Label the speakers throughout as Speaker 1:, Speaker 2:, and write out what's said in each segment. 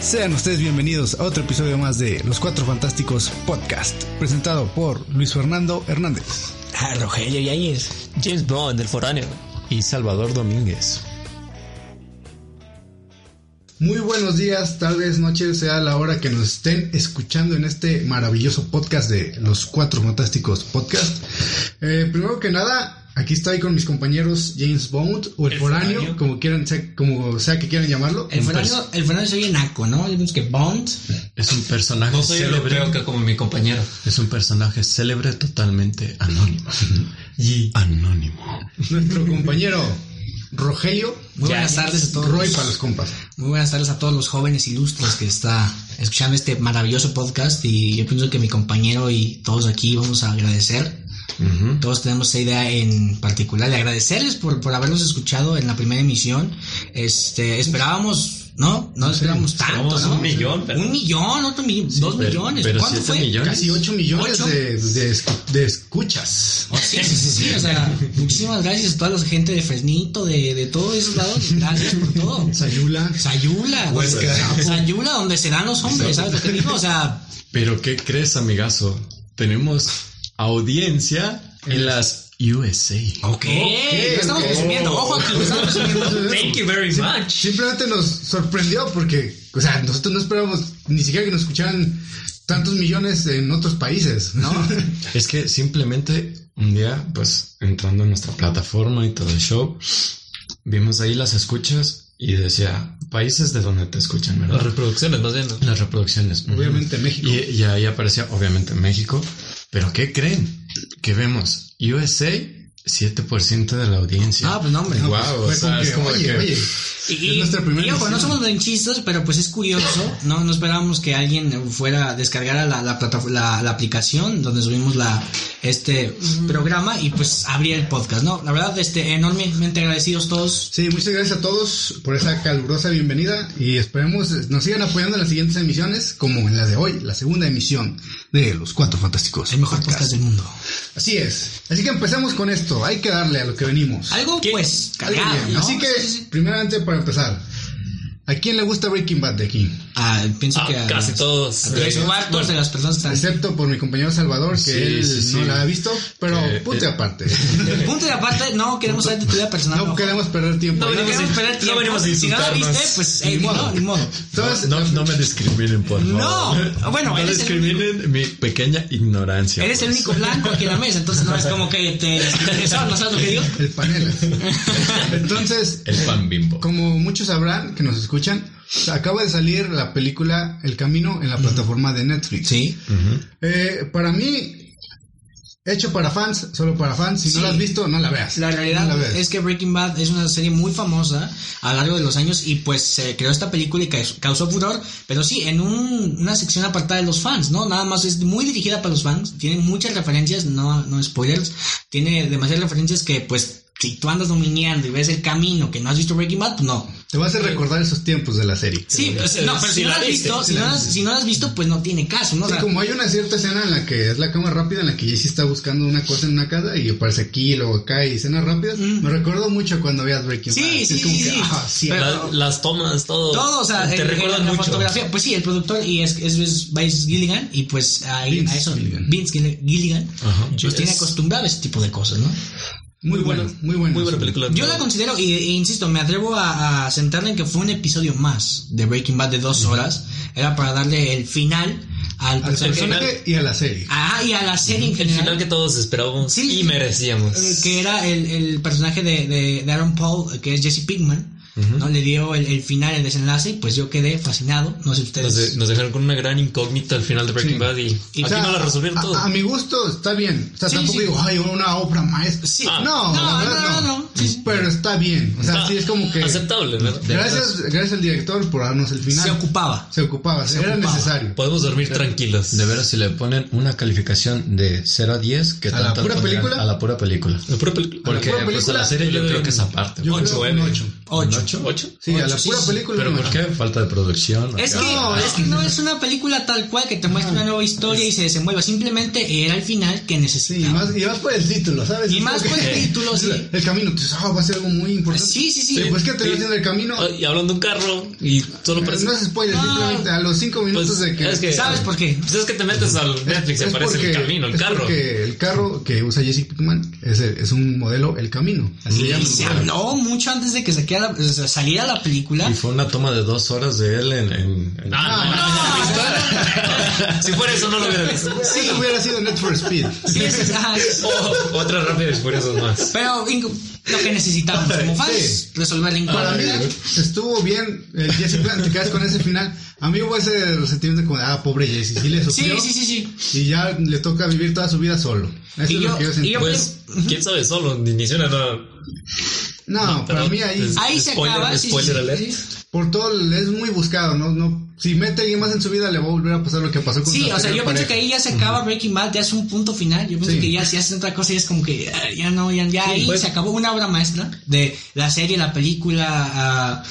Speaker 1: Sean ustedes bienvenidos a otro episodio más de Los Cuatro Fantásticos Podcast, presentado por Luis Fernando Hernández.
Speaker 2: A Ah, Rogelio Yáñez, James Bond, del foráneo.
Speaker 3: y Salvador Domínguez.
Speaker 1: Muy buenos días, tardes, noches, sea la hora que nos estén escuchando en este maravilloso podcast de Los Cuatro Fantásticos Podcast. Eh, primero que nada, aquí estoy con mis compañeros James Bond o el,
Speaker 2: El
Speaker 1: foráneo,
Speaker 2: foráneo.
Speaker 1: como quieran, sea- como sea que quieran llamarlo.
Speaker 4: El
Speaker 1: En
Speaker 4: Fernando, el Fernando soy enaco, ¿no? Digamos que Bond.
Speaker 5: Es un personaje
Speaker 2: No soy
Speaker 5: célebre.
Speaker 2: europeo que como mi compañero.
Speaker 5: Es un personaje célebre totalmente anónimo. Y anónimo.
Speaker 1: pers- Nuestro compañero Rogelio.
Speaker 4: Muy
Speaker 2: Ya,
Speaker 4: buenas tardes a todos.
Speaker 1: Roy para los compas.
Speaker 4: Muy buenas tardes a todos los jóvenes ilustres que está escuchando este maravilloso podcast y yo pienso que mi compañero y todos aquí vamos a agradecer. Todos tenemos esa idea en particular de agradecerles por, por habernos escuchado en la primera emisión. Este, esperábamos, ¿no? No esperábamos tanto,
Speaker 2: esperábamos
Speaker 4: ¿no?
Speaker 2: un millón, pero-
Speaker 4: Un millón, otro millón, dos
Speaker 5: pero-
Speaker 4: millones.
Speaker 5: pero
Speaker 4: ¿Cuánto
Speaker 5: siete
Speaker 4: fue?
Speaker 5: millones.
Speaker 1: Casi 8 millones
Speaker 4: ¿Ocho?
Speaker 1: De, de escu- de escuchas.
Speaker 4: Oh, Sí, sí, sí, sí, o sea, muchísimas gracias a toda la gente de Fresnito, de, de todos esos lados, gracias por todo.
Speaker 1: Sayula.
Speaker 4: Sayula, donde-
Speaker 2: Pues
Speaker 1: Huesca.
Speaker 4: Sayula, donde se dan los hombres, ¿sabes lo que digo? O sea,
Speaker 5: Pero ¿qué crees, amigazo? Tenemos audiencia en las USA.
Speaker 4: ok, ¡eh! no estamos
Speaker 1: ok.
Speaker 4: presumiendo, ojo aquí, no estamos presumiendo.
Speaker 2: Thank you very much.
Speaker 1: Simplemente nos sorprendió porque, o sea, nosotros no esperábamos ni siquiera que nos escucharan tantos millones en otros países, ¿no?
Speaker 5: Es que simplemente un día, pues entrando en nuestra plataforma y todo el show, vimos ahí las escuchas y decía países de donde te escuchan,
Speaker 2: Las
Speaker 5: ¿verdad?
Speaker 2: reproducciones, más bien.
Speaker 5: Las reproducciones. Ujú.
Speaker 1: Obviamente México.
Speaker 5: Y, y ahí aparecía obviamente México. Pero ¿qué creen? Que vemos USA, 7% de la audiencia.
Speaker 4: Ah, pues no, hombre.
Speaker 1: No,
Speaker 5: Guau,
Speaker 1: fue
Speaker 5: o sea,
Speaker 1: como
Speaker 5: es
Speaker 1: que,
Speaker 5: como de
Speaker 1: oye,
Speaker 5: que-
Speaker 1: oye,
Speaker 4: Y,
Speaker 1: es nuestra primera
Speaker 4: y ojo, no
Speaker 1: emisión.
Speaker 4: somos benchistas, pero pues es curioso, ¿no? No esperábamos que alguien fuera a descargar la, la, plata- la- la aplicación donde subimos
Speaker 2: Ah,
Speaker 4: la este programa y pues abría el podcast, ¿no? La verdad, este, enormemente agradecidos todos
Speaker 1: Sí, muchas gracias a todos por esa calurosa bienvenida y esperemos nos sigan apoyando en las siguientes emisiones, como en la de hoy, la segunda emisión de Los Cuatro Fantásticos.
Speaker 4: El mejor
Speaker 1: Podcast.
Speaker 4: podcast, del mundo.
Speaker 1: Así es. Así que empezamos con esto. Hay que darle a lo que venimos.
Speaker 4: Algo
Speaker 2: ¿Qué?
Speaker 4: pues
Speaker 1: Algo
Speaker 4: cargado,
Speaker 1: bien.
Speaker 4: ¿no?
Speaker 1: Ah, Así que,
Speaker 4: Sí, sí, sí.
Speaker 1: primeramente, para empezar, ¿a quién le gusta Breaking Bad de aquí?
Speaker 4: Ah, pienso
Speaker 2: Ah,
Speaker 4: que a
Speaker 2: casi
Speaker 4: las-
Speaker 2: todos.
Speaker 4: a tres
Speaker 2: Eh,
Speaker 4: cuartos
Speaker 2: bueno.
Speaker 4: de las personas que están.
Speaker 1: Excepto por mi compañero Salvador, que
Speaker 5: Sí,
Speaker 1: él
Speaker 5: sí, sí.
Speaker 1: no la ha visto, pero
Speaker 5: Que-
Speaker 4: eh,
Speaker 1: punto y aparte.
Speaker 4: Punto y aparte, no queremos saber de tu vida personal.
Speaker 1: no
Speaker 4: ojo.
Speaker 1: queremos perder tiempo.
Speaker 2: No
Speaker 4: No
Speaker 2: venimos
Speaker 4: queremos
Speaker 2: a-
Speaker 4: perder
Speaker 2: no
Speaker 4: tiempo.
Speaker 2: venimos a
Speaker 4: Si no la
Speaker 2: insultarnos.
Speaker 4: viste, pues eh, ni, modo. ni modo.
Speaker 1: Entonces,
Speaker 5: no, no me discriminen, por favor.
Speaker 4: No, bueno,
Speaker 5: no
Speaker 4: eres el
Speaker 5: discriminen mi pequeña ignorancia.
Speaker 4: Eres el
Speaker 5: pues.
Speaker 4: único blanco aquí en la mesa, entonces no es como que te eso, no sabes lo que digo.
Speaker 1: el panel. Entonces,
Speaker 5: El pan bimbo.
Speaker 1: como muchos sabrán que nos escuchan, acaba de salir la película El Camino en la plataforma de Netflix.
Speaker 4: Sí.
Speaker 1: Eh, para mí, hecho para fans, solo para fans. Si
Speaker 4: Sí.
Speaker 1: no la has visto, no la veas.
Speaker 4: La realidad
Speaker 1: No la veas.
Speaker 4: es que Breaking Bad es una serie muy famosa a lo largo de los años y pues se creó esta película y caus- causó furor, pero sí, en un- una sección apartada de los fans, ¿no? Nada más es muy dirigida para los fans, tiene muchas referencias, no, no spoilers, tiene demasiadas referencias que pues si tú andas dominando y ves el camino que no has visto Breaking Bad, pues no.
Speaker 1: Te vas a hacer recordar esos tiempos de la serie.
Speaker 4: Sí, o sea, no, pero
Speaker 2: Si
Speaker 4: si, no
Speaker 2: la
Speaker 4: la has
Speaker 2: viste,
Speaker 4: visto,
Speaker 2: si
Speaker 4: si no
Speaker 2: la
Speaker 4: la has, si no la has visto, pues no tiene caso, ¿no? O
Speaker 1: Sí,
Speaker 4: sea,
Speaker 1: como hay una cierta escena en la que es la cámara rápida, en la que Jesse está buscando una cosa en una casa y aparece aquí, luego acá y escenas rápidas. Me recuerdo mucho cuando veías Breaking
Speaker 4: Sí,
Speaker 1: Bad.
Speaker 4: sí,
Speaker 1: es como
Speaker 4: sí,
Speaker 1: que,
Speaker 4: sí.
Speaker 1: ah, sí.
Speaker 4: Pero-
Speaker 2: La- las tomas, todo.
Speaker 4: Todo, o sea,
Speaker 2: te
Speaker 4: en-
Speaker 2: recuerdan
Speaker 4: en la
Speaker 2: mucho.
Speaker 4: fotografía. Pues sí, el productor y es, es, es Vince Gilligan y pues ahí
Speaker 1: Vince
Speaker 4: a eso,
Speaker 1: Gilligan.
Speaker 4: Vince Gilli- Gilligan,
Speaker 5: Ajá.
Speaker 4: nos
Speaker 2: Yes.
Speaker 4: tiene acostumbrado a ese tipo de cosas, ¿no?
Speaker 1: muy, buena, muy buena.
Speaker 2: Muy buena película.
Speaker 4: Yo la considero, y- e insisto, me atrevo a, a sentarla en que fue un episodio más de Breaking Bad de dos horas. Era para darle el final al
Speaker 1: Al
Speaker 4: personaje.
Speaker 1: personaje y a la serie.
Speaker 4: Ah, y a la serie en
Speaker 2: El final
Speaker 4: general.
Speaker 2: que todos esperábamos
Speaker 4: Sí.
Speaker 2: y merecíamos.
Speaker 4: eh, que era el, el personaje de, de, de Aaron Paul, que es Jesse Pinkman, ¿no? Le dio el, el final, el desenlace, y pues yo quedé fascinado. No sé ustedes.
Speaker 2: Nos, de- nos dejaron con una gran incógnita al final de Breaking
Speaker 1: Sí.
Speaker 2: Bad y aquí
Speaker 4: Y-
Speaker 1: O sea,
Speaker 2: no la resolvieron
Speaker 1: a-
Speaker 2: todo.
Speaker 1: A, mi gusto está bien. O sea,
Speaker 4: Sí,
Speaker 1: tampoco
Speaker 4: sí.
Speaker 1: digo, ay, una obra maestra.
Speaker 4: Sí.
Speaker 2: Ah.
Speaker 1: No,
Speaker 4: No,
Speaker 1: la verdad
Speaker 4: no,
Speaker 1: no.
Speaker 4: no, no. Sí, sí.
Speaker 1: Pero está bien. O sea,
Speaker 2: Ah,
Speaker 1: sí es como que.
Speaker 2: Aceptable, ¿verdad? De
Speaker 1: Gracias, gracias al director por darnos el final.
Speaker 4: se ocupaba.
Speaker 1: Se ocupaba,
Speaker 4: Se
Speaker 1: era
Speaker 4: ocupaba.
Speaker 1: necesario.
Speaker 2: verdad. Podemos dormir tranquilos.
Speaker 5: De veras, si le ponen una calificación de 0 a 10, que
Speaker 1: ¿A la pura película?
Speaker 5: A la pura película.
Speaker 2: La pura película.
Speaker 5: Porque
Speaker 1: pura
Speaker 5: pues, a
Speaker 1: película,
Speaker 5: la serie
Speaker 2: yo
Speaker 5: yo
Speaker 2: le
Speaker 5: creo
Speaker 2: doy
Speaker 5: que es aparte.
Speaker 1: Yo
Speaker 2: Ocho,
Speaker 1: creo que un
Speaker 2: nueve.
Speaker 1: 8.
Speaker 4: Ocho.
Speaker 2: ¿Ocho?
Speaker 1: Sí, a la
Speaker 4: Ocho,
Speaker 1: pura
Speaker 4: sí, sí.
Speaker 1: película.
Speaker 5: ¿Pero
Speaker 1: un
Speaker 5: por
Speaker 1: ocho.
Speaker 5: qué? Falta de producción.
Speaker 4: Es
Speaker 5: acá.
Speaker 4: que,
Speaker 1: No,
Speaker 4: es que no es una película tal cual que te muestra una nueva historia y se desenvuelva. Simplemente era el final que
Speaker 1: Sí, y
Speaker 4: necesitaba.
Speaker 1: más, y más por el título, ¿sabes?
Speaker 4: Y más
Speaker 1: Como
Speaker 4: por
Speaker 1: que-
Speaker 4: el título, sí.
Speaker 1: El camino. dices, ah, va a ser algo muy importante.
Speaker 4: Sí, sí, sí.
Speaker 1: Después que te lo
Speaker 2: Sí. Ah,
Speaker 1: hacen del camino,
Speaker 2: Ay, Y hablando de un carro y solo
Speaker 1: no
Speaker 2: parece.
Speaker 1: es spoiler,
Speaker 4: No.
Speaker 1: simplemente a los cinco minutos de que...
Speaker 2: es que-
Speaker 4: ¿Sabes por qué?
Speaker 2: Pues es que te metes al Netflix y aparece el camino, el
Speaker 1: es
Speaker 2: carro.
Speaker 1: Porque el carro que usa Jesse Pickman es, el- es un modelo, el camino. Así le
Speaker 4: Y
Speaker 1: llaman.
Speaker 4: se habló mucho antes de que saqueara- o sea, saliera la película.
Speaker 5: Y fue una toma de dos horas de él en... en- en-
Speaker 2: Ah, no, no, no, no. Si fuera eso, no lo hubiera visto.
Speaker 1: Eso hubiera sido Net for Speed.
Speaker 4: Sí, sí, sí. Ajá, sí.
Speaker 2: O- Oh, otra rápida y furiosos más.
Speaker 4: Pero Ingo, lo que necesitamos como fans
Speaker 1: Sí.
Speaker 4: resolver la
Speaker 1: Para mí
Speaker 4: incógnita.
Speaker 1: estuvo bien el Jesse Pickman, te quedas con ese final. A mí hubo ese sentimiento como, ah, pobre Jesse, sí le
Speaker 4: Sí,
Speaker 1: sufrió.
Speaker 4: sí, sí, sí.
Speaker 1: Y ya le toca vivir toda su vida solo. Eso
Speaker 4: Y
Speaker 1: es lo
Speaker 4: yo-
Speaker 1: que yo sentí.
Speaker 4: y yo-
Speaker 2: Pues, quién sabe solo, ni ni siquiera nada.
Speaker 1: no, para
Speaker 2: perdón.
Speaker 1: mí ahí...
Speaker 2: Pues-
Speaker 4: Ahí se
Speaker 2: Spoiler-
Speaker 4: acaba. sí, sí,
Speaker 2: spoiler
Speaker 4: sí,
Speaker 2: alert.
Speaker 4: sí.
Speaker 1: por todo el- es muy buscado, ¿no? no si mete alguien más en su vida le va a volver a pasar lo que pasó con
Speaker 4: Sí,
Speaker 1: su
Speaker 4: o sea, yo
Speaker 1: anterior
Speaker 4: pienso
Speaker 1: pareja.
Speaker 4: que ahí ya se acaba Breaking Bad, ya es un punto final. Yo pienso
Speaker 1: Sí.
Speaker 4: que ya si hacen otra cosa, ya es como que ah, ya no, ya, ya ahí
Speaker 2: pues.
Speaker 4: se acabó una obra maestra de la serie, la película. ah,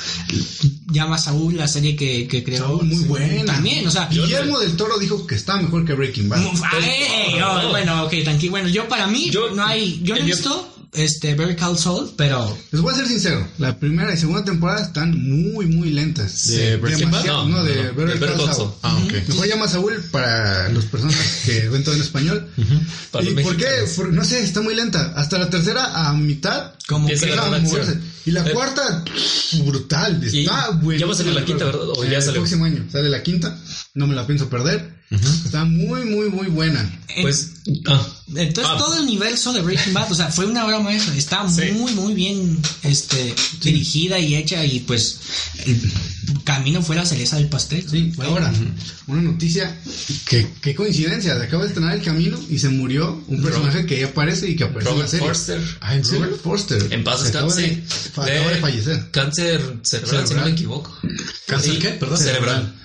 Speaker 4: llama a Saúl, la serie que, que creó.
Speaker 1: Saúl, muy
Speaker 4: Sí.
Speaker 1: buena.
Speaker 4: También, o sea.
Speaker 1: Guillermo del Toro dijo que está mejor que Breaking Bad.
Speaker 4: mu- ah, eh, eh, oh, Bueno, ok, tranquilo. Bueno, yo para mí,
Speaker 2: Yo-
Speaker 4: no hay. Yo no he
Speaker 2: en mi-
Speaker 4: visto este, Very Cold Soul, pero.
Speaker 1: Les voy a ser sincero, la primera y segunda temporada están muy, muy lentas.
Speaker 5: ¿De Breaking Bad?
Speaker 1: Demasiado,
Speaker 2: No,
Speaker 1: no, de
Speaker 2: no, no,
Speaker 1: Better
Speaker 2: de Better
Speaker 1: Call
Speaker 2: Call
Speaker 1: Saul.
Speaker 2: Saul.
Speaker 5: Ah, ok.
Speaker 1: Mejor llama a Saúl para las personas que ven todo en español.
Speaker 2: Para
Speaker 1: ¿Y
Speaker 2: los
Speaker 1: por qué?
Speaker 2: mexicanos.
Speaker 1: Por- no sé, está muy lenta. Hasta la tercera a mitad.
Speaker 4: Como
Speaker 2: Empieza
Speaker 4: que-
Speaker 2: la-
Speaker 1: deja
Speaker 2: agarrar
Speaker 1: moverse.
Speaker 2: acción.
Speaker 1: Y la
Speaker 2: Eh,
Speaker 1: cuarta, brutal.
Speaker 2: y-
Speaker 1: Está buena.
Speaker 2: ya va a salir la quinta, ¿verdad? O ya
Speaker 1: el
Speaker 2: salió.
Speaker 1: próximo año sale la quinta. No me la pienso perder. Está muy, muy, muy buena.
Speaker 4: en-
Speaker 2: Pues, ah,
Speaker 4: Entonces
Speaker 2: Ah.
Speaker 4: todo el universo de Breaking Bad, o sea, fue una obra maestra, está
Speaker 2: Sí.
Speaker 4: muy muy bien este dirigida y hecha y pues el camino fue la cereza del pastel.
Speaker 1: Sí,
Speaker 4: Fue-
Speaker 1: ahora, una noticia. Qué, qué coincidencia. Se acaba de estrenar el camino y se murió un personaje que ya aparece y que aparece en la
Speaker 2: Robert
Speaker 1: serie.
Speaker 2: Forster.
Speaker 1: Ah, ¿en serio? Robert Forster.
Speaker 2: En paz
Speaker 1: Se acaba
Speaker 2: descanse.
Speaker 1: de, fa- acaba de fallecer.
Speaker 2: Cáncer cerebral, si no
Speaker 1: Cerebral.
Speaker 2: me equivoco.
Speaker 5: ¿Cáncer
Speaker 2: Sí,
Speaker 5: qué? Perdón.
Speaker 2: Cerebral.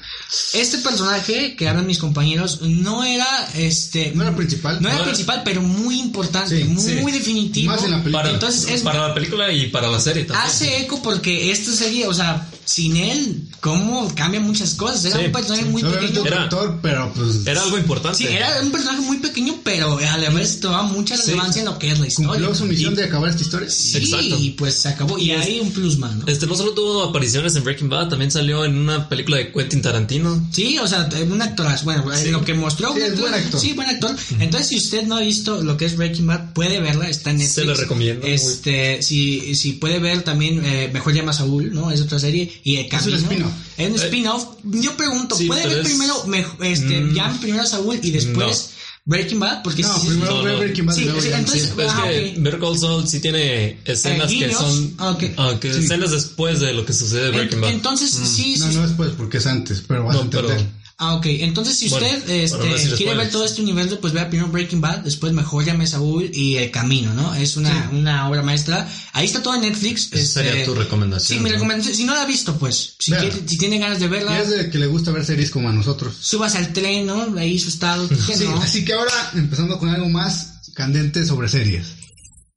Speaker 4: Este personaje que hablan mis compañeros no era este
Speaker 1: No era principal.
Speaker 4: no era
Speaker 2: no era-
Speaker 4: principal, pero muy importante,
Speaker 1: Sí,
Speaker 4: muy
Speaker 2: sí.
Speaker 4: definitivo.
Speaker 1: Más en la película.
Speaker 2: Para,
Speaker 4: Entonces es-
Speaker 2: para la película y para la serie también.
Speaker 4: Hace eco porque esta serie, o sea, sin él, cómo cambian muchas cosas. Era
Speaker 2: Sí,
Speaker 4: un personaje
Speaker 2: sí.
Speaker 4: muy
Speaker 1: Obviamente
Speaker 4: pequeño.
Speaker 1: otro
Speaker 2: Era-
Speaker 1: actor, pero pues.
Speaker 2: Era algo importante.
Speaker 4: Sí, era un personaje muy pequeño, pero a la vez tomaba mucha relevancia en lo que es la historia.
Speaker 1: Cumplió su misión
Speaker 2: Y-
Speaker 1: de acabar esta historia.
Speaker 4: Sí,
Speaker 2: Exacto.
Speaker 4: y pues se acabó. Y ahí un plus más, ¿no?
Speaker 2: Este no solo tuvo apariciones en Breaking Bad, también salió en una película de Quentin Tarantino.
Speaker 4: Sí, o sea, eh, un actorazo. Bueno, lo que mostró.
Speaker 1: Sí,
Speaker 4: un
Speaker 1: es buen actor.
Speaker 4: Sí, buen actor. Entonces, si usted no ha visto lo que es Breaking Bad, puede verla. Está en Netflix.
Speaker 2: Se la recomiendo, muy-
Speaker 4: Este, si, si puede ver también eh, Mejor Llama a Saúl, ¿no? Es otra serie. Y El
Speaker 1: un
Speaker 4: Camino.
Speaker 1: spin-off.
Speaker 4: Es un spin-off. Yo pregunto,
Speaker 2: sí,
Speaker 4: ¿puede
Speaker 2: pero
Speaker 4: ver
Speaker 2: es-
Speaker 4: primero Mej- este,
Speaker 2: Mm.
Speaker 4: ya primero a Saúl y después Breaking Bad? Porque
Speaker 1: No,
Speaker 4: sí-
Speaker 1: primero
Speaker 2: no,
Speaker 1: fue
Speaker 2: no.
Speaker 1: Breaking Bad.
Speaker 4: Sí,
Speaker 1: y luego
Speaker 4: sí,
Speaker 1: ya-
Speaker 4: entonces-
Speaker 2: Pero Pues es
Speaker 4: Ah,
Speaker 2: que
Speaker 4: ok.
Speaker 2: Better Call Saul sí tiene escenas
Speaker 4: Eh,
Speaker 2: que
Speaker 4: guiños.
Speaker 2: son...
Speaker 4: Ah, ok.
Speaker 2: ah, que
Speaker 1: Sí.
Speaker 2: Escenas después de lo que sucede en Breaking Bad.
Speaker 4: Entonces, sí, sí,
Speaker 1: No, no después, porque es antes, pero vas a
Speaker 2: no, pero...
Speaker 1: entender.
Speaker 4: Ah, ok. Entonces, si
Speaker 2: Bueno,
Speaker 4: usted
Speaker 2: para
Speaker 4: este,
Speaker 2: no decir
Speaker 4: quiere ver
Speaker 2: spoilers.
Speaker 4: todo este universo, pues vea primero Breaking Bad, después mejor llame a Saúl y El Camino, ¿no? Es una, una obra maestra. Ahí está todo en Netflix. este,
Speaker 5: Esa sería tu recomendación,
Speaker 4: Sí, mi
Speaker 5: ¿no?
Speaker 4: recomendación. Si no la ha visto, pues, si,
Speaker 1: Véala.
Speaker 4: quiere- si tiene ganas de
Speaker 1: Y
Speaker 4: verla,
Speaker 1: es de que le gusta ver series como a nosotros.
Speaker 4: subas al tren, ¿no? Ahí su estado. ¿por qué
Speaker 1: Sí,
Speaker 4: no?
Speaker 1: así que ahora empezando con algo más candente sobre series.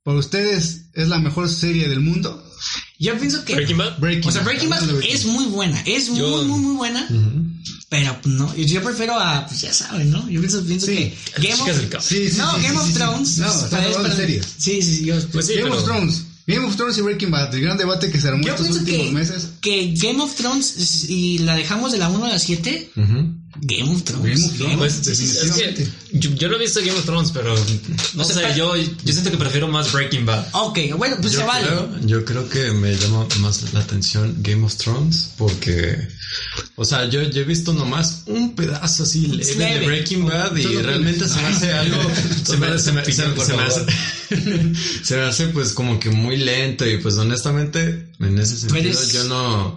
Speaker 1: ¿Para ustedes es la mejor serie del mundo?
Speaker 4: Yo pienso que...
Speaker 2: Breaking Bad.
Speaker 1: Breaking
Speaker 4: o sea, Breaking Bad
Speaker 1: Hablando de
Speaker 4: es
Speaker 1: Breaking
Speaker 4: muy buena, es
Speaker 2: Yo-
Speaker 4: muy, muy, muy buena,
Speaker 5: Mm.
Speaker 4: pero pues, no, yo- yo prefiero a, pues ya saben, ¿no? Yo pienso, pienso
Speaker 1: Sí.
Speaker 4: que Game
Speaker 2: Chicas del
Speaker 4: of,
Speaker 2: Campo.
Speaker 1: Sí, sí,
Speaker 4: no,
Speaker 1: sí,
Speaker 4: Game
Speaker 1: sí,
Speaker 4: of
Speaker 1: sí, sí.
Speaker 4: Thrones,
Speaker 1: No,
Speaker 4: es-
Speaker 1: estamos hablando de
Speaker 4: para-
Speaker 1: series.
Speaker 4: Sí, sí, sí, yo,
Speaker 2: Pues sí,
Speaker 1: Game
Speaker 2: pero-
Speaker 1: of Thrones. Game of Thrones y Breaking Bad, el gran debate que se armó
Speaker 4: Yo
Speaker 1: estos
Speaker 4: pienso
Speaker 1: últimos
Speaker 4: que,
Speaker 1: meses.
Speaker 4: que Game of Thrones, y la dejamos de la 1 a la 7, Game
Speaker 1: Game of
Speaker 4: of Thrones.
Speaker 1: Thrones.
Speaker 4: Game
Speaker 2: Pues, es que
Speaker 1: definitivamente.
Speaker 2: yo, yo no he visto Game of Thrones, pero no
Speaker 4: sea, pa-
Speaker 2: sé, yo, yo siento que prefiero más Breaking Bad.
Speaker 4: Ok, bueno, pues se vale.
Speaker 5: creo, yo creo que me llama más la atención Game of Thrones porque, o sea, yo, yo he visto nomás un pedazo así leve
Speaker 4: leve.
Speaker 5: de Breaking Bad y
Speaker 1: Tú no
Speaker 5: realmente se me hace algo, se me, se me- se me- se me hace, se me hace pues como que muy lento y pues honestamente en ese sentido
Speaker 4: eres-
Speaker 5: yo no,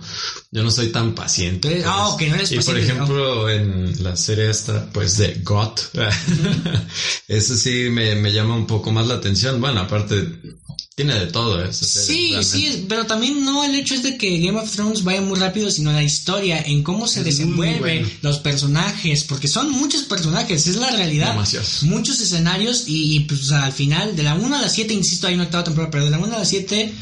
Speaker 5: yo no soy tan paciente.
Speaker 4: Tú eres- ah,
Speaker 5: pues.
Speaker 4: ok, no eres
Speaker 5: Y por
Speaker 4: paciente,
Speaker 5: ejemplo en la serie esta pues de God, eso sí me, me llama un poco más la atención. Bueno, aparte tiene de todo ¿eh? eso.
Speaker 4: Sí, sí, pero también no el hecho es de que Game of Thrones vaya muy rápido, sino la historia, en cómo se
Speaker 1: Es muy
Speaker 4: desenvuelven
Speaker 1: bueno.
Speaker 4: los personajes, porque son muchos personajes, es la realidad.
Speaker 5: Demasiados.
Speaker 4: Muchos escenarios y, y, pues al final, de la 1 a la 7, insisto, hay una octava temporada, pero de la 1 a la 7,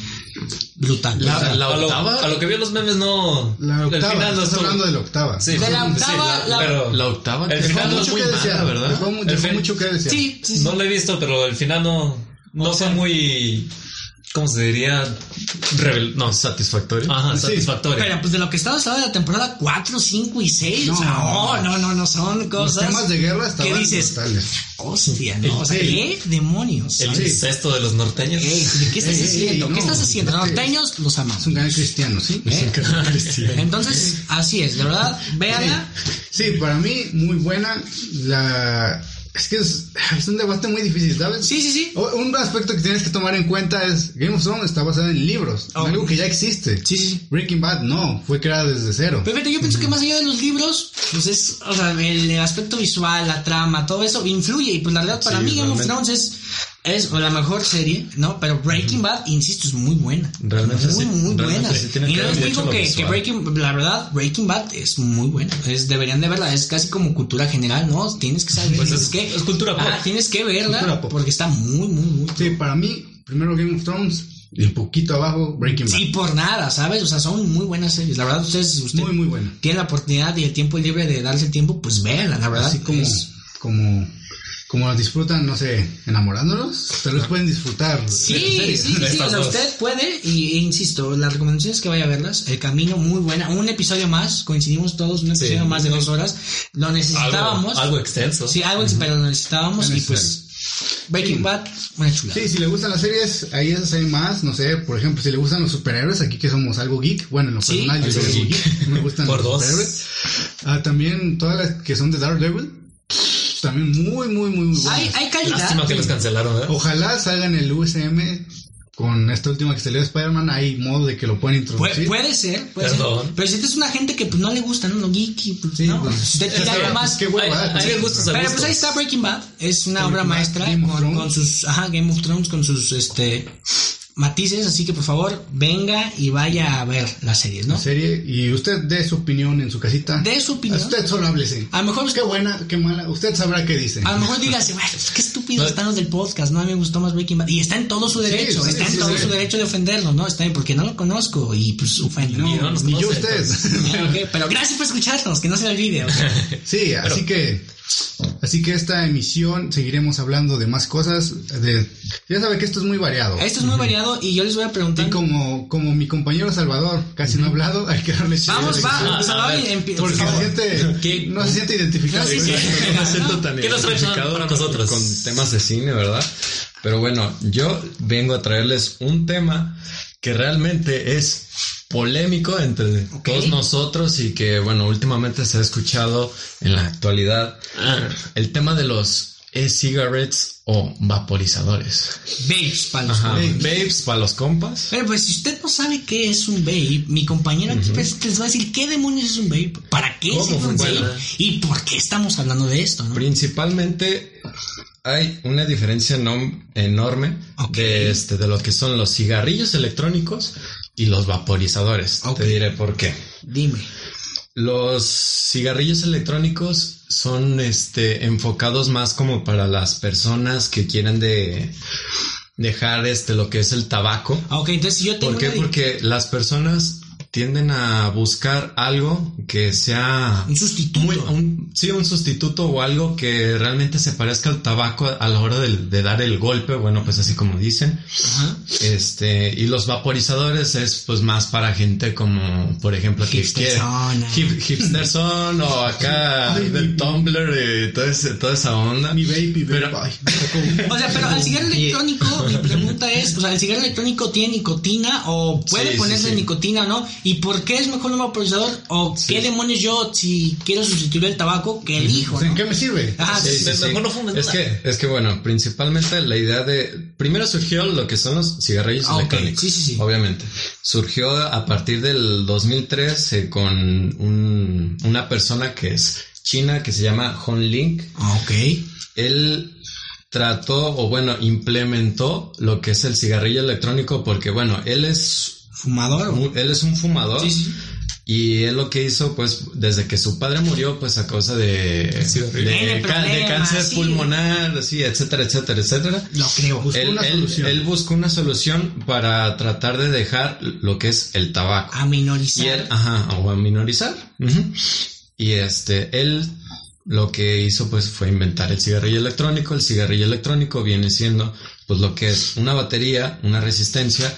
Speaker 4: brutal.
Speaker 5: La, la
Speaker 2: a, lo,
Speaker 5: octava,
Speaker 2: a lo que vi en los memes, no.
Speaker 1: La
Speaker 2: el
Speaker 1: octava,
Speaker 2: final no
Speaker 1: estás
Speaker 2: estuvo-
Speaker 1: hablando de la octava.
Speaker 2: Sí,
Speaker 4: De la
Speaker 2: sí,
Speaker 4: octava, la-
Speaker 2: pero-
Speaker 5: la octava.
Speaker 2: El
Speaker 5: que
Speaker 2: final
Speaker 5: fue
Speaker 2: no
Speaker 1: Dejó
Speaker 2: es
Speaker 5: muy
Speaker 1: mucho que
Speaker 5: mala,
Speaker 1: desear,
Speaker 5: ¿verdad?
Speaker 1: dejó mu- dejó
Speaker 2: fin-
Speaker 1: mucho que desear.
Speaker 4: sí, sí, sí.
Speaker 2: No lo he visto, pero el final no, no fue muy ¿Cómo se diría? Revel- no, sa-
Speaker 5: Satisfactorio.
Speaker 2: ajá,
Speaker 1: Sí.
Speaker 2: satisfactoria.
Speaker 4: Pero pues de lo que estamos hablando de la temporada 4, 5 y 6. No,
Speaker 1: No,
Speaker 4: no, no, no, son
Speaker 1: Los
Speaker 4: cosas.
Speaker 1: temas de guerra estaban
Speaker 4: ¿Qué dices?
Speaker 1: brutales.
Speaker 4: Hostia, no. O sea,
Speaker 1: Sí.
Speaker 4: ¿qué demonios?
Speaker 2: el
Speaker 4: ¿sabes?
Speaker 2: incesto de los norteños.
Speaker 4: Ey, ¿de ¿Qué estás
Speaker 1: Ey, ey,
Speaker 4: haciendo?
Speaker 1: no,
Speaker 4: ¿Qué estás haciendo?
Speaker 1: no te-
Speaker 4: Norteños los
Speaker 1: Es
Speaker 4: amamos.
Speaker 1: un canal cristiano, ¿sí?
Speaker 4: ¿eh?
Speaker 5: Cristiano.
Speaker 4: Entonces, así es, de verdad, véanla.
Speaker 1: Sí, para mí, muy buena. La... Es que es, es un debate muy difícil, ¿sabes?
Speaker 4: Sí, sí, sí.
Speaker 1: O- Un aspecto que tienes que tomar en cuenta es Game of Thrones está basado en libros, en
Speaker 4: Oh.
Speaker 1: algo que ya existe.
Speaker 4: Sí, sí, sí.
Speaker 1: Breaking Bad no, fue creada desde cero.
Speaker 4: Pero fíjate, yo pienso que más allá de los libros, pues es, o sea, el aspecto visual, la trama, todo eso influye. Y pues la verdad, para
Speaker 5: Sí,
Speaker 4: mí Game of
Speaker 5: realmente.
Speaker 4: Thrones es, es la mejor serie, ¿no? Pero Breaking Bad, insisto, es muy buena.
Speaker 5: Realmente
Speaker 4: muy,
Speaker 5: sí,
Speaker 4: muy
Speaker 5: realmente
Speaker 4: buena.
Speaker 5: sí tiene
Speaker 4: y
Speaker 5: que
Speaker 4: no
Speaker 5: ver
Speaker 4: les
Speaker 5: mucho
Speaker 4: digo
Speaker 5: lo
Speaker 4: que, que
Speaker 5: visual.
Speaker 4: Breaking, la verdad, Breaking Bad es muy buena. Es, deberían de verla, es casi como cultura general, ¿no? Tienes que saber.
Speaker 2: Pues
Speaker 4: tienes
Speaker 2: es-
Speaker 4: que,
Speaker 2: es cultura pop.
Speaker 4: Ah, tienes que verla
Speaker 1: Cultura pop.
Speaker 4: porque está muy, muy, muy.
Speaker 1: Sí, para mí, primero Game of Thrones y un poquito abajo Breaking Bad.
Speaker 4: Sí, por nada, ¿sabes? O sea, son muy buenas series. La verdad, ustedes, si usted
Speaker 1: Muy, muy buena.
Speaker 4: tiene la oportunidad y el tiempo libre de darse el tiempo, pues véanla, la verdad.
Speaker 1: Así como,
Speaker 4: es-
Speaker 1: como, como las disfrutan, no sé, enamorándolos, tal vez pueden disfrutar.
Speaker 4: Sí, sí, sí,
Speaker 2: De
Speaker 4: sí, o
Speaker 2: estas
Speaker 4: sea,
Speaker 2: dos.
Speaker 4: usted puede, y e insisto, las recomendaciones que vaya a verlas, El Camino, muy buena, un episodio más, coincidimos todos, un
Speaker 2: Sí.
Speaker 4: episodio más de dos horas, lo
Speaker 2: Algo,
Speaker 4: necesitábamos,
Speaker 2: algo extenso.
Speaker 4: sí, algo, ex- pero lo necesitábamos,
Speaker 1: Era
Speaker 4: y pues, Breaking Bad, una chula.
Speaker 1: Sí, si le gustan las series, ahí esas hay más, no sé, por ejemplo, si le gustan los superhéroes, aquí que somos algo geek, bueno, en lo
Speaker 4: Sí,
Speaker 1: personal yo
Speaker 2: algo
Speaker 1: soy algo
Speaker 2: geek.
Speaker 1: geek, me gustan
Speaker 2: Por
Speaker 1: los
Speaker 2: dos.
Speaker 1: superhéroes. Ah, también todas las que son de Daredevil, también muy, muy, muy buenas.
Speaker 4: Hay, hay calidad.
Speaker 2: Lástima que los cancelaron, ¿verdad?
Speaker 1: Ojalá salgan el USM con esta última que salió de Spider-Man, hay modo de que lo puedan
Speaker 4: Pu-
Speaker 1: introducir.
Speaker 4: Puede ser, puede
Speaker 2: Perdón.
Speaker 4: ser. Pero si este es una gente que pues, no le gusta, ¿no? Lo geek, y, pues,
Speaker 1: Sí,
Speaker 4: no.
Speaker 1: pues,
Speaker 4: Si usted
Speaker 1: ya
Speaker 4: quiere
Speaker 1: sabe,
Speaker 4: algo
Speaker 1: pues,
Speaker 4: más.
Speaker 1: qué hueva,
Speaker 2: Hay-
Speaker 1: pues,
Speaker 2: hay gustos a
Speaker 4: Pero pues
Speaker 2: gustos.
Speaker 4: ahí está Breaking Bad, es una
Speaker 1: Breaking
Speaker 4: obra
Speaker 1: Bad,
Speaker 4: maestra
Speaker 1: Game of
Speaker 4: con,
Speaker 1: Thrones.
Speaker 4: con sus ajá, Game of Thrones, con sus este matices, así que por favor venga y vaya a ver las series, ¿no?
Speaker 1: la serie y usted dé su opinión en su casita.
Speaker 4: De su opinión.
Speaker 1: Usted solo háblese.
Speaker 4: A lo mejor
Speaker 1: Qué buena, qué mala. Usted sabrá qué dice.
Speaker 4: a lo mejor dígase, bueno, pues, qué estúpido están los del podcast, no a mí me gustó más Breaking Bad. Y está en todo su derecho,
Speaker 1: sí,
Speaker 4: está en
Speaker 1: sí,
Speaker 4: todo
Speaker 1: sí.
Speaker 4: su derecho de ofenderlo, ¿no? Está bien, porque no lo conozco y pues ofende.
Speaker 1: No,
Speaker 2: Y no nos
Speaker 1: ni yo a
Speaker 2: conoce,
Speaker 1: usted.
Speaker 4: Ah, ok, pero gracias por escucharnos, que no se le olvide. ok.
Speaker 1: Sí, así que así que esta emisión seguiremos hablando de más cosas. De, ya sabe que esto es muy variado.
Speaker 4: Esto es muy variado y yo les voy a preguntar.
Speaker 1: Y como, como mi compañero Salvador casi no ha hablado, hay que darle chance.
Speaker 4: Vamos,
Speaker 2: Ah,
Speaker 4: vamos,
Speaker 2: a
Speaker 4: Salvador,
Speaker 2: ver,
Speaker 1: Porque
Speaker 4: empie- por
Speaker 1: se
Speaker 4: favor.
Speaker 1: siente,
Speaker 2: ¿Qué?
Speaker 1: no se siente identificado.
Speaker 4: No, sí, sí.
Speaker 5: No me siento tan
Speaker 2: ¿Qué nos traes
Speaker 5: identificado
Speaker 2: ahora
Speaker 5: con-
Speaker 2: nosotros?
Speaker 4: Pues,
Speaker 5: Con temas de cine, ¿verdad? Pero bueno, yo vengo a traerles un tema que realmente es polémico entre
Speaker 4: Ok.
Speaker 5: todos nosotros y que, bueno, últimamente se ha escuchado en la actualidad
Speaker 2: Ah,
Speaker 5: el tema de los e-cigarettes o vaporizadores.
Speaker 4: Babes, para los
Speaker 5: Ajá.
Speaker 4: jóvenes.
Speaker 5: Babes para los compas.
Speaker 4: Pero pues si usted no sabe qué es un vape, mi compañero pues, les va a decir qué demonios es un vape, para qué
Speaker 5: ¿Cómo
Speaker 4: sirve un
Speaker 5: funciona?
Speaker 4: vape y por qué estamos hablando de esto, ¿no?
Speaker 5: Principalmente hay una diferencia enom- enorme
Speaker 4: Ok.
Speaker 5: de, este, de lo que son los cigarrillos electrónicos y los vaporizadores.
Speaker 4: Ok.
Speaker 5: Te diré por qué.
Speaker 4: Dime.
Speaker 5: Los cigarrillos electrónicos son este, enfocados más como para las personas que quieren de dejar este, lo que es el tabaco.
Speaker 4: Ah, Ok, entonces si yo tengo
Speaker 5: ¿Por qué?
Speaker 4: una di-
Speaker 5: Porque las personas tienden a buscar algo que sea
Speaker 4: un sustituto.
Speaker 5: muy- un, sí, un sustituto o algo que realmente se parezca al tabaco a la hora del- de, dar el golpe, bueno, pues así como dicen.
Speaker 4: Ajá.
Speaker 5: Este, y los vaporizadores es pues más para gente como, por ejemplo, que quiere
Speaker 4: Hipsterzona.
Speaker 5: hip- hipsterson o acá
Speaker 1: Ay, mi-
Speaker 5: del Tumblr y todo ese- toda esa onda.
Speaker 1: Mi baby,
Speaker 5: Pero-
Speaker 1: baby. ay, me tocó.
Speaker 4: O sea, pero al cigarro electrónico, mi pregunta es, o sea, ¿el cigarro electrónico tiene nicotina o puede
Speaker 5: Sí, sí,
Speaker 4: ponerle
Speaker 5: sí.
Speaker 4: nicotina o no? ¿Y por qué es mejor un vaporizador? ¿O qué demonios yo, si quiero sustituir el tabaco, que elijo?
Speaker 1: O sea, ¿En
Speaker 4: ¿no?
Speaker 1: qué me sirve?
Speaker 4: Ah,
Speaker 5: Sí, sí,
Speaker 2: Me-
Speaker 5: sí.
Speaker 2: mejor no fumes
Speaker 5: es
Speaker 2: nada.
Speaker 5: que, es que bueno, principalmente la idea de. Primero surgió lo que son los cigarrillos
Speaker 4: Ah, ok.
Speaker 5: electrónicos.
Speaker 4: Sí, sí, sí.
Speaker 5: Obviamente. Surgió a partir del 2003 eh, con un- una persona que es china que se llama Hon Link.
Speaker 4: Ah, ok.
Speaker 5: Él trató o bueno, implementó lo que es el cigarrillo electrónico porque bueno, él es.
Speaker 4: ¿Fumador? o-
Speaker 5: un- él es un fumador
Speaker 4: Sí, sí.
Speaker 5: y él lo que hizo, pues, desde que su padre murió, pues, a causa de,
Speaker 2: Sí,
Speaker 5: de,
Speaker 4: Tiene
Speaker 5: ca- de
Speaker 4: problemas,
Speaker 5: cáncer
Speaker 4: sí.
Speaker 5: pulmonar, sí, etcétera, etcétera, etcétera.
Speaker 4: Lo creo.
Speaker 1: Buscó
Speaker 5: Él,
Speaker 1: una
Speaker 5: él-
Speaker 1: solución.
Speaker 5: él buscó una solución para tratar de dejar lo que es el tabaco. y
Speaker 4: A
Speaker 5: él,
Speaker 4: minorizar.
Speaker 5: ajá, o a minorizar. Ujú. Y este, él lo que hizo pues fue inventar el cigarrillo electrónico. El cigarrillo electrónico viene siendo pues lo que es una batería, una resistencia,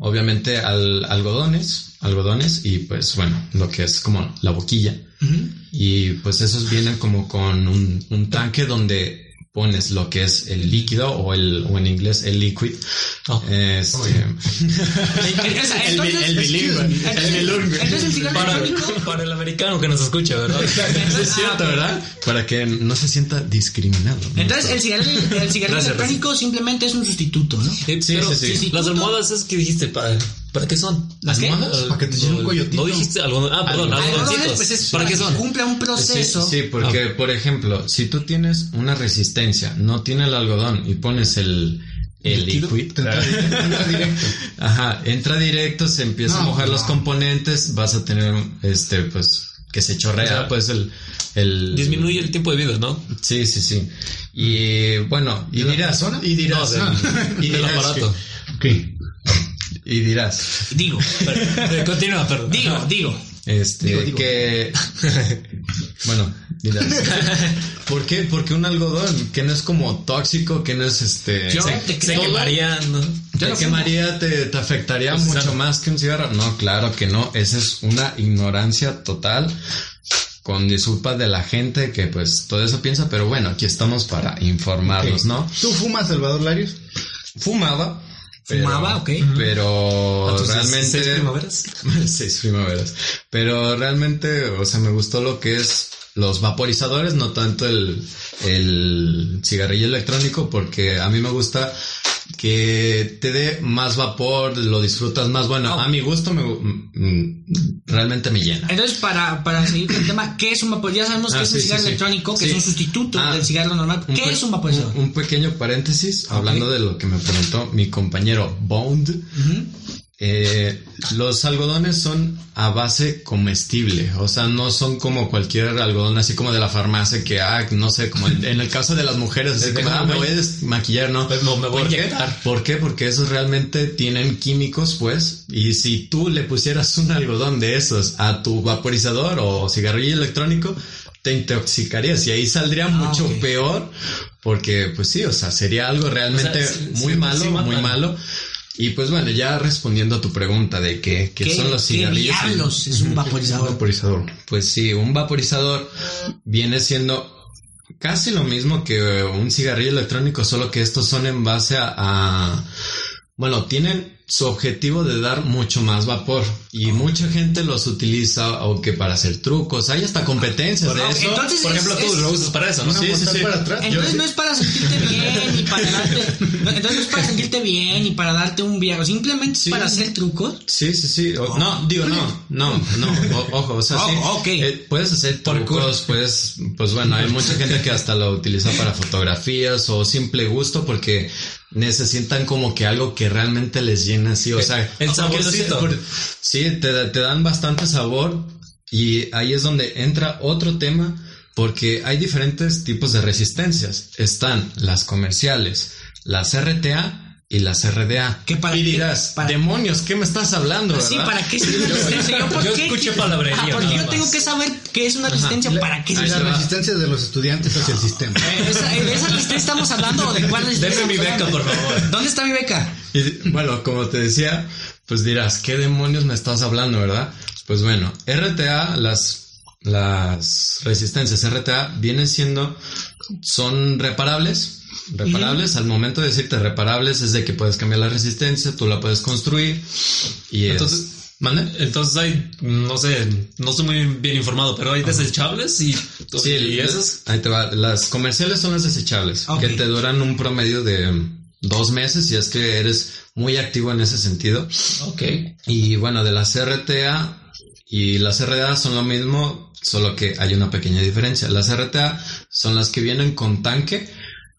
Speaker 5: obviamente al algodones, algodones y pues bueno, lo que es como la boquilla.
Speaker 4: Ujú.
Speaker 5: Y pues esos vienen como con un, un tanque donde pones lo que es el líquido o el o en inglés el liquid.
Speaker 2: Oh.
Speaker 5: Este,
Speaker 2: Ah,
Speaker 4: Entonces-
Speaker 3: bi- el bilingüe,
Speaker 2: pues,
Speaker 4: entonces-
Speaker 3: el bilingüe.
Speaker 4: Entonces el cigarro
Speaker 2: Para,
Speaker 4: electrónico
Speaker 2: para el americano que nos escucha, ¿verdad?
Speaker 5: Eso es cierto, ¿verdad? Para que no se sienta discriminado. ¿no?
Speaker 4: Entonces, el cigarrillo, el cigarrillo
Speaker 2: Gracias,
Speaker 4: electrónico simplemente es un sustituto, ¿no?
Speaker 2: Eh,
Speaker 5: Sí,
Speaker 2: pero
Speaker 5: sí, sí.
Speaker 2: Las
Speaker 4: Sustituto.
Speaker 2: almohadas es que dijiste, ¿para, ¿para qué son?
Speaker 4: ¿Las qué?
Speaker 2: almohadas?
Speaker 1: Para que te llene un
Speaker 2: No,
Speaker 1: coyotito.
Speaker 2: No dijiste algo. Ah, perdón,
Speaker 5: Algodones,
Speaker 2: algodoncitos.
Speaker 4: pues es
Speaker 2: ¿Para qué
Speaker 4: que
Speaker 2: son?
Speaker 4: Cumpla un proceso.
Speaker 5: Sí, porque, por ejemplo, si tú tienes una resistencia, no tiene el algodón y pones el, el liquid,
Speaker 1: Te entra directo, te entra directo.
Speaker 5: ajá, entra directo, se empieza a
Speaker 1: No,
Speaker 5: mojar
Speaker 1: no.
Speaker 5: los componentes, vas a tener, este, pues, que se chorrea,
Speaker 2: O sea,
Speaker 5: pues, el, el...
Speaker 2: Disminuye el tiempo de vida, ¿no?
Speaker 5: Sí, sí, sí. Y, bueno, y
Speaker 1: ¿De la
Speaker 5: dirás...
Speaker 1: persona?
Speaker 5: Y dirás...
Speaker 2: No, del-
Speaker 5: y
Speaker 2: del
Speaker 5: dirás
Speaker 2: aparato.
Speaker 1: Ok.
Speaker 5: que- y dirás...
Speaker 4: Digo,
Speaker 2: Pero- Continúa, perdón.
Speaker 4: digo, digo.
Speaker 5: Este,
Speaker 1: Digo, digo.
Speaker 5: que... bueno, mira. ¿Por qué? Porque un algodón que no es como tóxico, que no es este...
Speaker 4: Yo
Speaker 5: se-
Speaker 4: te
Speaker 2: Se
Speaker 4: creo.
Speaker 2: quemaría, ¿no?
Speaker 5: ¿Te
Speaker 4: no fumo.
Speaker 5: quemaría? Te, te afectaría
Speaker 2: Pues,
Speaker 5: mucho
Speaker 2: claro.
Speaker 5: más que un cigarro? No, claro que no. Esa es una ignorancia total. Con disculpas de la gente que pues todo eso piensa, pero bueno, aquí estamos para informarlos, ¿no?
Speaker 1: ¿Tú fumas, Salvador Larios?
Speaker 5: Fumaba. pero-
Speaker 4: Fumaba, ok.
Speaker 5: Pero
Speaker 2: ¿A tus
Speaker 5: realmente...
Speaker 2: seis- seis primaveras?
Speaker 5: Seis primaveras. Pero realmente, o sea, me gustó lo que es los vaporizadores, no tanto el, el cigarrillo electrónico, porque a mí me gusta que te dé más vapor, lo disfrutas más. Bueno, a mi gusto me, gu- mm, realmente me llena.
Speaker 4: Entonces, para, para seguir con el tema, ¿qué es un vaporizador? Ya sabemos que
Speaker 5: Ah,
Speaker 4: es un
Speaker 5: sí, sí,
Speaker 4: cigarro
Speaker 5: sí.
Speaker 4: electrónico, que
Speaker 5: Sí.
Speaker 4: es un sustituto
Speaker 5: Ah,
Speaker 4: del cigarro normal.
Speaker 5: un
Speaker 4: ¿Qué
Speaker 5: pe-
Speaker 4: es un vaporizador?
Speaker 5: Un pequeño paréntesis, hablando de lo que me preguntó mi compañero Bond.
Speaker 4: Ujú.
Speaker 5: Eh, los algodones son a base comestible, o sea, no son como cualquier algodón así como de la farmacia que, ah, no sé, como en, en el caso de las mujeres, así
Speaker 2: Es
Speaker 5: como,
Speaker 2: que
Speaker 5: ah,
Speaker 2: no,
Speaker 5: me voy
Speaker 2: güey.
Speaker 5: a desmaquillar, ¿no?
Speaker 2: Pues, no, me voy a
Speaker 5: ¿Por qué?
Speaker 2: inyectar.
Speaker 5: ¿Por qué? Porque esos realmente tienen químicos, pues, y si tú le pusieras un algodón de esos a tu vaporizador o cigarrillo electrónico, te intoxicarías y ahí saldría mucho
Speaker 4: Ah, ok.
Speaker 5: peor, porque, pues sí, o sea, sería algo realmente
Speaker 2: sí,
Speaker 5: muy
Speaker 2: sí,
Speaker 5: malo,
Speaker 2: sí
Speaker 5: muy
Speaker 2: matan.
Speaker 5: malo. Y pues bueno, ya respondiendo a tu pregunta de que, que
Speaker 4: ¿Qué,
Speaker 5: son los
Speaker 4: qué
Speaker 5: cigarrillos.
Speaker 4: diablos es un vaporizador?
Speaker 1: Vaporizador.
Speaker 5: Pues sí, un vaporizador viene siendo casi lo mismo que un cigarrillo electrónico, solo que estos son en base a, a- bueno, tienen su objetivo de dar mucho más vapor y mucha gente los utiliza o que para hacer trucos, hay hasta competencias de
Speaker 4: Ah,
Speaker 5: eso.
Speaker 4: Entonces,
Speaker 2: Por
Speaker 4: es-
Speaker 2: ejemplo,
Speaker 4: es-
Speaker 2: tú lo usas para eso, ¿no?
Speaker 5: Sí, sí,
Speaker 1: Aguantar
Speaker 5: sí.
Speaker 1: para atrás.
Speaker 4: Entonces no es para sentirte bien ni para darte. no, entonces no es para sentirte bien ni para darte un viaje. Simplemente es
Speaker 5: Sí.
Speaker 4: para hacer trucos.
Speaker 5: Sí, sí, sí. o- no, digo, no, no, no. o- ojo, o sea, sí.
Speaker 4: Ojo, Oh. ok.
Speaker 5: eh, puedes hacer trucos, puedes, pues bueno, hay mucha gente que hasta lo utiliza para fotografías o simple gusto porque necesitan como que algo que realmente les llena así,
Speaker 4: Eh,
Speaker 5: o sea.
Speaker 2: El
Speaker 5: porque los-
Speaker 2: saborcito.
Speaker 5: por- Sí, te, da- te dan bastante sabor y ahí es donde entra otro tema porque hay diferentes tipos de resistencias. Están las comerciales, las RTA y las RDA.
Speaker 4: ¿Qué para
Speaker 5: y
Speaker 4: qué?
Speaker 5: dirás,
Speaker 4: ¿Para-
Speaker 5: "Demonios, ¿qué me estás hablando,
Speaker 4: Pues Sí,
Speaker 5: verdad?"
Speaker 4: ¿para qué sirve una resistencia? ¿por
Speaker 2: yo
Speaker 4: qué?
Speaker 2: escuché palabrería,
Speaker 4: Ah, porque
Speaker 2: nada
Speaker 4: yo
Speaker 2: más.
Speaker 4: tengo que saber qué es una resistencia, para qué
Speaker 5: Ahí
Speaker 1: La
Speaker 5: se
Speaker 4: sirve.
Speaker 5: va.
Speaker 1: resistencia de los estudiantes hacia el sistema.
Speaker 4: ¿Esa, ¿De esa resistencia estamos hablando o de cuál resistencia?
Speaker 2: Deme mi
Speaker 4: estamos
Speaker 2: beca,
Speaker 4: hablando?
Speaker 2: por favor.
Speaker 4: ¿Dónde está mi beca?
Speaker 5: Y, bueno, como te decía, pues dirás, ¿qué demonios me estás hablando, verdad? Pues bueno, RTA, las, las resistencias RTA vienen siendo, son reparables. Reparables, al momento de decirte reparables es de que puedes cambiar la resistencia, tú la puedes construir y es-
Speaker 2: Entonces-
Speaker 5: ¿Mande?
Speaker 2: Entonces hay, no sé, no estoy muy bien informado, pero hay desechables y, pues,
Speaker 5: Sí,
Speaker 2: y
Speaker 5: el-
Speaker 2: esas.
Speaker 5: Ahí te va. Las comerciales son las desechables,
Speaker 4: Ok.
Speaker 5: que te duran un promedio de mm, dos meses si es que eres muy activo en ese sentido.
Speaker 2: Ok.
Speaker 5: Y bueno, de las RTA y las RDA son lo mismo, solo que hay una pequeña diferencia. Las RTA son las que vienen con tanque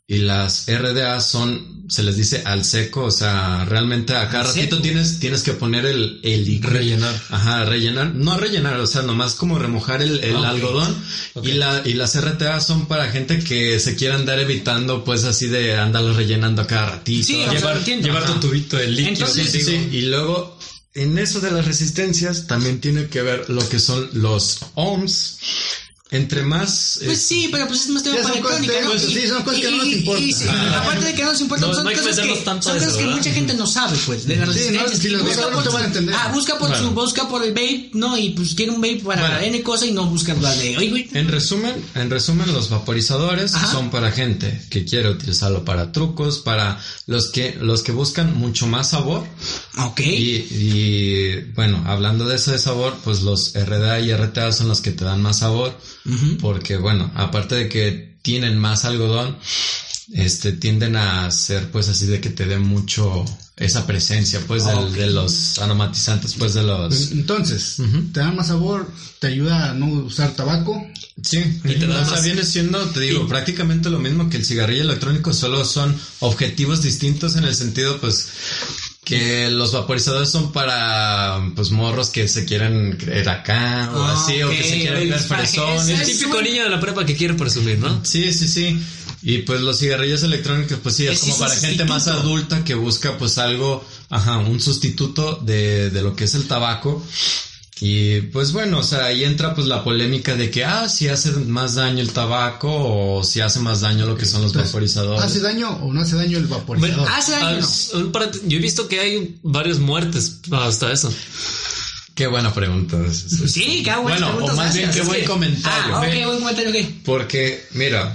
Speaker 5: y las RDA son, se les dice al seco, o sea, realmente a cada
Speaker 4: Al
Speaker 5: ratito
Speaker 4: seco.
Speaker 5: tienes, tienes que poner el, el líquido.
Speaker 2: Rellenar.
Speaker 5: Ajá, rellenar, no rellenar, o sea, nomás como remojar el, el
Speaker 2: Ah, ok.
Speaker 5: algodón.
Speaker 2: Ok.
Speaker 5: Y, la, y las RTA son para gente que se quiere andar evitando, pues así de andarlo rellenando a cada ratito.
Speaker 4: Sí, o sea,
Speaker 2: Llevar,
Speaker 4: entiendo.
Speaker 2: llevar tu
Speaker 4: Ajá.
Speaker 2: tubito de líquido.
Speaker 4: Entonces-
Speaker 5: Sí, sí,
Speaker 2: contigo.
Speaker 5: sí. Y luego, en eso de las resistencias, también tiene que ver lo que son los ohms. entre más...
Speaker 4: Pues
Speaker 5: eh,
Speaker 4: sí, pero pues es más tema
Speaker 1: Ya
Speaker 4: para
Speaker 1: son cosas-
Speaker 4: electrónica, ¿no?
Speaker 1: pues,
Speaker 4: Y-
Speaker 1: sí, son cosas que no nos
Speaker 4: y- y-
Speaker 1: importan.
Speaker 4: y- y-
Speaker 5: Ah.
Speaker 4: aparte de que no nos importan,
Speaker 2: No,
Speaker 4: son
Speaker 2: no hay que
Speaker 4: cosas, que,
Speaker 2: meternos tanto
Speaker 4: son
Speaker 2: a eso,
Speaker 4: cosas que
Speaker 2: ¿verdad?
Speaker 4: mucha gente no sabe, pues, de la
Speaker 1: Sí,
Speaker 4: resistencia.
Speaker 1: no, si los
Speaker 4: busca
Speaker 1: ves,
Speaker 4: por
Speaker 1: no te van a
Speaker 4: su-
Speaker 1: entender.
Speaker 4: Ah, busca por
Speaker 5: Bueno.
Speaker 4: su, busca por el vape, no, y pues quiere un vape para
Speaker 5: Bueno.
Speaker 4: N cosa y no busca la de, oye, güey,
Speaker 5: En resumen, en resumen, los vaporizadores
Speaker 4: Ajá.
Speaker 5: son para gente que quiere utilizarlo para trucos, para los que, los que buscan mucho más sabor.
Speaker 4: ok.
Speaker 5: Y, y, bueno, hablando de eso de sabor, pues los RDA y RTA son los que te dan más sabor,
Speaker 4: Ujú.
Speaker 5: porque bueno, aparte de que tienen más algodón, este tienden a ser pues así de que te dé mucho esa presencia pues del- de los aromatizantes pues de los
Speaker 1: Entonces,
Speaker 5: Ujú.
Speaker 1: te da más sabor, te ayuda a no usar tabaco.
Speaker 5: Sí,
Speaker 2: Y te da
Speaker 5: o sea,
Speaker 2: más.
Speaker 5: viene siendo, te digo, prácticamente lo mismo que el cigarrillo electrónico, solo son objetivos distintos en el sentido, pues, que los vaporizadores son para, pues, morros que se quieren creer acá o
Speaker 4: Ah,
Speaker 5: así, o que se
Speaker 4: ok,
Speaker 5: quieren
Speaker 4: el
Speaker 5: creer
Speaker 4: disfraje,
Speaker 5: fresones.
Speaker 2: El
Speaker 4: Es
Speaker 2: típico
Speaker 4: un-
Speaker 2: niño de la prepa que quiere presumir, ¿no?
Speaker 5: Sí, sí, sí. Y pues los cigarrillos electrónicos, pues sí, es,
Speaker 4: Es-
Speaker 5: como
Speaker 4: es un
Speaker 5: para gente más
Speaker 4: sustituto.
Speaker 5: adulta que busca pues algo, ajá, un sustituto de, de lo que es el tabaco. Y pues bueno, o sea, ahí entra pues la polémica de que, ah, si hace más daño el tabaco o si hace más daño lo que son los
Speaker 1: Entonces,
Speaker 5: vaporizadores.
Speaker 1: ¿Hace daño o no hace daño el vaporizador?
Speaker 2: Bueno,
Speaker 4: Hace
Speaker 2: ah,
Speaker 4: daño.
Speaker 2: un par- yo he visto que hay varias muertes hasta eso.
Speaker 5: Qué buena pregunta.
Speaker 4: Sí, qué buenas
Speaker 5: Bueno, o
Speaker 4: preguntas,
Speaker 5: más bien,
Speaker 4: gracias.
Speaker 5: qué
Speaker 4: Es
Speaker 5: buen
Speaker 4: que-
Speaker 5: comentario. ¿eh?
Speaker 4: Ah,
Speaker 5: Ve.
Speaker 4: ok, buen comentario, ok.
Speaker 5: Porque, mira,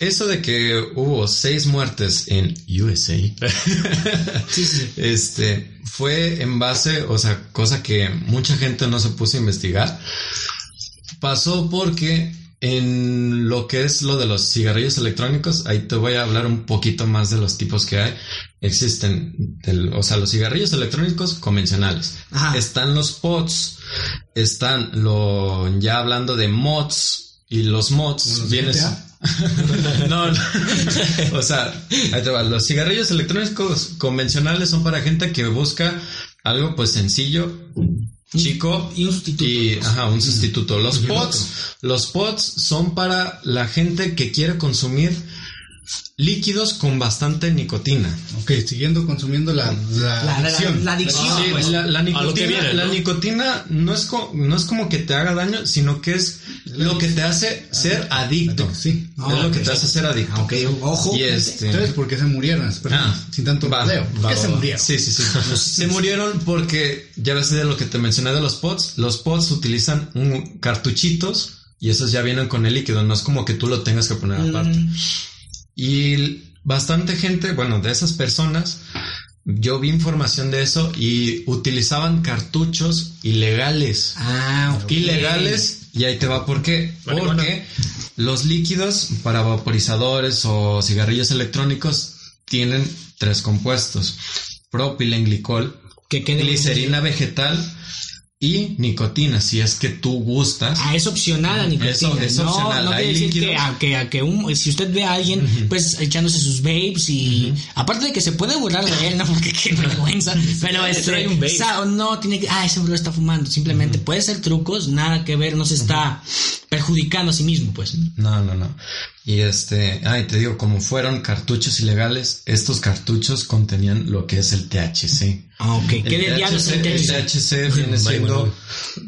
Speaker 5: eso de que hubo seis muertes en USA,
Speaker 4: Sí, sí.
Speaker 5: este, fue en base, o sea, cosa que mucha gente no se puso a investigar. Pasó porque en lo que es lo de los cigarrillos electrónicos, ahí te voy a hablar un poquito más de los tipos que hay. Existen, del- o sea, los cigarrillos electrónicos convencionales.
Speaker 4: Ajá.
Speaker 5: Están los pods, están lo, ya hablando de mods, y los mods
Speaker 1: ¿Como los
Speaker 5: vienen-
Speaker 1: GTA?
Speaker 5: no, no. o sea, ahí te va. los cigarrillos electrónicos convencionales son para gente que busca algo pues sencillo, chico
Speaker 4: Y un sustituto.
Speaker 5: y ajá, un sustituto. Los pods, los pods son para la gente que quiere consumir líquidos con bastante nicotina.
Speaker 1: Ok, siguiendo consumiendo la, la,
Speaker 4: La, la-
Speaker 1: adicción.
Speaker 4: la adicción,
Speaker 5: Sí,
Speaker 4: pues.
Speaker 5: Ah, la, la
Speaker 2: A lo que
Speaker 5: nicotina,
Speaker 2: viene,
Speaker 5: la
Speaker 2: ¿no?
Speaker 5: nicotina no es co- no es como que te haga daño, sino que es lo que te hace ser adicto.
Speaker 1: Adicto, sí.
Speaker 4: Ah,
Speaker 5: es lo que
Speaker 4: ok.
Speaker 5: te hace ser adicto.
Speaker 4: Ah, ok, ojo.
Speaker 5: Y este.
Speaker 1: Entonces, ¿por qué se murieron las personas?
Speaker 5: Ah,
Speaker 1: Sin tanto
Speaker 5: va,
Speaker 1: empleo. ¿Por
Speaker 5: va,
Speaker 1: qué
Speaker 5: va,
Speaker 1: se
Speaker 5: va.
Speaker 1: murieron?
Speaker 5: Sí, sí, sí. se murieron porque, ya ves de lo que te mencioné de los pods, los pods utilizan un- cartuchitos y esos ya vienen con el líquido, no es como que tú lo tengas que poner aparte.
Speaker 4: Mm,
Speaker 5: Y l- bastante gente, bueno, de esas personas, yo vi información de eso y utilizaban cartuchos ilegales.
Speaker 4: Ah, ok.
Speaker 5: Ilegales, y ahí te va por qué. Porque los líquidos para vaporizadores o cigarrillos electrónicos tienen tres compuestos. Propilenglicol,
Speaker 4: Que quede
Speaker 5: glicerina vegetal y nicotina, si es que tú gustas.
Speaker 4: Ah, es opcional la nicotina.
Speaker 5: Eso, es
Speaker 4: no,
Speaker 5: opcional.
Speaker 4: no
Speaker 5: Hay
Speaker 4: quiere decir que,
Speaker 5: líquidos.
Speaker 4: a, que, a que un- si usted ve a alguien, pues echándose sus vapes y. Aparte de que se puede burlar de él, ¿no? Porque qué vergüenza. Pero este.
Speaker 2: trae un vape.
Speaker 4: sa- no, tiene que. Ah, ese lo está fumando. Simplemente puede ser trucos, nada que ver, no se está perjudicando a sí mismo, pues.
Speaker 5: No, no, no. Y este, ay, te digo, como fueron cartuchos ilegales, estos cartuchos contenían lo que es el THC.
Speaker 4: Ah, ok. ¿Qué
Speaker 5: El
Speaker 4: de diablos
Speaker 5: THC, el THC viene siendo,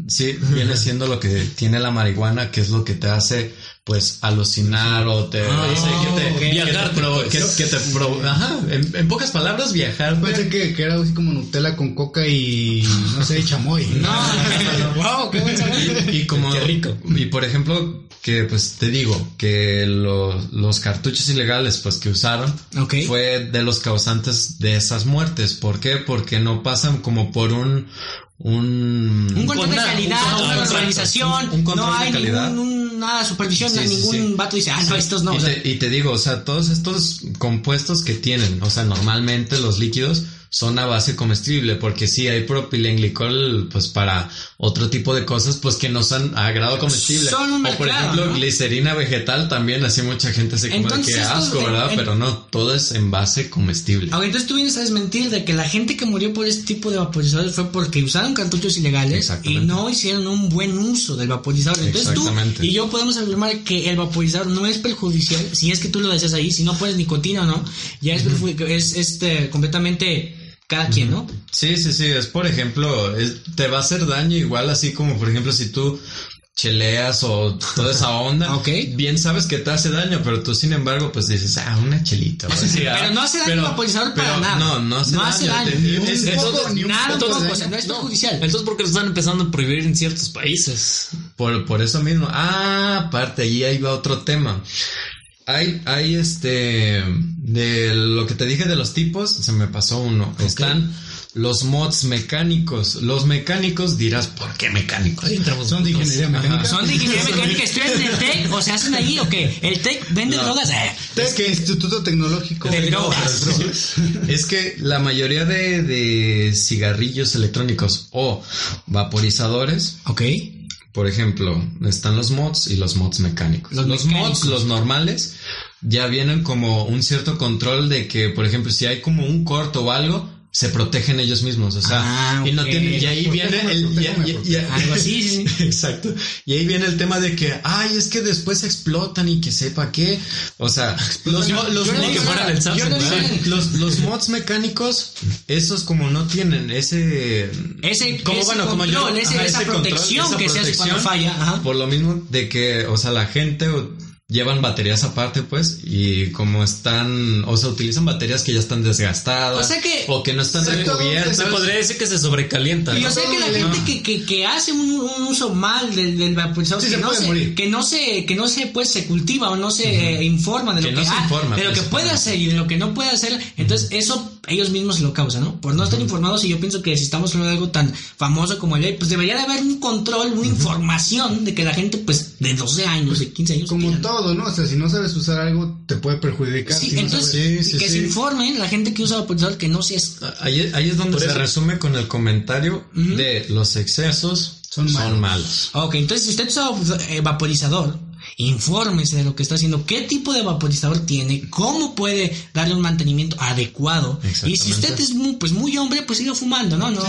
Speaker 5: sí, viene siendo lo que tiene la marihuana, que es lo que te hace, pues, alucinar o te
Speaker 4: Ah,
Speaker 5: hace que te,
Speaker 4: ok.
Speaker 5: que te
Speaker 2: Viajarte,
Speaker 5: pro-
Speaker 2: pues.
Speaker 5: que, que te pro- ajá, en, en pocas palabras, viajar.
Speaker 1: Pensé que, que era algo así como Nutella con coca y, no sé, chamoy.
Speaker 4: No, wow, qué buen sabor.
Speaker 5: y como
Speaker 2: Qué rico.
Speaker 5: y por ejemplo que pues te digo que lo- los cartuchos ilegales pues que usaron
Speaker 4: Ok.
Speaker 5: fue de los causantes de esas muertes ¿por qué? porque no pasan como por un un,
Speaker 4: Un control de
Speaker 2: Con una-
Speaker 4: calidad,
Speaker 2: un-
Speaker 4: una
Speaker 2: ah,
Speaker 4: organización,
Speaker 5: un control
Speaker 4: no
Speaker 5: de
Speaker 4: hay
Speaker 5: calidad.
Speaker 4: ningún, un- nada de supervisión,
Speaker 5: Sí,
Speaker 4: no hay
Speaker 5: sí,
Speaker 4: ningún
Speaker 5: sí.
Speaker 4: vato dice, ah, no, estos no.
Speaker 5: y,
Speaker 4: o sea,
Speaker 5: te, y te digo o sea todos estos compuestos que tienen o sea normalmente los líquidos son a base comestible porque sí hay propilenglicol pues para otro tipo de cosas pues que no son a grado comestible
Speaker 4: Son un
Speaker 5: o por
Speaker 4: mercado,
Speaker 5: ejemplo
Speaker 4: ¿no?
Speaker 5: glicerina vegetal también así mucha gente se come de
Speaker 4: Entonces,
Speaker 5: que
Speaker 4: esto
Speaker 5: asco
Speaker 4: de-
Speaker 5: verdad
Speaker 4: en-
Speaker 5: pero no todo es en base comestible
Speaker 4: Ahora, entonces tú vienes a desmentir de que la gente que murió por este tipo de vaporizadores fue porque usaron cartuchos ilegales y
Speaker 5: Exactamente.
Speaker 4: no hicieron un buen uso del vaporizador. Entonces tú
Speaker 5: Exactamente.
Speaker 4: y yo podemos afirmar que el vaporizador no es perjudicial si es que tú lo deseas ahí, si no pones nicotina o no, ya es, perju- es este, completamente cada quien, ¿no?
Speaker 5: Sí, sí, sí, es por ejemplo, es- te va a hacer daño igual así como por ejemplo si tú cheleas o toda esa onda.
Speaker 4: Ok.
Speaker 5: Bien sabes que te hace daño, pero tú sin embargo pues dices, ah, una chelita. güey". Sí, ah,
Speaker 4: Pero no hace daño
Speaker 5: pero-
Speaker 4: vaporizador para
Speaker 5: pero
Speaker 4: nada.
Speaker 5: No, no hace, daño.
Speaker 4: daño. Ni un
Speaker 5: Es- es-
Speaker 4: poco,
Speaker 1: ni un
Speaker 4: nada,
Speaker 1: poco de
Speaker 4: tampoco,
Speaker 1: daño.
Speaker 4: o sea, no es perjudicial.
Speaker 2: Entonces, ¿por qué lo están empezando a prohibir en ciertos países?
Speaker 5: Por, por eso mismo. Ah, aparte, ahí ahí va otro tema. Hay, hay este, de lo que te dije de los tipos, se me pasó uno. Están los mods mecánicos. Los mecánicos dirás, ¿por qué mecánicos?
Speaker 2: Ahí entramos.
Speaker 1: Son de ingeniería mecánica.
Speaker 4: ¿Son de ingeniería mecánica? ¿Estudian en el TEC o se hacen allí o qué? ¿El TEC vende drogas? Eh,
Speaker 1: Tec, Instituto Tecnológico
Speaker 4: De drogas.
Speaker 5: Es que la mayoría de, de cigarrillos electrónicos o vaporizadores,
Speaker 4: Ok.
Speaker 5: por ejemplo, están los mods y los mods mecánicos.
Speaker 4: Los
Speaker 5: Los,
Speaker 4: mecánicos.
Speaker 5: mods, los normales, ya vienen como un cierto control de que, por ejemplo, si hay como un corto o algo, se protegen ellos mismos. O sea,
Speaker 4: Ah,
Speaker 5: y no
Speaker 4: ok.
Speaker 5: tienen, y ahí
Speaker 1: Protégeme,
Speaker 5: viene el. y-
Speaker 1: protégeme,
Speaker 5: y- y-
Speaker 1: protégeme.
Speaker 4: Algo así, sí, sí.
Speaker 5: Exacto. Y ahí viene el tema de que, ay, es que después explotan y que sepa qué. O sea, los, mo- los
Speaker 4: Yo no
Speaker 5: mods-
Speaker 4: digo
Speaker 2: fueran
Speaker 4: nada,
Speaker 2: el
Speaker 4: yo
Speaker 2: Samsung,
Speaker 4: no digo
Speaker 2: ¿verdad?
Speaker 4: nada.
Speaker 5: los, los mods mecánicos, esos como no tienen ese...
Speaker 4: Ese,
Speaker 5: como,
Speaker 4: ese
Speaker 5: bueno, como yo-
Speaker 4: control, ese-
Speaker 5: ajá,
Speaker 4: esa
Speaker 5: ese control,
Speaker 4: protección
Speaker 5: esa
Speaker 4: que se hace cuando
Speaker 5: protección,
Speaker 4: falla. Ajá.
Speaker 5: Por lo mismo de que, o sea, la gente o, llevan baterías aparte, pues, y como están, o sea, utilizan baterías que ya están desgastadas.
Speaker 4: O sea que-
Speaker 5: o que no están
Speaker 1: Exacto,
Speaker 5: recubiertas.
Speaker 2: Se podría decir que se sobrecalienta.
Speaker 4: Y
Speaker 2: ¿no?
Speaker 4: yo sé que la gente que, que, que hace un, un uso mal del, del vaporizador
Speaker 1: Sí,
Speaker 4: que,
Speaker 1: se
Speaker 4: no
Speaker 1: puede
Speaker 4: se,
Speaker 1: morir.
Speaker 4: que no se que no se pues se cultiva o no se eh, informa de lo
Speaker 5: Que
Speaker 4: que,
Speaker 5: no se
Speaker 4: ha-
Speaker 5: informa,
Speaker 4: de lo que puede
Speaker 5: principalmente.
Speaker 4: hacer y de lo que no puede hacer entonces eso ellos mismos lo causan no por no estar informados y yo pienso que si estamos hablando de algo tan famoso como el vape, pues debería de haber un control una información de que la gente pues de 12 años de 15 años
Speaker 1: Como
Speaker 4: tira, ¿no?
Speaker 1: todo, ¿no? O sea, si no sabes usar algo, te puede perjudicar.
Speaker 4: Sí,
Speaker 1: si no
Speaker 4: entonces
Speaker 1: sabes-
Speaker 5: sí, sí,
Speaker 4: que se
Speaker 5: sí.
Speaker 4: informe la gente que usa vaporizador que no se es
Speaker 5: Ahí, ahí es donde
Speaker 2: Por
Speaker 5: se
Speaker 2: eso-
Speaker 5: resume con el comentario
Speaker 4: Ujú.
Speaker 5: de los excesos
Speaker 1: Son malos.
Speaker 5: malos.
Speaker 4: Ah, Ok, entonces si usted usa eh, vaporizador, infórmese de lo que está haciendo, qué tipo de vaporizador tiene, cómo puede darle un mantenimiento adecuado. Y si
Speaker 5: Exactamente.
Speaker 4: usted es muy, pues muy hombre, pues siga fumando, ¿no? No,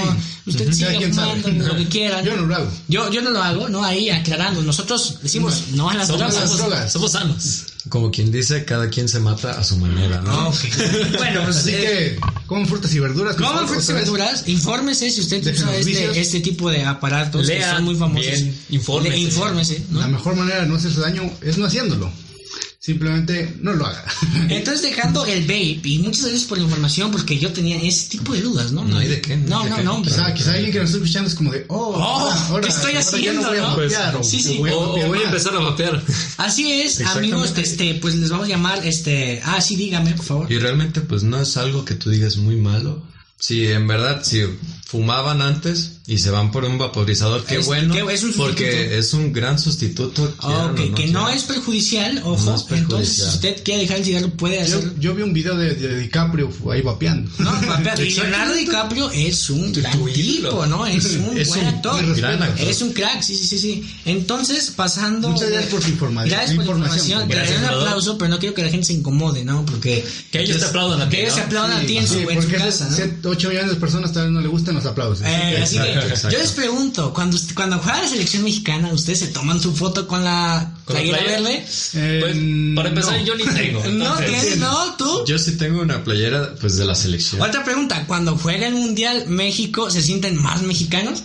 Speaker 4: usted
Speaker 1: Ya
Speaker 4: siga
Speaker 1: quién sabe.
Speaker 4: fumando lo que quiera.
Speaker 1: Yo no lo hago.
Speaker 4: Yo, yo no lo hago, ¿no? Ahí aclarando. Nosotros decimos no, a las
Speaker 2: Somos,
Speaker 4: drogas.
Speaker 2: somos-
Speaker 1: drogas.
Speaker 2: somos sanos.
Speaker 5: Como quien dice, cada quien se mata a su manera,
Speaker 4: Ah,
Speaker 5: ¿no?
Speaker 4: ok. bueno, pues,
Speaker 1: Así
Speaker 4: eh,
Speaker 1: que, pues, coman frutas y verduras. por
Speaker 4: Coman
Speaker 1: favor,
Speaker 4: frutas y
Speaker 1: otra vez.
Speaker 4: verduras, infórmese si usted
Speaker 1: Dejen
Speaker 4: usa
Speaker 1: los vicios.
Speaker 4: este, este tipo de aparatos que
Speaker 2: Lean
Speaker 4: son muy famosos.
Speaker 2: bien, infórmese.
Speaker 4: Le- infórmese, ¿no?
Speaker 1: La mejor manera de no hacerse daño es no haciéndolo. Simplemente no lo haga.
Speaker 4: Entonces dejando el vape y muchas gracias por la información porque yo tenía ese tipo de dudas, ¿no?
Speaker 5: No hay de qué, no hay
Speaker 4: No,
Speaker 5: de
Speaker 4: no,
Speaker 5: qué.
Speaker 4: no, hombre.
Speaker 1: quizá, quizá alguien que nos esté escuchando es como de, oh, ahora, ahora,
Speaker 4: ¿qué estoy
Speaker 1: ahora
Speaker 4: haciendo,
Speaker 1: ya no voy a
Speaker 4: no?
Speaker 1: vapear, o
Speaker 4: Sí, sí.
Speaker 1: voy a
Speaker 2: Pues, O, o
Speaker 1: vapear.
Speaker 2: voy a empezar a vapear.
Speaker 4: Así es, amigos,
Speaker 5: Exactamente.
Speaker 4: este, pues les vamos a llamar, este, ah, sí, dígame, por favor.
Speaker 5: Y realmente, pues no es algo que tú digas muy malo. Si en verdad, si fumaban antes y se van por un vaporizador, qué
Speaker 4: Es-
Speaker 5: bueno.
Speaker 4: qué- es un sustituto. Ah,
Speaker 5: porque es un gran sustituto. quieran o
Speaker 4: Ok, que no
Speaker 5: quieran.
Speaker 4: es perjudicial, ojo.
Speaker 5: No es
Speaker 4: Entonces, si
Speaker 5: perjudicial.
Speaker 4: usted quiere dejar el cigarro, puede hacerlo.
Speaker 1: Yo, yo vi un video de, de DiCaprio ahí vapeando.
Speaker 4: No, papá, y
Speaker 5: Exacto.
Speaker 4: Leonardo DiCaprio es un gran
Speaker 5: tu ídolo.
Speaker 4: tipo, ¿no? Es un
Speaker 5: Es
Speaker 4: buen
Speaker 5: un
Speaker 4: actor.
Speaker 1: me
Speaker 5: gran actor.
Speaker 4: Eres un crack, sí, sí, sí, sí. Entonces, pasando.
Speaker 1: Muchas gracias por su informa-
Speaker 4: Gracias por la
Speaker 1: información.
Speaker 4: información. Te
Speaker 2: Gracias,
Speaker 4: daré un
Speaker 2: Salvador.
Speaker 4: aplauso, pero no quiero que la gente se incomode, ¿no? Porque.
Speaker 2: Que ellos te aplaudan a ti,
Speaker 4: Que ellos
Speaker 2: ¿no?
Speaker 4: se aplaudan a ti en su, en su
Speaker 1: porque
Speaker 4: casa, ¿no?
Speaker 1: 8 millones de personas tal vez no le gustan los aplausos.
Speaker 4: Eh, así que
Speaker 5: Exacto, exacto.
Speaker 4: yo les pregunto, cuando, usted- cuando juega la selección mexicana, ¿ustedes se toman su foto con la
Speaker 2: ¿Con la
Speaker 4: playera
Speaker 2: playera?
Speaker 4: verde?
Speaker 1: Eh,
Speaker 2: Pues, para empezar,
Speaker 1: no.
Speaker 2: yo ni tengo.
Speaker 4: No,
Speaker 2: entonces-
Speaker 4: ¿tienes? ¿No? ¿Tú?
Speaker 5: Yo sí tengo una playera, pues de la selección.
Speaker 4: Otra pregunta, cuando juega el Mundial México, ¿se sienten más mexicanos?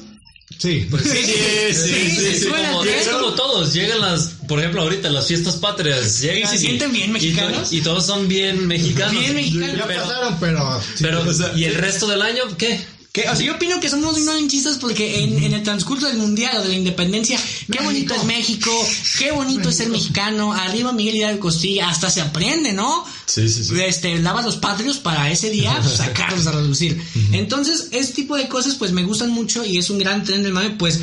Speaker 1: Sí, pues,
Speaker 4: Sí,
Speaker 2: Sí, sí, sí, sí,
Speaker 4: suena
Speaker 2: como,
Speaker 4: bien.
Speaker 2: es como todos, llegan las, por ejemplo, ahorita las fiestas patrias, llegan
Speaker 4: ¿Y se sienten bien
Speaker 2: y to-
Speaker 4: mexicanos?
Speaker 2: Y, todos son bien mexicanos.
Speaker 4: Bien mexicanos.
Speaker 1: ya
Speaker 2: pero-
Speaker 1: pasaron, pero...
Speaker 2: Pero, ¿y el resto del año qué?
Speaker 4: Que, o sea, yo opino que somos unos hinchistas porque en, en el transcurso del mundial o de la independencia, qué bonito es México, qué bonito es ser mexicano, arriba Miguel Hidalgo Costilla, hasta se aprende, ¿no?
Speaker 5: Sí, sí, sí.
Speaker 4: Este, lava los patrios para ese día pues, sacarlos a relucir. Entonces, este tipo de cosas pues me gustan mucho y es un gran tren del mame. Pues,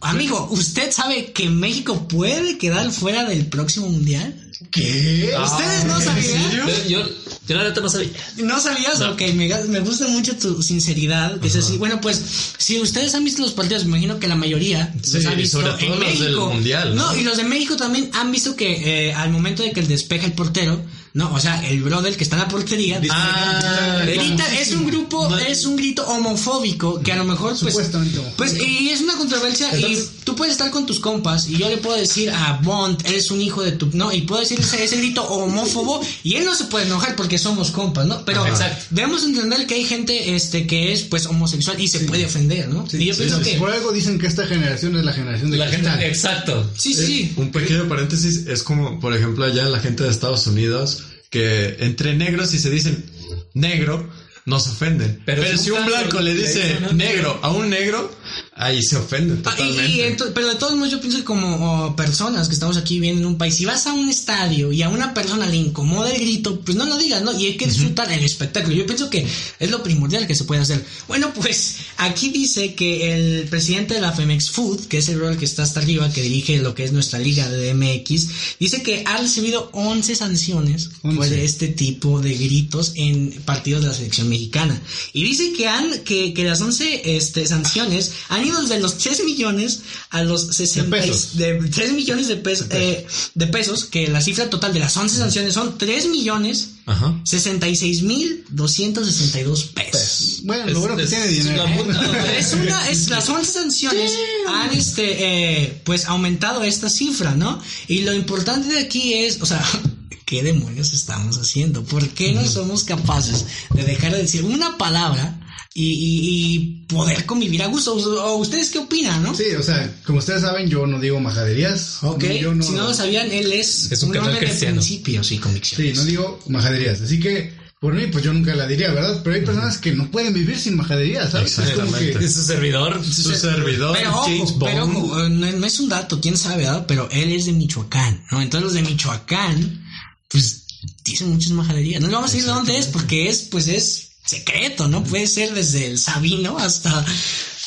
Speaker 4: amigo, ¿usted sabe que México puede quedar fuera del próximo mundial?
Speaker 1: ¿Qué?
Speaker 4: ¿Ustedes no sabían?
Speaker 2: Yo, yo, yo la neta no sabía.
Speaker 4: ¿No sabías? Ok, me, ga- me gusta mucho tu sinceridad. que es así. Bueno, pues, si ustedes han visto los partidos, me imagino que la mayoría
Speaker 5: Sí,
Speaker 4: los han visto
Speaker 5: sobre todo
Speaker 4: en
Speaker 5: los del
Speaker 4: México.
Speaker 5: Mundial,
Speaker 4: ¿no?
Speaker 5: ¿no?
Speaker 4: y los de México también han visto que eh, al momento de que el despeja el portero, No, o sea, el brother que está en la portería.
Speaker 5: Ah,
Speaker 4: grita- es un grupo,
Speaker 5: No.
Speaker 4: es un grito homofóbico que a lo mejor pues.
Speaker 1: Supuestamente homofóbico.
Speaker 4: Pues y es una controversia
Speaker 5: Entonces-
Speaker 4: y tú puedes estar con tus compas y yo le puedo decir a Bond, eres un hijo de tu no y puedo decir ese, ese grito homófobo y él no se puede enojar porque somos compas, ¿no? Pero
Speaker 5: Ajá.
Speaker 4: Exacto. debemos entender que hay gente este que es pues homosexual y se puede ofender, ¿no? y yo
Speaker 1: Sí,
Speaker 4: pienso
Speaker 1: sí,
Speaker 4: que
Speaker 1: sí. Por algo dicen que esta generación es la generación de
Speaker 2: La gente,
Speaker 1: cristal.
Speaker 2: exacto.
Speaker 4: Sí, sí, sí.
Speaker 5: Un pequeño paréntesis es como, por ejemplo, allá la gente de Estados Unidos que entre negros si se dicen negro nos ofenden.
Speaker 2: Pero
Speaker 5: Pero,
Speaker 2: si un
Speaker 5: si un
Speaker 2: blanco
Speaker 5: blanco le
Speaker 2: le
Speaker 5: dice
Speaker 2: dice, "No,
Speaker 5: negro a un negro, ahí se ofenden
Speaker 4: Ah, y- y
Speaker 5: totalmente.
Speaker 4: ento- pero de todos modos yo pienso que como oh, personas que estamos aquí viviendo en un país, si vas a un estadio y a una persona le incomoda el grito, pues no lo digas, ¿no? Y hay que disfrutar el espectáculo. Yo pienso que es lo primordial que se puede hacer. Bueno, pues aquí dice que el presidente de la Femex Food, que es el rol que está hasta arriba, que dirige lo que es nuestra liga de MX, dice que ha recibido 11 sanciones por
Speaker 1: 11.
Speaker 4: este tipo de gritos en partidos de la selección mexicana. Y dice que han que, que las 11 este, sanciones han ido desde los 3 millones a los 60
Speaker 1: De
Speaker 4: y-
Speaker 1: pesos.
Speaker 4: de 3 millones de, pesos eh, de pesos, que la cifra total de las 11 sanciones son 3 millones
Speaker 5: Ajá.
Speaker 4: 66 mil 262 pesos.
Speaker 1: Pues, Bueno, lo bueno que
Speaker 2: Es-
Speaker 1: tiene
Speaker 2: es
Speaker 1: dinero. ¿eh?
Speaker 2: una multa, ¿no?
Speaker 4: Es una, es, las 11 sanciones han este, eh, pues aumentado esta cifra, ¿no? Y lo importante de aquí es, o sea, ¿qué demonios estamos haciendo? ¿Por qué no somos capaces de dejar de decir una palabra y, y- y poder convivir a gusto? ¿O o ustedes qué opinan, no?
Speaker 1: Sí, o sea, como ustedes saben, yo no digo majaderías.
Speaker 4: Ok,
Speaker 1: yo no-
Speaker 4: si no lo sabían, él es,
Speaker 2: Es un canal
Speaker 4: hombre de
Speaker 2: cristiano.
Speaker 4: principios y
Speaker 1: Sí,
Speaker 4: convicciones.
Speaker 1: no digo majaderías. Así que, por mí, pues yo nunca la diría, ¿verdad? Pero hay personas que no pueden vivir sin majaderías, ¿sabes? Es como que-
Speaker 5: Exactamente.
Speaker 2: Y su servidor.
Speaker 5: Su servidor,
Speaker 4: Pero, ojo,
Speaker 5: James
Speaker 4: pero
Speaker 5: Bond.
Speaker 4: ojo, eh, no, no es un dato, quién sabe, ¿verdad? Pero él es de Michoacán, ¿no? Entonces los de Michoacán, pues, dicen muchas majaderías. No le vamos a decir de dónde es porque es, pues, es secreto, ¿no? Puede ser desde el Sabino hasta,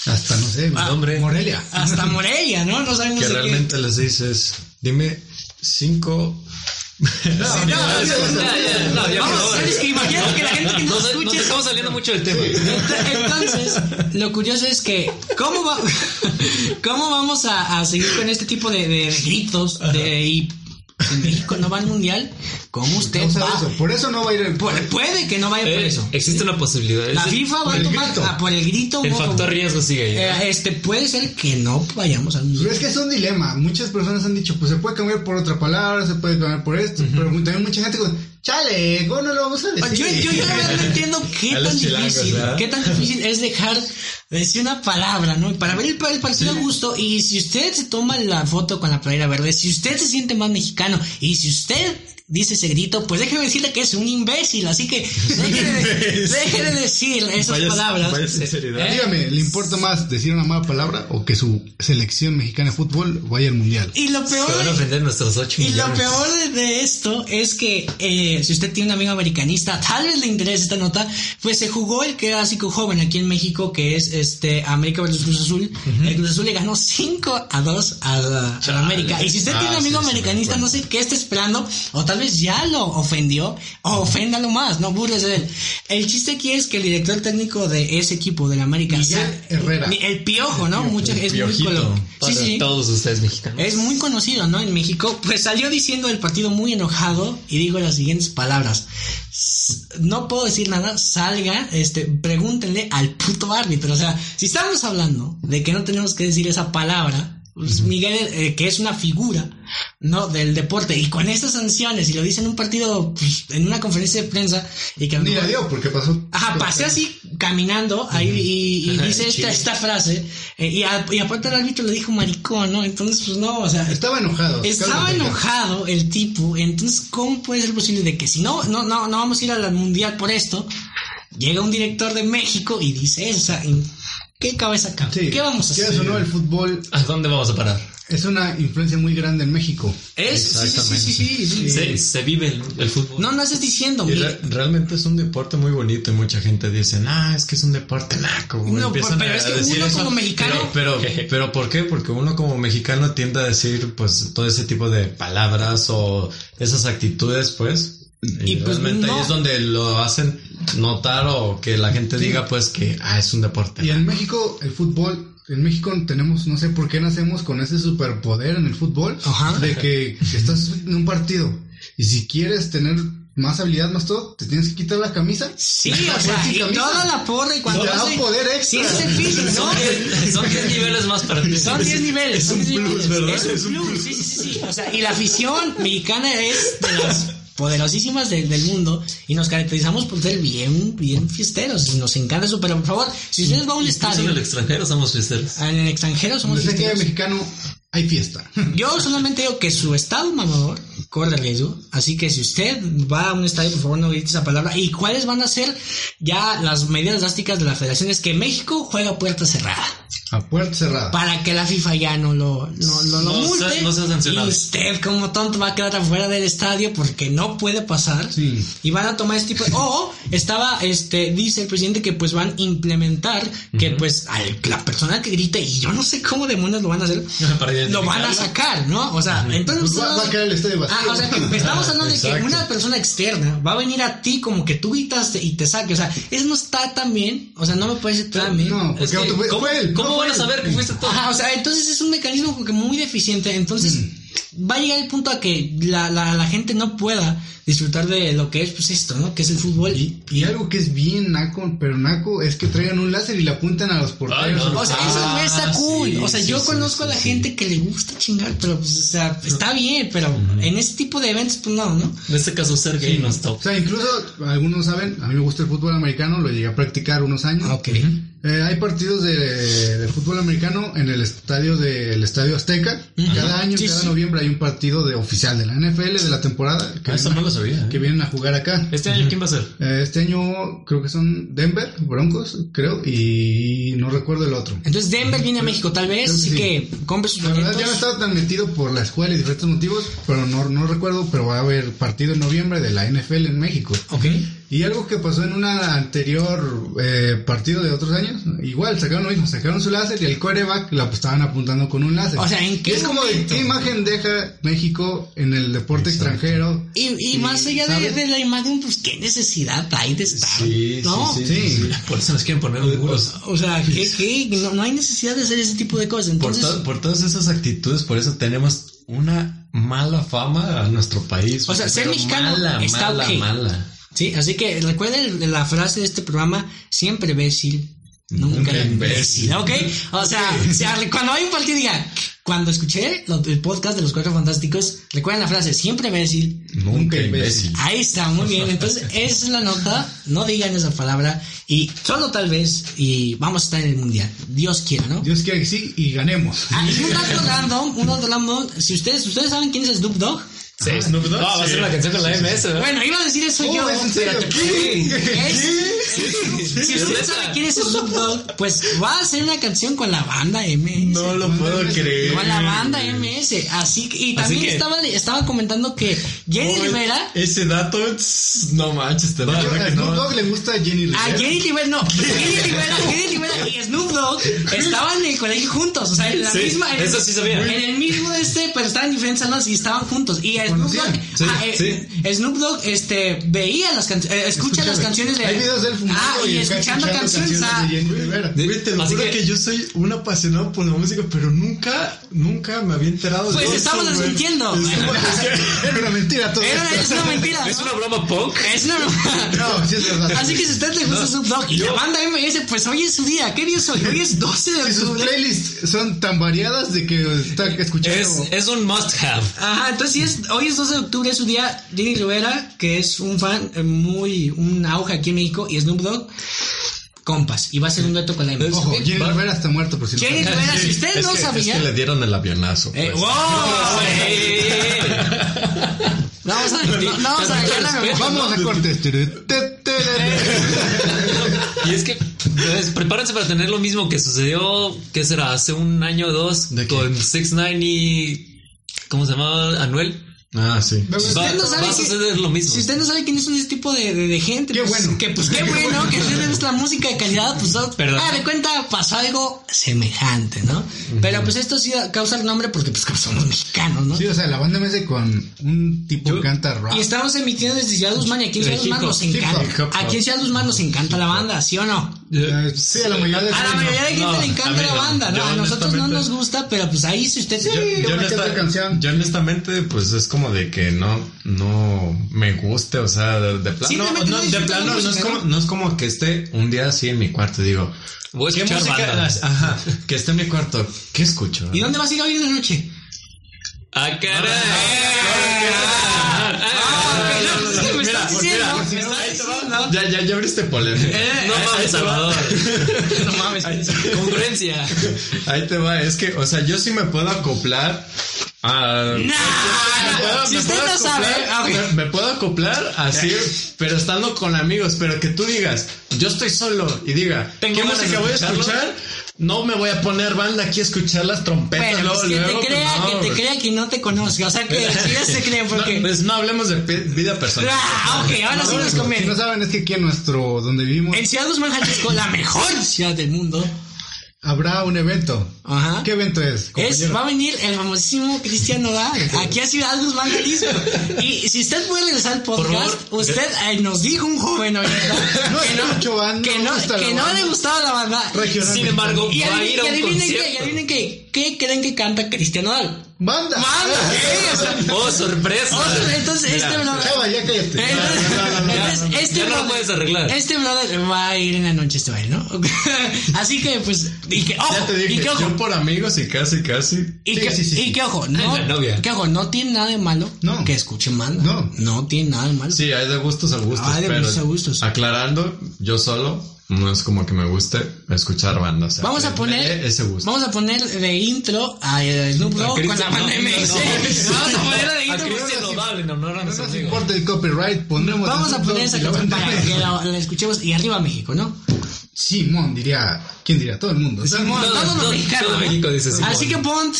Speaker 1: hasta, no sé,
Speaker 4: Ah,
Speaker 1: hombre. Morelia.
Speaker 4: hasta Morelia, ¿no? No sabemos
Speaker 5: que
Speaker 4: Pues, de qué.
Speaker 5: realmente les dices, dime cinco...
Speaker 4: Sí, no, no, no, no, no,
Speaker 2: ya, por
Speaker 4: Vamos,
Speaker 2: favor.
Speaker 4: sabes que imagínate que la gente que
Speaker 2: Nos,
Speaker 4: nos
Speaker 2: nos
Speaker 4: escuche
Speaker 2: estamos saliendo mucho del tema.
Speaker 4: Entonces, lo curioso es que, ¿cómo, va- cómo vamos a, a seguir con este tipo de, de gritos? De, y si México no va al mundial, ¿cómo usted
Speaker 1: Causa de
Speaker 4: va?
Speaker 1: eso. Por eso no va a ir el...
Speaker 4: Pu- puede que no vaya por
Speaker 2: Eh,
Speaker 4: eso.
Speaker 2: existe una posibilidad.
Speaker 4: La
Speaker 2: Es-
Speaker 4: FIFA va a
Speaker 1: el
Speaker 4: tomar
Speaker 1: grito.
Speaker 4: ah, por el grito.
Speaker 2: el
Speaker 4: homófobo.
Speaker 2: factor riesgo sigue ahí. ¿no?
Speaker 4: Eh, este, puede ser que no vayamos al mundial.
Speaker 1: Pero es que es un dilema. Muchas personas han dicho, pues se puede cambiar por otra palabra, se puede cambiar por esto. Pero también mucha gente dice, chale, ¿cómo no lo vamos a decir?
Speaker 4: Yo, yo, yo la verdad no entiendo qué
Speaker 5: A los
Speaker 4: tan
Speaker 5: chilangos,
Speaker 4: difícil,
Speaker 5: ¿verdad?
Speaker 4: qué tan difícil es dejar de decir una palabra, ¿no? Y Para ver el, pa- el partido a gusto y si usted se toma la foto con la playera verde, si usted se siente más mexicano y si usted dice ese grito, pues déjeme decirle que es un imbécil, así que deje de, deje de decir esas
Speaker 5: Vaya-
Speaker 4: palabras.
Speaker 5: vaya sinceridad.
Speaker 4: Eh,
Speaker 1: Dígame, ¿le importa más decir una mala palabra o que su selección mexicana de fútbol vaya al mundial?
Speaker 4: Y lo peor
Speaker 2: Se van a ofender nuestros 8
Speaker 4: Y lo
Speaker 2: millones.
Speaker 4: peor de- de esto es que eh, si usted tiene un amigo americanista, tal vez le interese esta nota, pues se jugó el clásico joven aquí en México, que es este América versus Cruz Azul. El Cruz Azul le ganó 5 a 2 a, la- a la América. Y si usted
Speaker 5: Ah,
Speaker 4: tiene un amigo
Speaker 5: sí, sí,
Speaker 4: americanista,
Speaker 5: me
Speaker 4: no
Speaker 5: acuerdo.
Speaker 4: sé qué está esperando, o tal vez ya lo ofendió, o oféndalo más, no burles de él. El chiste aquí es que el director técnico de ese equipo del América,
Speaker 1: Miguel
Speaker 4: Sa-
Speaker 1: Herrera.
Speaker 4: el piojo, ¿no? Mucha- es muy
Speaker 5: Piojito.
Speaker 4: colo-
Speaker 2: Para todos ustedes mexicanos.
Speaker 4: es muy conocido, ¿no? En México, pues salió diciendo del partido muy enojado y dijo las siguientes palabras. S- No puedo decir nada, salga, este, pregúntenle al puto árbitro. O sea, si estamos hablando de que no tenemos que decir esa palabra, pues Miguel, eh, que es una figura, ¿no? Del deporte, y con estas sanciones, y lo dice en un partido, pues, en una conferencia de prensa, y que a lo
Speaker 1: Ni la
Speaker 4: mejor-
Speaker 1: dio porque pasó.
Speaker 4: Ajá, pasé así caminando ahí y, y
Speaker 2: Ajá,
Speaker 4: dice esta,
Speaker 2: chido.
Speaker 4: esta frase eh, y, a- y aparte el árbitro le dijo maricón, ¿no? Entonces, pues no, o sea,
Speaker 1: Estaba enojado.
Speaker 4: estaba
Speaker 1: Carlos Vega.
Speaker 4: enojado el tipo, entonces, ¿cómo puede ser posible de que si no, no, no, no vamos a ir al mundial por esto, llega un director de México y dice esa, ¿en ¿qué cabeza cabe?
Speaker 1: Sí.
Speaker 4: ¿Qué vamos a hacer?
Speaker 1: Quieras o no, el fútbol
Speaker 2: ¿A dónde vamos a parar?
Speaker 1: es una influencia muy grande en México.
Speaker 4: Es, sí, sí, sí, sí, sí, sí.
Speaker 2: Se, se vive el, el fútbol.
Speaker 4: No, no estás diciendo,
Speaker 5: Y
Speaker 4: mire,
Speaker 5: re- realmente es un deporte muy bonito y mucha gente dice, ah, es que es un deporte naco. güey".
Speaker 4: No,
Speaker 5: Empiezan
Speaker 4: pero
Speaker 5: a
Speaker 4: es que
Speaker 5: decir
Speaker 4: uno como mexicano-
Speaker 5: Pero, pero, pero ¿por qué? Porque uno como mexicano tiende a decir pues todo ese tipo de palabras o esas actitudes pues. Y,
Speaker 4: Y, pues,
Speaker 5: realmente
Speaker 4: no.
Speaker 5: ahí es donde lo hacen notar o que la gente diga pues que, ah, es un deporte.
Speaker 1: Y
Speaker 5: naco".
Speaker 1: en México, el fútbol, en México tenemos, no sé por qué nacemos con ese superpoder en el fútbol,
Speaker 4: Ajá.
Speaker 1: de que estás en un partido y si quieres tener más habilidad, más todo, te tienes que quitar la camisa.
Speaker 4: Sí, o sea, y toda la porra y cuando
Speaker 1: te da
Speaker 4: hace-
Speaker 1: poder
Speaker 4: Sí,
Speaker 1: extra.
Speaker 4: es difícil, ¿no?
Speaker 2: Son 10 son 10 niveles más para ti.
Speaker 4: Son 10 niveles.
Speaker 5: Es
Speaker 4: son
Speaker 5: un
Speaker 4: 10
Speaker 5: plus,
Speaker 4: niveles.
Speaker 5: ¿verdad?
Speaker 4: Es un,
Speaker 5: Es un
Speaker 4: plus, Sí, sí, sí, sí. O sea, y la afición mexicana es de las poderosísimas del, del mundo y nos caracterizamos por ser bien, bien fiesteros. y Nos encanta eso, pero por favor, si ustedes van a un
Speaker 2: Incluso en
Speaker 4: estadio,
Speaker 2: el extranjero somos fiesteros.
Speaker 4: en el extranjero somos
Speaker 1: Donde sea que haya
Speaker 4: fiesteros.
Speaker 1: mexicano, hay fiesta.
Speaker 4: Yo solamente digo que su estado mamador corre riesgo. Así que si usted va a un estadio, por favor no grite esa palabra. ¿Y cuáles van a ser ya las medidas drásticas de la federación? Es que México juega a puerta cerrada.
Speaker 1: A puerta cerrada.
Speaker 4: Para que la FIFA ya no lo, no, no lo
Speaker 2: No
Speaker 4: multe.
Speaker 2: sea- no sea sancionado.
Speaker 4: Y usted como tonto va a quedar afuera del estadio porque no puede pasar.
Speaker 1: Sí.
Speaker 4: Y van a tomar este tipo de... O estaba, este, dice el presidente que pues van a implementar que pues a la persona que grite, y yo no sé cómo demonios lo van a hacer,
Speaker 2: Para
Speaker 4: lo van a
Speaker 2: identificarlo.
Speaker 4: sacar, ¿no? O sea, entonces...
Speaker 1: Pues va, va a caer el estadio vacío.
Speaker 4: Ah, o sea, que estamos hablando de que
Speaker 5: Exacto.
Speaker 4: una persona externa va a venir a ti como que tú gritaste y te saque. O sea, eso no está tan bien. O sea, no me parece tan bien.
Speaker 1: No, porque
Speaker 2: Es que,
Speaker 1: no te puede-
Speaker 2: ¿Cómo,
Speaker 1: fue él,
Speaker 2: cómo
Speaker 1: no fue
Speaker 2: van a
Speaker 1: él.
Speaker 2: saber que fuiste tú?
Speaker 4: Ajá, o sea, entonces es un mecanismo como que muy deficiente. Entonces va a llegar el punto a que la, la, la gente no pueda disfrutar de lo que es pues esto, ¿no? Que es el fútbol.
Speaker 1: Y, y algo que es bien naco, pero naco, es que traigan un láser y le apuntan a los porteros.
Speaker 2: Ay, no.
Speaker 4: o sea, eso no está
Speaker 2: Ah,
Speaker 4: cool.
Speaker 2: sí,
Speaker 4: o sea,
Speaker 2: sí,
Speaker 4: yo
Speaker 2: sí,
Speaker 4: conozco a la gente que le gusta chingar, pero pues, o sea, está bien, pero en este tipo de eventos, pues no, ¿no?
Speaker 2: En este caso, ser gay no está.
Speaker 1: O sea, incluso algunos saben, a mí me gusta el fútbol americano, lo llegué a practicar unos años.
Speaker 4: Ok.
Speaker 1: Eh, hay partidos de, de fútbol americano en el estadio del Estadio Azteca. Cada año,
Speaker 4: Sí,
Speaker 1: cada
Speaker 4: sí.
Speaker 1: noviembre hay un partido de oficial de la NFL de la temporada que,
Speaker 5: Ah, eso no
Speaker 1: vienen,
Speaker 5: lo sabía.
Speaker 1: a,
Speaker 5: ¿eh?
Speaker 1: que vienen a jugar acá.
Speaker 2: ¿Este año quién va a ser?
Speaker 1: Eh, Este año creo que son Denver, Broncos, creo, y no recuerdo el otro.
Speaker 4: Entonces Denver viene a México tal vez,
Speaker 1: Creo que
Speaker 4: así
Speaker 1: sí.
Speaker 4: que compre sus
Speaker 1: La verdad ya no
Speaker 4: boletos.
Speaker 1: estaba tan metido por la escuela y diferentes motivos, pero no, no recuerdo, pero va a haber partido en noviembre de la NFL en México.
Speaker 4: Ok.
Speaker 1: Y algo que pasó en una anterior eh, partido de otros años, igual sacaron lo mismo, sacaron su láser y el coreback la estaban apuntando con un láser.
Speaker 4: O sea, ¿en qué
Speaker 1: es como de
Speaker 4: momento?
Speaker 1: qué imagen deja México en el deporte extranjero.
Speaker 4: Y, y más allá de,
Speaker 1: ¿sabes?
Speaker 4: de la imagen, pues qué necesidad hay de estar.
Speaker 5: Sí,
Speaker 4: ¿no?
Speaker 5: sí, sí,
Speaker 1: Sí.
Speaker 5: sí, sí.
Speaker 2: Por eso nos quieren poner los muros.
Speaker 4: O sea, ¿qué, qué? No, no hay necesidad de hacer ese tipo de cosas.
Speaker 5: Por,
Speaker 4: Entonces,
Speaker 5: to- por todas esas actitudes, por eso tenemos una mala fama a nuestro país.
Speaker 4: O sea, ser
Speaker 5: pero
Speaker 4: mexicano
Speaker 5: mala,
Speaker 4: está
Speaker 5: mala,
Speaker 4: ok.
Speaker 5: mala.
Speaker 4: sí, así que recuerden la frase de este programa, siempre bécil, nunca
Speaker 5: Nunca
Speaker 4: imbécil, ¿ok? O sea, o sea, cuando hay un partido diga, cuando escuché lo- el podcast de los Cuatro Fantásticos, recuerden la frase, siempre bécil,
Speaker 5: Nunca
Speaker 1: imbécil.
Speaker 5: imbécil.
Speaker 4: Ahí está, muy bien. Entonces, esa es la nota. No digan esa palabra. Y solo tal vez, y vamos a estar en el mundial. Dios quiera, ¿no?
Speaker 1: Dios quiera que sí y ganemos.
Speaker 4: Ah, y un dato random, un dato random. Si ustedes, ustedes saben quién es Snoop Dogg.
Speaker 2: Sí, Snoop Dogg. Ah, va a ser la canción con la MS, ¿verdad?
Speaker 4: Bueno, iba a decir eso
Speaker 1: Oh,
Speaker 4: yo.
Speaker 1: ¿es en serio?
Speaker 4: pero-
Speaker 1: ¿Qué?
Speaker 4: Es- Si ustedes saben quién es Snoop Dogg, pues va a hacer una canción con la banda MS.
Speaker 5: No lo puedo creer.
Speaker 4: Con pues, la banda MS. Así que, y también
Speaker 2: que-
Speaker 4: estaba, estaba comentando que Jenny
Speaker 5: Oye,
Speaker 4: Rivera.
Speaker 5: Ese dato, tss, no manches, te da
Speaker 1: A
Speaker 5: que
Speaker 1: Snoop
Speaker 5: no.
Speaker 1: Dogg le gusta Jenny
Speaker 4: A
Speaker 1: Rivera.
Speaker 4: Jenny Rivera, Ah, no, Jenny Rivera, Jenny Rivera y Snoop Dogg estaban en el colegio juntos, o sea, en la
Speaker 2: Sí,
Speaker 4: misma, en,
Speaker 2: eso sí sabía.
Speaker 4: en el mismo este, pero estaban en diferentes salones y estaban juntos. Y Snoop Dogg,
Speaker 1: Conocían,
Speaker 5: sí,
Speaker 4: ah, eh, Snoop Dogg, este, veía las canciones, escucha las
Speaker 1: Escúchame,
Speaker 4: canciones de,
Speaker 1: Hay videos del fumando
Speaker 4: ah, y,
Speaker 1: acá
Speaker 4: escuchando, canciones, ah,
Speaker 1: de Jenny Rivera.
Speaker 5: Güey, Te lo
Speaker 2: Así
Speaker 5: juro
Speaker 2: que-
Speaker 5: que... yo soy un apasionado por la música, pero nunca, nunca me había enterado de
Speaker 4: pues
Speaker 5: eso,
Speaker 4: estamos
Speaker 5: güey.
Speaker 4: desmintiendo.
Speaker 1: Era una mentira todo
Speaker 4: Era-
Speaker 1: esto.
Speaker 4: es una mentira.
Speaker 2: ¿Es una broma punk?
Speaker 4: Es una
Speaker 1: No, sí es verdad.
Speaker 4: Así que si a usted le gusta Snoop Dogg y la banda MS, pues hoy es su día. ¿Qué día es hoy? Hoy es 12 de
Speaker 1: Y sus
Speaker 4: octubre.
Speaker 1: playlists son tan variadas de que está escuchando.
Speaker 2: Es, es un must have.
Speaker 4: Ajá, entonces sí es, hoy es 12 de octubre, es su día. Jenny Rivera, que es un fan eh, muy, un auge aquí en México, y Snoop Dogg, compas. Y va a ser un dueto con la M.
Speaker 1: Ojo,
Speaker 4: ¿ok?
Speaker 1: Jenny Rivera está muerto por si lo
Speaker 4: Jenny
Speaker 1: saben.
Speaker 4: Rivera, si
Speaker 5: Es
Speaker 4: usted
Speaker 5: que-
Speaker 4: no
Speaker 5: Es
Speaker 4: sabía.
Speaker 5: que le dieron el avionazo.
Speaker 4: Eh,
Speaker 5: pues.
Speaker 4: ¡Wow! No vamos a no, no vamos a dejar la memoria.
Speaker 1: Vamos a cortes. Tere, te, tere.
Speaker 2: Y es que pues, prepárense para tener lo mismo que sucedió, ¿qué será? Hace un año o dos
Speaker 5: ¿De qué?
Speaker 2: con 6ix9ine y. ¿Cómo se llamaba? Anuel.
Speaker 5: Ah, sí.
Speaker 2: Va,
Speaker 4: usted no sabe
Speaker 2: va a
Speaker 4: que-
Speaker 2: suceder lo mismo.
Speaker 4: Si usted no sabe quiénes son ese tipo de, de- de gente,
Speaker 1: Qué
Speaker 4: pues,
Speaker 1: bueno.
Speaker 4: que pues qué bueno, que usted le gusta la música de calidad, pues oh,
Speaker 2: Perdón.
Speaker 4: ah, de cuenta pasó algo semejante, ¿no? Pero pues esto sí causa el nombre porque pues somos mexicanos, ¿no?
Speaker 1: Sí, o sea, la banda MS con un tipo que canta rap.
Speaker 4: Y estamos emitiendo desde Ciudad Guzmán y aquí en Ciudad
Speaker 2: Eh,
Speaker 4: Guzmán
Speaker 2: hip hop,
Speaker 4: nos
Speaker 1: hip hop,
Speaker 5: hip hop.
Speaker 4: encanta. Aquí en Ciudad Guzmán nos encanta la banda, ¿sí o no?
Speaker 1: Eh, sí, a la mayoría de
Speaker 4: A la
Speaker 1: gente
Speaker 4: mayoría de gente
Speaker 5: no,
Speaker 4: le
Speaker 5: a
Speaker 4: encanta
Speaker 5: mí
Speaker 4: la
Speaker 5: no.
Speaker 4: banda, ¿no?
Speaker 5: Yo
Speaker 4: A nosotros no
Speaker 5: honestamente-
Speaker 4: nos gusta, pero pues ahí si usted...
Speaker 5: Yo,
Speaker 1: una
Speaker 5: yo,
Speaker 1: que otra
Speaker 5: honesta-
Speaker 1: canción.
Speaker 5: yo honestamente, pues es como de que no, no me guste, o sea, de, de plano,
Speaker 4: Simplemente
Speaker 5: no,
Speaker 4: no
Speaker 5: de
Speaker 4: disfrutas la
Speaker 5: plano, no es
Speaker 4: música,
Speaker 5: como, no es como que esté un día así en mi cuarto y digo,
Speaker 2: Voy a
Speaker 5: ¿qué
Speaker 2: escuchar
Speaker 5: música?
Speaker 2: banda.
Speaker 5: Ajá, que esté en mi cuarto, ¿qué escucho?
Speaker 4: ¿Y dónde vas a ir hoy en la noche?
Speaker 2: ¡Ah, caray!
Speaker 4: Ah,
Speaker 2: Ah,
Speaker 4: ok, no, sí, me
Speaker 5: Mira, mira,
Speaker 4: estás diciendo,
Speaker 5: mira,
Speaker 4: me estás
Speaker 5: ahí te va,
Speaker 4: diciendo.
Speaker 5: Ya, ya, ya abriste polémica.
Speaker 2: No mames, Salvador.
Speaker 4: No mames.
Speaker 2: Congruencia.
Speaker 5: Ahí te va, es que, o sea, yo sí me puedo acoplar a... Me puedo-
Speaker 4: Si
Speaker 5: me
Speaker 4: usted
Speaker 5: puedo
Speaker 4: no sabe,
Speaker 5: acoplar-
Speaker 4: ah, ok.
Speaker 5: me, me puedo acoplar así, pero estando con amigos, pero que tú digas, yo estoy solo y diga,
Speaker 2: Tengo
Speaker 5: ¿qué
Speaker 2: ganas de
Speaker 5: música voy a
Speaker 2: escucharlo.
Speaker 5: escuchar? No me voy a poner banda aquí a escuchar las trompetas.
Speaker 4: Bueno,
Speaker 5: luego,
Speaker 4: pues que
Speaker 5: luego,
Speaker 4: te
Speaker 5: pues,
Speaker 4: crea,
Speaker 5: no,
Speaker 4: que te
Speaker 5: güey.
Speaker 4: crea que no te conozca. O sea, que sí ya se creen
Speaker 5: No,
Speaker 4: porque...
Speaker 5: pues no hablemos de pi- vida personal.
Speaker 4: Ah, ok, ahora sí nos
Speaker 1: Si no
Speaker 4: conviene.
Speaker 1: saben, es que aquí en nuestro, donde vivimos,
Speaker 4: En Ciudad Guzmán, Jalisco, la mejor ciudad del mundo.
Speaker 1: habrá un evento.
Speaker 4: Ajá.
Speaker 1: ¿Qué evento es?
Speaker 4: Ah. Es,
Speaker 1: compañero?
Speaker 4: va a venir el famosísimo Cristian Nodal aquí a Ciudad Guzmán, Jalisco. Y si usted puede regresar al podcast,
Speaker 2: favor.
Speaker 4: usted eh, nos dijo un joven ahorita
Speaker 1: No
Speaker 4: que no,
Speaker 1: escucho banda,
Speaker 4: que
Speaker 1: no
Speaker 4: no,
Speaker 1: me gusta la
Speaker 4: que no
Speaker 1: banda.
Speaker 4: le gustaba la banda.
Speaker 1: Regional.
Speaker 2: Sin embargo,
Speaker 4: Y
Speaker 2: va a
Speaker 4: adivinen,
Speaker 2: ir a un
Speaker 4: y adivinen qué, y
Speaker 2: concierto.
Speaker 4: adivinen qué, qué creen que canta Cristian Nodal.
Speaker 1: ¡Banda! Ah,
Speaker 4: ¡Banda! sí, o sea,
Speaker 2: ¡Oh, sorpresa!
Speaker 4: o sea, entonces este brother,
Speaker 1: Chava, ya cállate.
Speaker 4: entonces- entonces,
Speaker 2: ya
Speaker 4: este
Speaker 2: no lo
Speaker 4: brother-
Speaker 2: puedes arreglar.
Speaker 4: Este brother va a ir en la noche este baile, ¿no? Así que pues y que ojo,
Speaker 5: Ya te dije,
Speaker 4: y que ojo.
Speaker 5: yo por amigos y casi, casi.
Speaker 4: Y,
Speaker 1: Sí,
Speaker 4: que,
Speaker 1: sí, sí,
Speaker 4: y
Speaker 1: sí.
Speaker 4: que ojo, no,
Speaker 2: la novia.
Speaker 4: que ojo, no tiene nada de malo
Speaker 1: No.
Speaker 4: que escuche banda.
Speaker 1: No.
Speaker 4: No tiene nada de malo.
Speaker 5: Sí, hay de gustos a gustos.
Speaker 4: Hay Ah, de
Speaker 5: pero
Speaker 4: gustos a gustos.
Speaker 5: Aclarando, yo solo no es como que me guste escuchar bandas. o sea,
Speaker 4: Vamos
Speaker 5: me-
Speaker 4: a poner
Speaker 5: me- eh, ese gusto.
Speaker 4: Vamos a poner de intro a eh, Snoop Dogg con la
Speaker 2: Cristian-
Speaker 4: banda
Speaker 2: no, no,
Speaker 4: MX.
Speaker 2: no.
Speaker 4: Vamos a poner de
Speaker 2: A
Speaker 4: intro.
Speaker 2: Cristian Nodal en honor a
Speaker 1: No
Speaker 2: nuestro
Speaker 1: nos
Speaker 2: amigo.
Speaker 1: importa el copyright, pondremos...
Speaker 4: Vamos a
Speaker 1: Snoop
Speaker 4: poner
Speaker 1: Dogg
Speaker 4: esa
Speaker 1: y la
Speaker 4: canción
Speaker 1: banda.
Speaker 4: para que la, la escuchemos y arriba México, ¿no?
Speaker 1: Simón diría... ¿Quién diría? Todo el mundo.
Speaker 4: Simón,
Speaker 2: todo-
Speaker 4: todos los
Speaker 2: todo-
Speaker 4: mexicanos.
Speaker 2: todo
Speaker 4: ¿no?
Speaker 2: México dice Simón.
Speaker 4: Así que Pont,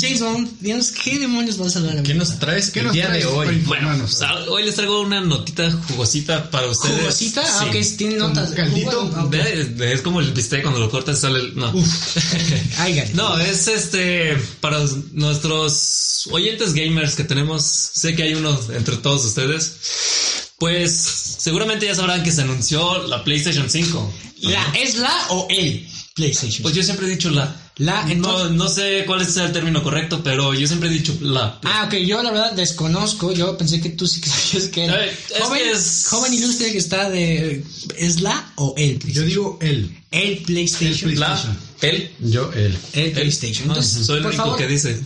Speaker 4: James Bond, dinos qué demonios vas a hablar.
Speaker 5: ¿Qué
Speaker 4: amigo?
Speaker 5: nos traes
Speaker 1: ¿Qué
Speaker 5: el
Speaker 1: nos
Speaker 5: día
Speaker 1: traes
Speaker 5: de hoy?
Speaker 1: para
Speaker 2: Bueno,
Speaker 1: informarnos?
Speaker 2: o sea, hoy les traigo una notita jugosita para ustedes.
Speaker 4: ¿Jugosita?
Speaker 2: Sí.
Speaker 4: Ah, ok, tiene
Speaker 1: Como
Speaker 4: notas.
Speaker 1: caldito.
Speaker 4: Jugo- ah, ok.
Speaker 2: Ve, Es como el bistec cuando lo cortas sale el... No.
Speaker 4: Ay, gale.
Speaker 2: No, es este para nuestros oyentes gamers que tenemos. Sé que hay uno entre todos ustedes. Pues seguramente ya sabrán que se anunció la PlayStation 5.
Speaker 4: La, ¿Es la o el PlayStation?
Speaker 2: Pues yo siempre he dicho la.
Speaker 4: la en
Speaker 2: No, no sé cuál es el término correcto, pero yo siempre he dicho la.
Speaker 4: Ah, ok, yo la verdad desconozco, yo pensé que tú sí que sabías que era.
Speaker 2: Eh, es
Speaker 4: joven,
Speaker 2: que es-
Speaker 4: joven ilustre que está de... ¿Es la o el
Speaker 1: Yo
Speaker 4: PlayStation?
Speaker 1: digo él.
Speaker 4: El PlayStation.
Speaker 1: El
Speaker 2: La. El.
Speaker 5: Yo, él.
Speaker 4: El
Speaker 2: el-
Speaker 4: PlayStation.
Speaker 2: no,
Speaker 4: Entonces,
Speaker 2: soy el
Speaker 4: Eh, por
Speaker 2: único
Speaker 4: favor.
Speaker 2: que dice.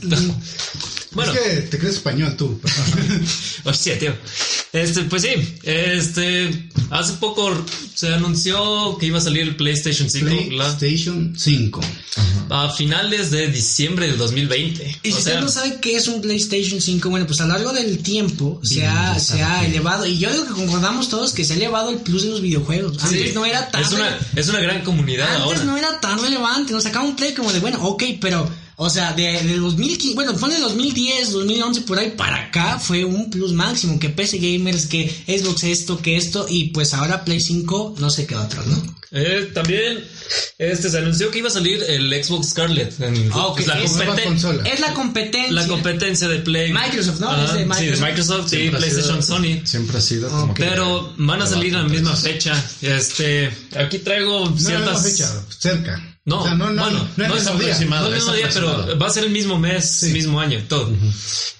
Speaker 2: bueno,
Speaker 1: Es que te crees español tú.
Speaker 2: Hostia, tío. Este, pues sí, este, hace poco se anunció que iba a salir el PlayStation 5 la-
Speaker 1: PlayStation 5.
Speaker 2: a finales de diciembre del 2020.
Speaker 4: Y si
Speaker 2: O
Speaker 4: usted
Speaker 2: sea,
Speaker 4: no sabe qué es un PlayStation 5, bueno, pues a lo largo del tiempo se ha, se ha elevado. Y yo digo que concordamos todos que se ha elevado el plus de los videojuegos.
Speaker 2: sí,
Speaker 4: Antes no era tan.
Speaker 2: Es una, es una gran comunidad
Speaker 4: Antes
Speaker 2: ahora.
Speaker 4: no era tan relevante, nos sacaba un play como de, bueno, ok, pero, o sea, de, de 2015, bueno, ponle 2010, 2011, por ahí para acá fue un plus máximo, que PC Gamers, que Xbox esto, que esto, y pues ahora Play 5 no sé qué otro, ¿no?
Speaker 2: Eh, también, este, se anunció que iba a salir el Xbox Scarlet. en-
Speaker 4: Ah, ok,
Speaker 2: pues, la,
Speaker 4: es
Speaker 2: competen-
Speaker 1: nueva consola.
Speaker 4: Es la competencia.
Speaker 2: la competencia de Play.
Speaker 4: Microsoft, ¿no?
Speaker 2: Ajá,
Speaker 4: Es
Speaker 2: sí,
Speaker 4: de
Speaker 2: de
Speaker 4: Microsoft.
Speaker 2: Microsoft, sí,
Speaker 5: Siempre ha
Speaker 2: PlayStation,
Speaker 5: sido-
Speaker 2: Sony.
Speaker 5: Siempre ha sido como que-
Speaker 2: Pero van a salir a la misma fecha. Este, aquí traigo
Speaker 1: No
Speaker 2: ciertas.
Speaker 1: la misma fecha, cerca.
Speaker 2: No,
Speaker 1: o sea, no, no,
Speaker 2: bueno,
Speaker 1: no, es
Speaker 2: es
Speaker 1: el mismo día.
Speaker 2: aproximado, no es el mismo día,
Speaker 5: aproximado.
Speaker 2: pero va a ser el mismo mes, mismo año, todo.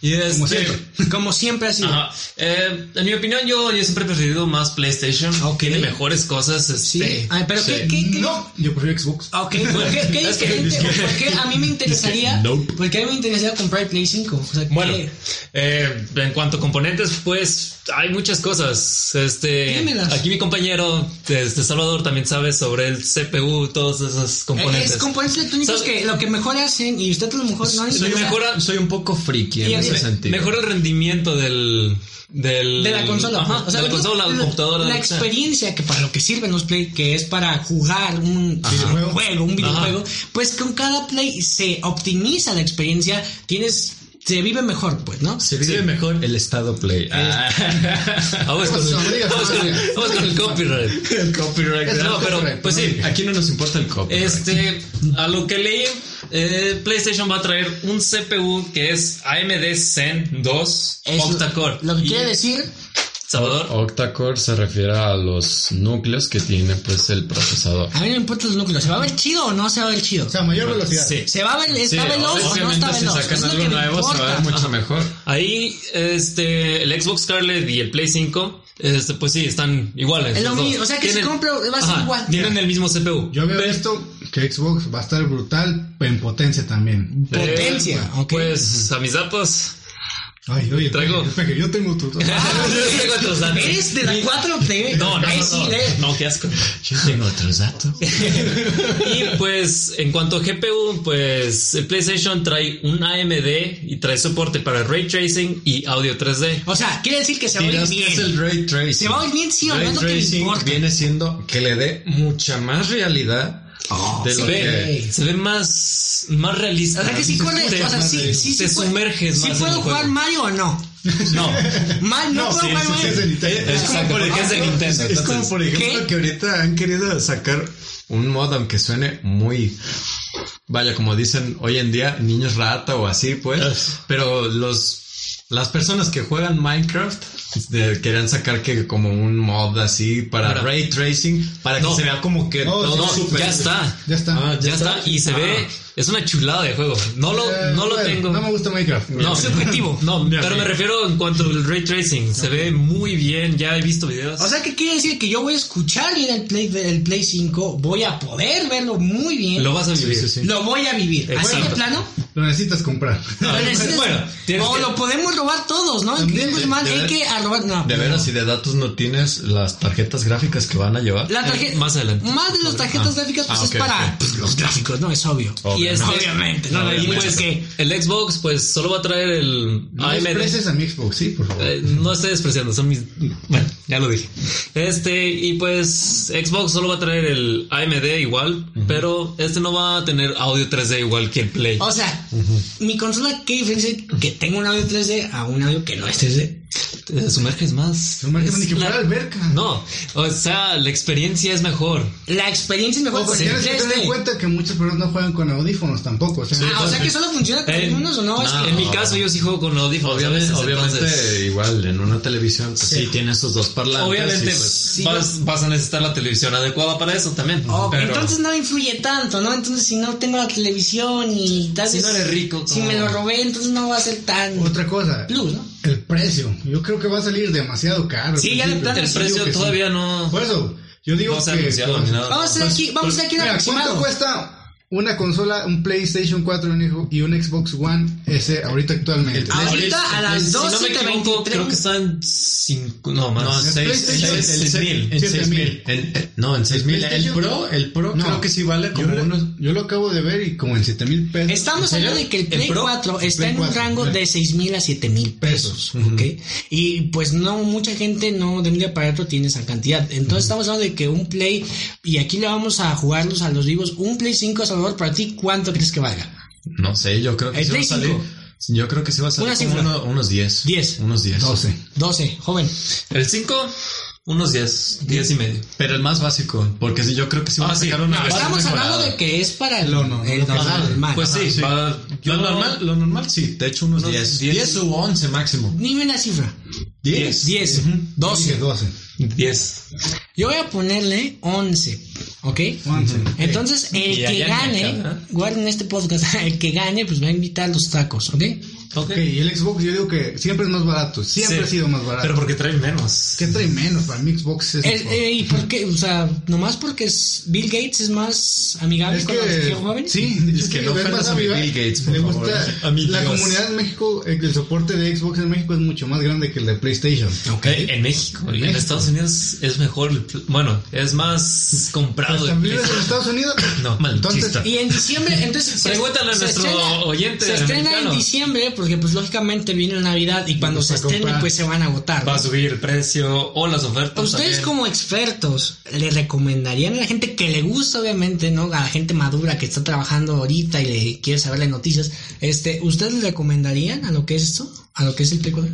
Speaker 2: Y este,
Speaker 1: Como siempre.
Speaker 4: Como siempre ha sido.
Speaker 2: ajá, eh, en mi opinión, yo, yo siempre he preferido más PlayStation.
Speaker 4: Ok.
Speaker 2: Tiene mejores cosas.
Speaker 4: Sí.
Speaker 2: Este,
Speaker 4: Ay, pero
Speaker 2: sí.
Speaker 4: ¿qué, qué, qué-
Speaker 1: No, yo prefiero Xbox.
Speaker 4: Ok, ¿por qué, qué
Speaker 2: Es que-
Speaker 4: diferente?
Speaker 2: es que-
Speaker 4: ¿Por qué a mí me interesaría?
Speaker 5: Nope.
Speaker 4: Porque a mí me interesaría comprar el Play 5. O sea,
Speaker 2: Bueno,
Speaker 4: ¿qué?
Speaker 2: eh, en cuanto a componentes, pues hay muchas cosas. Este,
Speaker 4: Dímelas.
Speaker 2: aquí mi compañero, este Salvador, también sabe sobre el CPU, todos esos componentes.
Speaker 4: Es componentes electrónicos
Speaker 2: ¿Sabe?
Speaker 4: que lo que mejor hacen y usted a lo mejor no le
Speaker 2: Soy
Speaker 4: interesa.
Speaker 2: mejor a-
Speaker 5: Soy un poco friki
Speaker 4: Y
Speaker 5: en
Speaker 4: a mí
Speaker 5: ese
Speaker 4: me-
Speaker 5: sentido.
Speaker 2: Mejora el rendimiento del, del-
Speaker 4: de la consola,
Speaker 2: Ajá,
Speaker 4: o sea,
Speaker 2: de la
Speaker 4: lo-
Speaker 2: consola,
Speaker 4: lo-
Speaker 2: la computadora.
Speaker 4: la
Speaker 2: lo que sea.
Speaker 4: experiencia que para lo que sirven los play, que es para jugar un videojuego, un videojuego, pues con cada play se optimiza la experiencia, tienes, se vive mejor, pues, ¿no?
Speaker 5: Se vive mejor el estado play.
Speaker 4: Este-
Speaker 2: Ah, Vamos con,
Speaker 1: No digas, no
Speaker 2: vamos con-
Speaker 1: digas.
Speaker 2: vamos con el copyright.
Speaker 5: el copyright.
Speaker 1: Es
Speaker 2: No,
Speaker 1: el
Speaker 2: pero
Speaker 1: copyright,
Speaker 2: pues
Speaker 1: ¿no?
Speaker 2: sí.
Speaker 5: Ah, Aquí no nos importa el copyright.
Speaker 2: Este, a lo que leí, eh, PlayStation va a traer un CPU que es AMD Zen 2
Speaker 4: Eso-
Speaker 2: Octa-Core.
Speaker 4: Lo que
Speaker 2: Y-
Speaker 4: quiere decir
Speaker 2: Salvador.
Speaker 5: Octa-core se refiere a los núcleos que tiene pues el procesador.
Speaker 4: A mí no me importa los núcleos. ¿Se va a ver chido o no se va a ver chido?
Speaker 1: O sea, mayor velocidad.
Speaker 2: Sí.
Speaker 4: ¿Se va a ver, está
Speaker 5: Sí,
Speaker 4: veloz o no
Speaker 5: obviamente
Speaker 4: está
Speaker 5: si
Speaker 4: veloz?
Speaker 5: sacan
Speaker 4: Eso es lo
Speaker 5: algo
Speaker 4: que me
Speaker 5: nuevo se va a ver
Speaker 4: importa.
Speaker 5: mucho mejor.
Speaker 2: Ahí, este, el Xbox Scarlett y el Play 5, este, pues sí, están iguales.
Speaker 4: Es lo
Speaker 2: los dos.
Speaker 4: mismo, o sea que si compro, va a ser igual.
Speaker 2: Tienen el mismo CPU.
Speaker 1: Yo veo esto que Xbox va a estar brutal en potencia también.
Speaker 4: Potencia, ok.
Speaker 2: Pues, a mis datos.
Speaker 1: Ay, oye,
Speaker 2: Traigo-
Speaker 1: Peje, Peje, yo tengo tu.
Speaker 2: Yo tengo otros datos.
Speaker 4: Ah, ¿Eres de la 4T?
Speaker 2: No, no,
Speaker 4: Ahí
Speaker 2: no,
Speaker 4: sí,
Speaker 2: no,
Speaker 4: eh.
Speaker 2: no, qué asco.
Speaker 5: Yo tengo otros datos.
Speaker 2: Y pues, en cuanto a GPU, pues el PlayStation trae un AMD y trae soporte para ray tracing y audio 3D.
Speaker 4: O sea, quiere decir que se va a oír
Speaker 5: Dirás que
Speaker 4: bien.
Speaker 5: es el ray tracing.
Speaker 4: Se va a oír bien, sí o no,
Speaker 5: Ray
Speaker 4: es lo que me
Speaker 5: tracing
Speaker 4: importa.
Speaker 5: viene siendo que le dé mucha más realidad de
Speaker 2: Se
Speaker 5: lo
Speaker 2: ve,
Speaker 5: que
Speaker 2: se ve más, más realista.
Speaker 4: O sea que sí corre,
Speaker 2: Te-
Speaker 4: o sea, sí, sí,
Speaker 2: te
Speaker 4: sí puede-
Speaker 2: sumerges
Speaker 4: ¿Sí
Speaker 2: más en
Speaker 4: puedo
Speaker 2: el
Speaker 4: jugar
Speaker 2: juego.
Speaker 4: Mario o no?
Speaker 2: No,
Speaker 4: Mal, no,
Speaker 1: No,
Speaker 4: puedo
Speaker 2: sí,
Speaker 4: jugar
Speaker 2: sí,
Speaker 1: Es de
Speaker 4: Mario.
Speaker 1: Nintendo.
Speaker 2: Eh, Exacto, porque es de Nintendo.
Speaker 5: Es como
Speaker 2: entonces.
Speaker 5: por ejemplo
Speaker 4: ¿Qué?
Speaker 5: que ahorita han querido sacar un mod aunque suene muy vaya como dicen hoy en día niños rata o así pues, pero los las personas que juegan Minecraft de- querían sacar que como un mod así para
Speaker 2: Ahora.
Speaker 5: ray tracing para
Speaker 2: No.
Speaker 5: que se vea como que
Speaker 1: No,
Speaker 5: todo
Speaker 1: sí, sí,
Speaker 5: super-
Speaker 2: ya está.
Speaker 1: Ya está. Ah.
Speaker 5: Ah,
Speaker 2: Ya está, y se ve, es una chulada de juego. No lo,
Speaker 1: Eh,
Speaker 2: no lo
Speaker 1: bueno,
Speaker 2: tengo.
Speaker 1: No me gusta Minecraft.
Speaker 2: No,
Speaker 4: Es subjetivo.
Speaker 2: No,
Speaker 5: Ya,
Speaker 2: pero
Speaker 5: sí.
Speaker 2: me refiero en cuanto al ray tracing. Se ve muy bien, ya he visto videos.
Speaker 4: O sea que quiere decir que yo voy a escuchar bien el Play, el Play 5, voy a poder verlo muy bien.
Speaker 2: lo vas a vivir.
Speaker 5: sí, sí.
Speaker 4: Lo voy a vivir. ¿Así de
Speaker 2: Exacto.
Speaker 4: plano?
Speaker 1: Lo necesitas comprar.
Speaker 2: No, pues,
Speaker 4: Pero es-
Speaker 2: bueno, tienes
Speaker 4: o
Speaker 2: que-
Speaker 4: lo podemos robar todos, ¿no?
Speaker 5: También,
Speaker 4: En
Speaker 5: de-
Speaker 4: Guzmán
Speaker 5: de
Speaker 4: hay
Speaker 5: ver-
Speaker 4: que a robar. No,
Speaker 5: de
Speaker 4: no.
Speaker 5: veras y de datos no tienes las tarjetas gráficas que van a llevar
Speaker 4: La tarjeta.
Speaker 2: Eh, más adelante.
Speaker 4: Más de las tarjetas gráficas, pues
Speaker 5: Ah, ok,
Speaker 4: es para
Speaker 5: ok.
Speaker 4: pues, los gráficos, ¿no? Es obvio.
Speaker 2: Y este-
Speaker 4: Obviamente, no, no,
Speaker 2: y
Speaker 4: y
Speaker 2: pues,
Speaker 4: pues que.
Speaker 2: el Xbox, pues solo va a traer el
Speaker 1: No
Speaker 2: AMD.
Speaker 1: desprecies a mi Xbox, sí, por favor.
Speaker 2: Eh, no estoy despreciando, son mis. Bueno, ya lo dije. Este, y pues Xbox solo va a traer el AMD igual, pero este no va a tener audio 3D igual que el Play.
Speaker 4: O sea, mi consola, ¿qué diferencia hay que tengo un audio 3D a un audio que no es 3D?
Speaker 2: Te sumerges más.
Speaker 1: Sumerges
Speaker 2: Eh, Es
Speaker 1: ni que
Speaker 2: la-
Speaker 1: fuera alberca.
Speaker 2: No, o sea, la experiencia es mejor.
Speaker 4: La experiencia es mejor
Speaker 1: Ojo,
Speaker 2: Pues
Speaker 4: con el
Speaker 1: tienes que tener en
Speaker 4: 3D.
Speaker 1: cuenta que muchas personas no juegan con audífonos tampoco. O sea,
Speaker 4: Ah, o sea que solo funciona con
Speaker 2: Eh,
Speaker 4: algunos o no. Es
Speaker 2: Ah,
Speaker 4: que-
Speaker 2: en mi caso, yo sí juego con audífonos.
Speaker 5: Obviamente,
Speaker 2: a veces,
Speaker 5: obviamente
Speaker 2: entonces-
Speaker 5: igual en una televisión pues, sí. tiene esos dos parlantes.
Speaker 2: obviamente
Speaker 5: y, pues,
Speaker 2: sí, vas, vas a necesitar la televisión adecuada para eso también.
Speaker 4: Oh,
Speaker 2: pero-
Speaker 4: Entonces no influye tanto, ¿no? Entonces si no tengo la televisión y tal
Speaker 2: Si
Speaker 4: vez-
Speaker 2: no eres rico,
Speaker 4: Si
Speaker 2: no.
Speaker 4: me lo robé, entonces no va a ser tan...
Speaker 1: otra cosa,
Speaker 4: Plus, ¿no?
Speaker 1: el precio. Yo creo que va a salir demasiado caro.
Speaker 4: Sí, ya de
Speaker 1: principio.
Speaker 4: plano,
Speaker 2: el
Speaker 4: sí
Speaker 1: digo
Speaker 2: precio
Speaker 1: que sí.
Speaker 2: todavía no,
Speaker 1: Por eso, yo digo
Speaker 2: no se ha
Speaker 1: que.
Speaker 2: anunciado ni nada.
Speaker 4: Vamos a hacer aquí, vamos a hacer aquí un
Speaker 1: Mira, ¿cuánto
Speaker 4: aproximado.
Speaker 1: cuesta una consola, un PlayStation 4 un hijo, y un Xbox One S ahorita actualmente?
Speaker 4: Ahorita
Speaker 2: Ahorita,
Speaker 4: a las
Speaker 2: si no me
Speaker 4: 12:23.
Speaker 2: equivoco, creo que están cinco, no
Speaker 5: No,
Speaker 2: más.
Speaker 5: en seis- en
Speaker 1: PlayStation-
Speaker 5: seis- en
Speaker 1: el
Speaker 5: seis-
Speaker 1: mil.
Speaker 5: en
Speaker 1: Siete
Speaker 5: seis
Speaker 1: mil.
Speaker 5: mil. En- en- No, en 6000. El
Speaker 1: PlayStation?
Speaker 5: Pro, el Pro
Speaker 1: No.
Speaker 5: creo que sí vale
Speaker 1: yo,
Speaker 5: como
Speaker 1: lo-
Speaker 5: unos.
Speaker 1: yo lo acabo de ver y como en 7 mil pesos.
Speaker 4: Estamos hablando de que el Play
Speaker 2: Pro?
Speaker 4: 4 está
Speaker 1: Play
Speaker 4: en un
Speaker 1: 4,
Speaker 4: rango
Speaker 1: ok.
Speaker 4: de 6 mil a 7 mil pesos, ¿ok? Y pues no, mucha gente no de un día para otro tiene esa cantidad. Entonces estamos hablando de que un Play, y aquí le vamos a jugarlos a los vivos, un Play 5, Salvador, para ti, ¿cuánto crees que valga?
Speaker 5: No sé, yo creo que
Speaker 4: El
Speaker 5: sí va a
Speaker 4: Play
Speaker 5: salir.
Speaker 4: cinco.
Speaker 5: Yo creo que sí va a salir
Speaker 4: Una
Speaker 5: como
Speaker 4: cifra.
Speaker 5: uno- unos 10.
Speaker 4: Diez.
Speaker 5: Unos 10.
Speaker 1: 12.
Speaker 4: 12, joven.
Speaker 2: El 5, unos 10, 10 y medio.
Speaker 5: Pero el más básico, porque sí, yo creo que sí van
Speaker 2: Ah,
Speaker 5: a
Speaker 2: sí.
Speaker 5: sacar una
Speaker 2: No,
Speaker 5: versión
Speaker 4: Estamos hablando
Speaker 5: mejorada.
Speaker 4: de que es para el,
Speaker 1: No, no, no,
Speaker 4: el
Speaker 1: no,
Speaker 4: normal.
Speaker 2: Pues sí,
Speaker 5: Sí.
Speaker 2: va- yo
Speaker 5: Lo normal, lo normal sí, de hecho unos
Speaker 2: Unos
Speaker 5: 10.
Speaker 2: diez.
Speaker 5: 10 u 11 máximo.
Speaker 4: Dime una cifra.
Speaker 5: 10.
Speaker 4: 10,
Speaker 1: Dije
Speaker 4: 12.
Speaker 1: 12.
Speaker 2: 10.
Speaker 4: Yo voy a ponerle 11, ¿ok?
Speaker 1: 11.
Speaker 4: Entonces, el
Speaker 2: Y
Speaker 4: que
Speaker 2: allá en
Speaker 4: gane,
Speaker 2: la cara.
Speaker 4: guarden este podcast, el que gane, pues va a invitar los tacos, ¿ok?
Speaker 2: Ok.
Speaker 1: Ok, y el Xbox yo digo que siempre es más barato. Siempre
Speaker 2: Sí.
Speaker 1: ha sido más barato.
Speaker 2: Pero porque trae menos.
Speaker 1: ¿Qué trae menos para mi Xbox? Es,
Speaker 4: El- eh, ¿Y por qué? O sea, nomás porque es- Bill Gates es más amigable
Speaker 1: Es
Speaker 4: con los
Speaker 1: que,
Speaker 4: jóvenes.
Speaker 1: sí, de hecho,
Speaker 5: Es que
Speaker 1: sí,
Speaker 5: no
Speaker 1: es
Speaker 5: ofendas
Speaker 1: más
Speaker 5: a mi
Speaker 1: arriba.
Speaker 5: Bill Gates, por
Speaker 1: le
Speaker 5: favor.
Speaker 1: gusta,
Speaker 5: A mi
Speaker 1: la
Speaker 5: Dios.
Speaker 1: comunidad en México, eh, el soporte de Xbox en México es mucho más grande que el de PlayStation.
Speaker 4: Ok.
Speaker 2: Eh, En México,
Speaker 1: En
Speaker 2: en,
Speaker 1: México.
Speaker 2: Estados Unidos es mejor, el pl- bueno, es más comprado.
Speaker 1: Pues
Speaker 2: el
Speaker 1: también es en
Speaker 2: PlayStation.
Speaker 1: Estados Unidos.
Speaker 2: No, maldita.
Speaker 4: Y en diciembre, entonces. se-
Speaker 2: Pregúntale a
Speaker 4: se
Speaker 2: nuestro
Speaker 4: estrena-
Speaker 2: oyente
Speaker 4: Se estrena
Speaker 2: americano.
Speaker 4: en diciembre, porque pues lógicamente viene Navidad y cuando
Speaker 1: Vamos
Speaker 4: se
Speaker 1: a
Speaker 4: estrene,
Speaker 1: comprar.
Speaker 4: pues se van a agotar.
Speaker 2: Va a
Speaker 4: ¿no?
Speaker 2: subir el precio o las
Speaker 4: ¿A
Speaker 2: ofertas.
Speaker 4: Ustedes
Speaker 2: también.
Speaker 4: como expertos, ¿le recomendarían a la gente que le gusta, obviamente, ¿no? A la gente madura que está trabajando ahorita y le quiere saber las noticias, este, ¿ustedes le recomendarían a lo que es esto? ¿A lo que es el Play 4?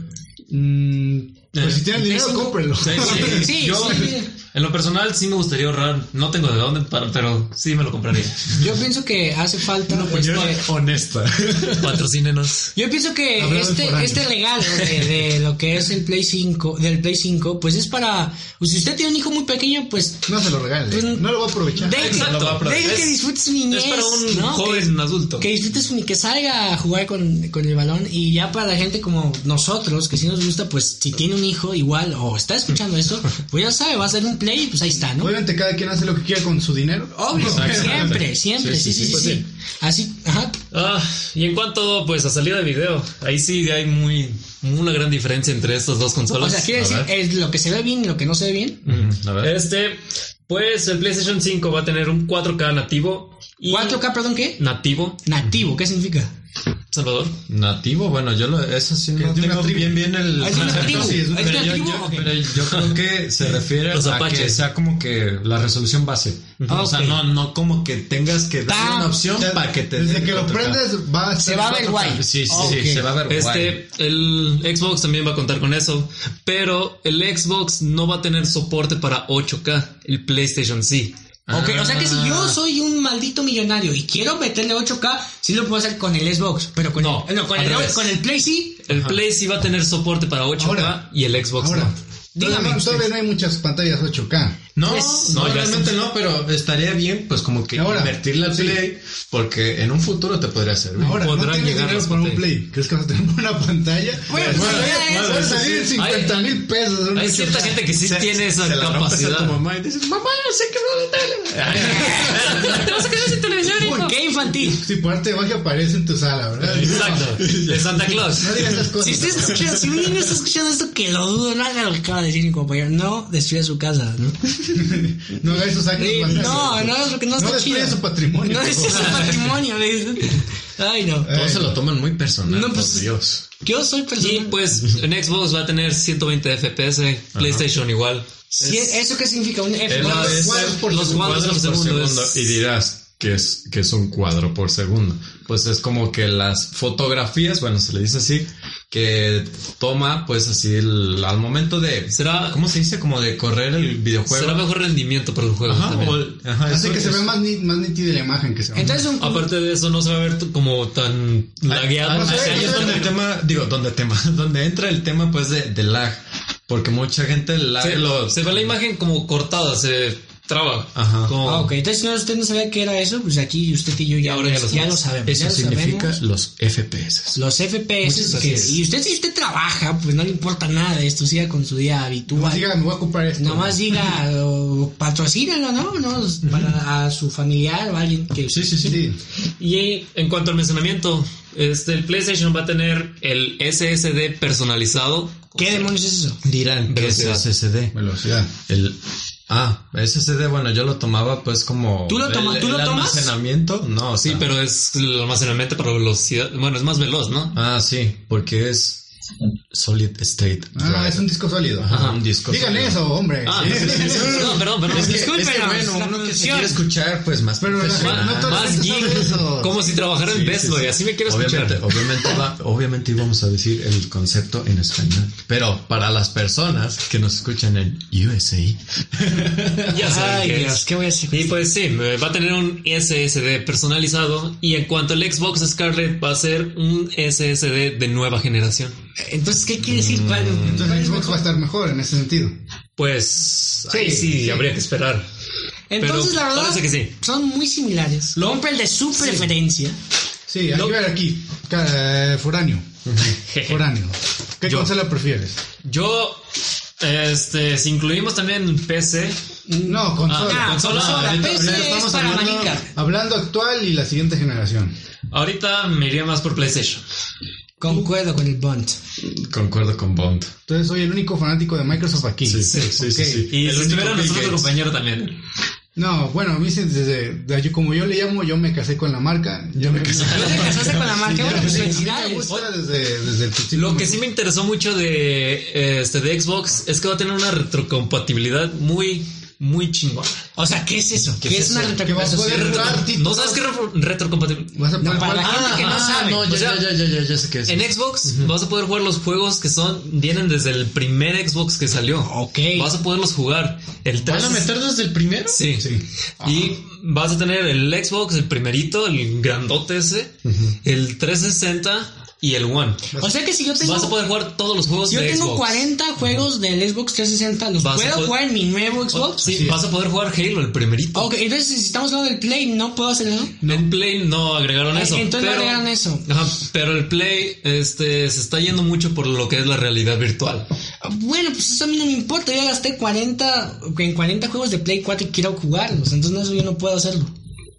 Speaker 1: Mm, pues si tienen dinero,
Speaker 4: sí.
Speaker 1: cómprenlo.
Speaker 2: Sí, sí.
Speaker 4: Sí,
Speaker 2: yo,
Speaker 4: sí.
Speaker 2: En lo personal sí me gustaría ahorrar, no tengo de dónde, para- pero sí me lo compraría.
Speaker 4: Yo pienso que hace falta.
Speaker 2: pues,
Speaker 4: este,
Speaker 1: honesta.
Speaker 2: Patrocínenos.
Speaker 4: Yo pienso que
Speaker 1: Hablando de
Speaker 4: este,
Speaker 1: foráneos.
Speaker 4: este regalo de, de lo que es el Play 5, del Play 5, pues es para. pues, si usted tiene un hijo muy pequeño, pues.
Speaker 1: No se lo regales.
Speaker 4: Pues,
Speaker 1: No lo va a aprovechar.
Speaker 4: Deje,
Speaker 2: Exacto.
Speaker 4: deje
Speaker 2: Es-
Speaker 4: que disfrute su niñez.
Speaker 2: Es para un
Speaker 4: ¿no?
Speaker 2: joven adulto.
Speaker 4: Que, que disfrute su que salga a jugar con, con el balón. Y ya para la gente como nosotros, que si nos gusta, pues si tiene un hijo igual o está escuchando esto, pues ya sabe, va a ser un Play y pues ahí está, ¿no?
Speaker 1: Obviamente cada quien hace lo que quiera con su dinero.
Speaker 4: Obvio, siempre, siempre, sí, sí, sí.
Speaker 1: pues
Speaker 4: sí.
Speaker 1: sí.
Speaker 4: Así, ajá.
Speaker 2: Ah, y en cuanto pues a salida de video, ahí sí hay muy una gran diferencia entre estas dos
Speaker 4: O
Speaker 2: consolas.
Speaker 4: sea, quiere
Speaker 2: A
Speaker 4: decir,
Speaker 2: ver.
Speaker 4: es lo que se ve bien y lo que no se ve bien.
Speaker 5: Mm, a ver.
Speaker 2: Este, pues el PlayStation 5 va a tener un 4K nativo y
Speaker 4: 4K, perdón, ¿qué?
Speaker 2: nativo,
Speaker 4: Nativo, ¿qué significa?
Speaker 2: Salvador.
Speaker 5: Nativo, bueno, yo lo, eso sí
Speaker 1: Que
Speaker 5: no
Speaker 1: es de una
Speaker 5: tengo
Speaker 1: tribu.
Speaker 5: bien bien el
Speaker 4: Ah, es de una
Speaker 5: concepto.
Speaker 4: tribu.
Speaker 5: Sí, es de una-
Speaker 4: ¿Es de una
Speaker 5: pero yo-
Speaker 4: tribu?
Speaker 5: yo-
Speaker 4: Ok.
Speaker 5: pero yo creo que se refiere
Speaker 2: Los
Speaker 5: a que
Speaker 2: apaches.
Speaker 5: sea como que la resolución base.
Speaker 4: Ah,
Speaker 5: O sea,
Speaker 4: ok.
Speaker 5: no, no como que tengas que dar
Speaker 4: Tan-
Speaker 5: una opción
Speaker 1: O sea,
Speaker 5: para que te
Speaker 1: Desde
Speaker 5: den
Speaker 1: que lo
Speaker 5: 4K.
Speaker 1: prendes va a
Speaker 4: Se
Speaker 1: estar
Speaker 4: va a ver
Speaker 1: 4K.
Speaker 4: guay.
Speaker 5: Sí, sí,
Speaker 4: Ok.
Speaker 5: sí, se va a ver guay.
Speaker 2: Ah, Este, el Xbox también va a contar con eso, pero el Xbox no va a tener soporte para 8K, el PlayStation sí.
Speaker 4: Ok, o sea que si yo
Speaker 5: Ah.
Speaker 4: soy un maldito millonario y quiero meterle 8K, sí lo puedo hacer con el Xbox, pero con
Speaker 2: No,
Speaker 4: el, con,
Speaker 2: al
Speaker 4: el,
Speaker 2: revés.
Speaker 4: con el Play sí.
Speaker 2: El Play sí va a tener soporte para 8K
Speaker 1: Ahora.
Speaker 2: y el Xbox
Speaker 1: Ahora,
Speaker 2: no.
Speaker 1: todavía
Speaker 4: Dígame,
Speaker 1: no- todavía no hay muchas pantallas 8K.
Speaker 5: No,
Speaker 4: Pues,
Speaker 5: no,
Speaker 2: no, ya
Speaker 5: realmente no, pero estaría bien, pues como que
Speaker 1: Ahora,
Speaker 5: invertirle al
Speaker 1: sí.
Speaker 5: Play, porque en un futuro te podría servir.
Speaker 1: Ahora, no
Speaker 2: Podrán
Speaker 1: tienes
Speaker 2: llegar
Speaker 1: dinero
Speaker 2: las
Speaker 1: para un
Speaker 2: pantallas.
Speaker 1: Play. ¿Crees que vas a tener una pantalla?
Speaker 4: Bueno,
Speaker 1: Puede
Speaker 4: pues,
Speaker 1: salir-
Speaker 4: bueno,
Speaker 1: puede
Speaker 4: eso
Speaker 1: salir
Speaker 2: sí.
Speaker 1: 50 mil pesos. en un
Speaker 2: Hay
Speaker 1: 8K.
Speaker 2: cierta gente que sí
Speaker 5: Se-
Speaker 2: tiene esa
Speaker 5: se la
Speaker 4: este
Speaker 5: rompes a
Speaker 2: capacidad.
Speaker 5: tu mamá y dices, mamá, yo sé que no la tele.
Speaker 2: Te vas a quedar sin televisión,
Speaker 4: ¿por qué infantil?
Speaker 1: Si por arte de magia aparece en tu sala, ¿verdad?
Speaker 2: Exacto, de Santa Claus.
Speaker 1: No digas esas cosas.
Speaker 4: Si usted está escuchando, si un niño está escuchando esto, que lo dudo, no haga lo que acaba de decir mi compañero, no destruya su casa. No,
Speaker 1: No haga esos actos
Speaker 4: Sí,
Speaker 1: vandálicos.
Speaker 4: no, no, porque no está
Speaker 1: No destruya
Speaker 4: chido.
Speaker 1: su patrimonio.
Speaker 4: No
Speaker 1: por
Speaker 4: destruya su
Speaker 1: favor.
Speaker 4: patrimonio. le- Ay, no.
Speaker 5: Todos se lo toman muy personal,
Speaker 4: No,
Speaker 5: por
Speaker 4: pues,
Speaker 5: Dios.
Speaker 4: Yo soy
Speaker 2: Y
Speaker 4: persona.
Speaker 2: pues en Xbox va a tener 120 FPS, PlayStation igual.
Speaker 4: Si es- ¿Eso qué significa? Un F.
Speaker 5: Él va a
Speaker 2: los
Speaker 5: decir
Speaker 2: cuadros por- los cuadros por segundo es-
Speaker 5: Y dirás que es, que es un cuadro por segundo. Pues es como que las fotografías, bueno, se le dice así, que toma pues así el- al momento de...
Speaker 2: Será,
Speaker 5: ¿Cómo se dice? Como de correr el videojuego.
Speaker 2: será mejor rendimiento para los juegos
Speaker 5: Ajá,
Speaker 2: también.
Speaker 5: o el- ajá,
Speaker 1: Hace
Speaker 5: eso
Speaker 1: que se
Speaker 5: es-
Speaker 1: vea más, ni- más nítida la imagen que se ve.
Speaker 4: Entonces, un,
Speaker 2: Aparte de eso, Ah, no se va a ver t- como tan
Speaker 5: Ahí
Speaker 2: lagueado. O sea,
Speaker 5: ahí
Speaker 2: yo
Speaker 5: es donde
Speaker 2: también-
Speaker 5: el tema, digo, donde tema, donde entra el tema pues de, de lag, porque mucha gente el lag
Speaker 2: se,
Speaker 5: lo
Speaker 2: se ve la imagen como cortada, se traba.
Speaker 5: Ajá.
Speaker 2: Como-
Speaker 4: Ah, ok. Entonces, si no, usted no sabía qué era eso, pues aquí usted y yo ya,
Speaker 2: Ahora ya lo
Speaker 4: ya
Speaker 2: sabemos.
Speaker 4: lo sabemos.
Speaker 5: Eso
Speaker 4: ya lo
Speaker 5: Ah, significa
Speaker 4: sabemos.
Speaker 5: los FPS.
Speaker 4: Los
Speaker 2: Muchas
Speaker 4: FPS. que-
Speaker 2: gracias.
Speaker 4: y usted, si usted trabaja, pues no le importa nada de esto, siga con su día
Speaker 1: Nomás
Speaker 4: habitual.
Speaker 1: diga, me voy a comprar esto.
Speaker 4: Nomás diga, o patrocínalo, ¿no? ¿no? Para a su familiar o alguien que...
Speaker 5: Sí, sí, sí.
Speaker 1: Sí.
Speaker 2: Y en cuanto al mencionamiento, este, el PlayStation va a tener el SSD personalizado.
Speaker 4: ¿Qué demonios es eso?
Speaker 5: Dirán que es
Speaker 2: Velocidad.
Speaker 5: SSD.
Speaker 1: Velocidad.
Speaker 5: El ah, SSD, bueno, yo lo tomaba pues como
Speaker 4: ¿Tú lo toma-
Speaker 5: el,
Speaker 4: tú lo
Speaker 5: el
Speaker 4: tomas?
Speaker 5: almacenamiento, no, o
Speaker 2: Sí,
Speaker 5: sea-
Speaker 2: pero es el almacenamiento para velocidad. Bueno, es más veloz, ¿no?
Speaker 5: Ah, sí, porque es solid state.
Speaker 1: Ah,
Speaker 5: drive.
Speaker 1: es un disco sólido.
Speaker 5: Ajá, un disco.
Speaker 1: Digan
Speaker 5: sólido.
Speaker 1: eso, hombre.
Speaker 2: Ah,
Speaker 1: Sí.
Speaker 2: sí, sí, sí. No, perdón, perdón.
Speaker 5: Es que-
Speaker 4: Disculpen,
Speaker 5: es que,
Speaker 4: la-
Speaker 5: bueno,
Speaker 4: la
Speaker 5: uno que se
Speaker 4: producción.
Speaker 5: quiere escuchar pues más
Speaker 1: Pero la-
Speaker 5: profesional.
Speaker 1: no toda la
Speaker 2: más
Speaker 1: gente sabe
Speaker 2: geek.
Speaker 1: eso.
Speaker 2: Como si trabajara en Best Buy. Así me quiero
Speaker 5: obviamente,
Speaker 2: escuchar.
Speaker 5: Obviamente, va- obviamente íbamos a decir el concepto en español. Pero para las personas que nos escuchan en USA,
Speaker 2: Ya saben
Speaker 4: Ay,
Speaker 2: qué es.
Speaker 4: Dios, ¿qué voy a hacer?
Speaker 2: Y pues sí, eh, va a tener un SSD personalizado. Y en cuanto al Xbox Scarlett, va a ser un SSD de nueva generación.
Speaker 4: Entonces, ¿qué quiere decir?
Speaker 2: mm,
Speaker 4: ¿Cuál- cuál
Speaker 1: Entonces
Speaker 4: es
Speaker 1: Xbox va a
Speaker 4: mejor?
Speaker 1: estar mejor en ese sentido.
Speaker 2: Pues ahí
Speaker 1: Sí,
Speaker 2: sí,
Speaker 1: sí.
Speaker 2: habría que esperar.
Speaker 4: Entonces,
Speaker 2: pero
Speaker 4: la verdad,
Speaker 2: parece que sí.
Speaker 4: son muy similares. Lo compra el de su preferencia.
Speaker 1: Sí, hay
Speaker 2: Lo- Eh.
Speaker 1: que ver aquí. Ca- eh, Foráneo. Foráneo. ¿Qué
Speaker 2: Yo.
Speaker 1: consola prefieres?
Speaker 2: Yo, este, si incluimos también PC,
Speaker 1: No, consola.
Speaker 4: Ah,
Speaker 2: consola,
Speaker 4: consola,
Speaker 2: ahorita-
Speaker 4: PC
Speaker 2: ahorita
Speaker 4: es
Speaker 2: estamos
Speaker 4: para
Speaker 2: hablando-
Speaker 4: manica.
Speaker 1: Hablando actual y la siguiente generación.
Speaker 2: ahorita me iría más por PlayStation.
Speaker 4: Concuerdo con el Bond.
Speaker 5: concuerdo con Bond.
Speaker 1: Entonces soy el único fanático de Microsoft aquí.
Speaker 5: sí,
Speaker 1: Ok.
Speaker 2: Y
Speaker 5: El
Speaker 2: si
Speaker 5: único
Speaker 2: estuviera
Speaker 5: Bill
Speaker 2: nuestro otro
Speaker 5: Gates.
Speaker 2: compañero también.
Speaker 1: No, bueno, a mí sí, desde, de- yo- como yo le llamo, yo me casé con la marca. Yo me casé.
Speaker 4: ¿No te casaste con la marca? Bueno, pues
Speaker 1: Me
Speaker 4: felicidades.
Speaker 1: gusta desde, desde el principio.
Speaker 2: Lo que sí me interesó mucho de eh, este de Xbox es que va a tener una retrocompatibilidad muy muy chingona.
Speaker 4: O sea, ¿qué es eso? ¿Qué,
Speaker 2: ¿Qué es
Speaker 4: es, una
Speaker 2: eso?
Speaker 1: Que vas a
Speaker 4: retrocompatibilidad?
Speaker 1: poder jugar, Tito.
Speaker 2: ¿No sabes qué retro- retrocompatibilidad?
Speaker 1: Vas a poder
Speaker 4: No, para
Speaker 1: jugar.
Speaker 4: la gente que no sabe.
Speaker 2: O
Speaker 6: Ah, No, ya,
Speaker 2: sea,
Speaker 6: ya, ya, ya, ya, ya sé qué es.
Speaker 2: En Xbox vas a poder jugar los juegos que son vienen desde el primer Xbox que salió.
Speaker 4: Ok.
Speaker 2: Vas a poderlos jugar. El 3
Speaker 6: ¿Van a meter desde el primero?
Speaker 2: Sí.
Speaker 1: Sí.
Speaker 2: Y vas a tener el Xbox, el primerito, el grandote ese, el 360 y el One.
Speaker 4: O sea que si yo tengo,
Speaker 2: Vas a poder jugar todos los juegos
Speaker 4: si yo
Speaker 2: de
Speaker 4: tengo
Speaker 2: Xbox.
Speaker 4: 40 juegos del Xbox 360, ¿los
Speaker 2: Vas a
Speaker 4: puedo
Speaker 2: poder-
Speaker 4: jugar en mi nuevo
Speaker 2: O-
Speaker 4: Xbox?
Speaker 2: sí, vas a poder jugar Halo, el primerito.
Speaker 4: Ah,
Speaker 6: Oh.
Speaker 4: Ok, entonces si estamos hablando del Play, ¿no puedo hacer eso?
Speaker 2: En Play no agregaron
Speaker 4: Eh,
Speaker 2: eso.
Speaker 4: entonces no
Speaker 2: pero,
Speaker 4: agregan eso.
Speaker 2: Ajá, pero el Play este, se está yendo mucho por lo que es la realidad virtual.
Speaker 4: Bueno, pues eso a mí no me importa. Yo ya gasté 40, en 40 juegos de Play 4 y quiero jugarlos. Entonces eso yo no puedo hacerlo.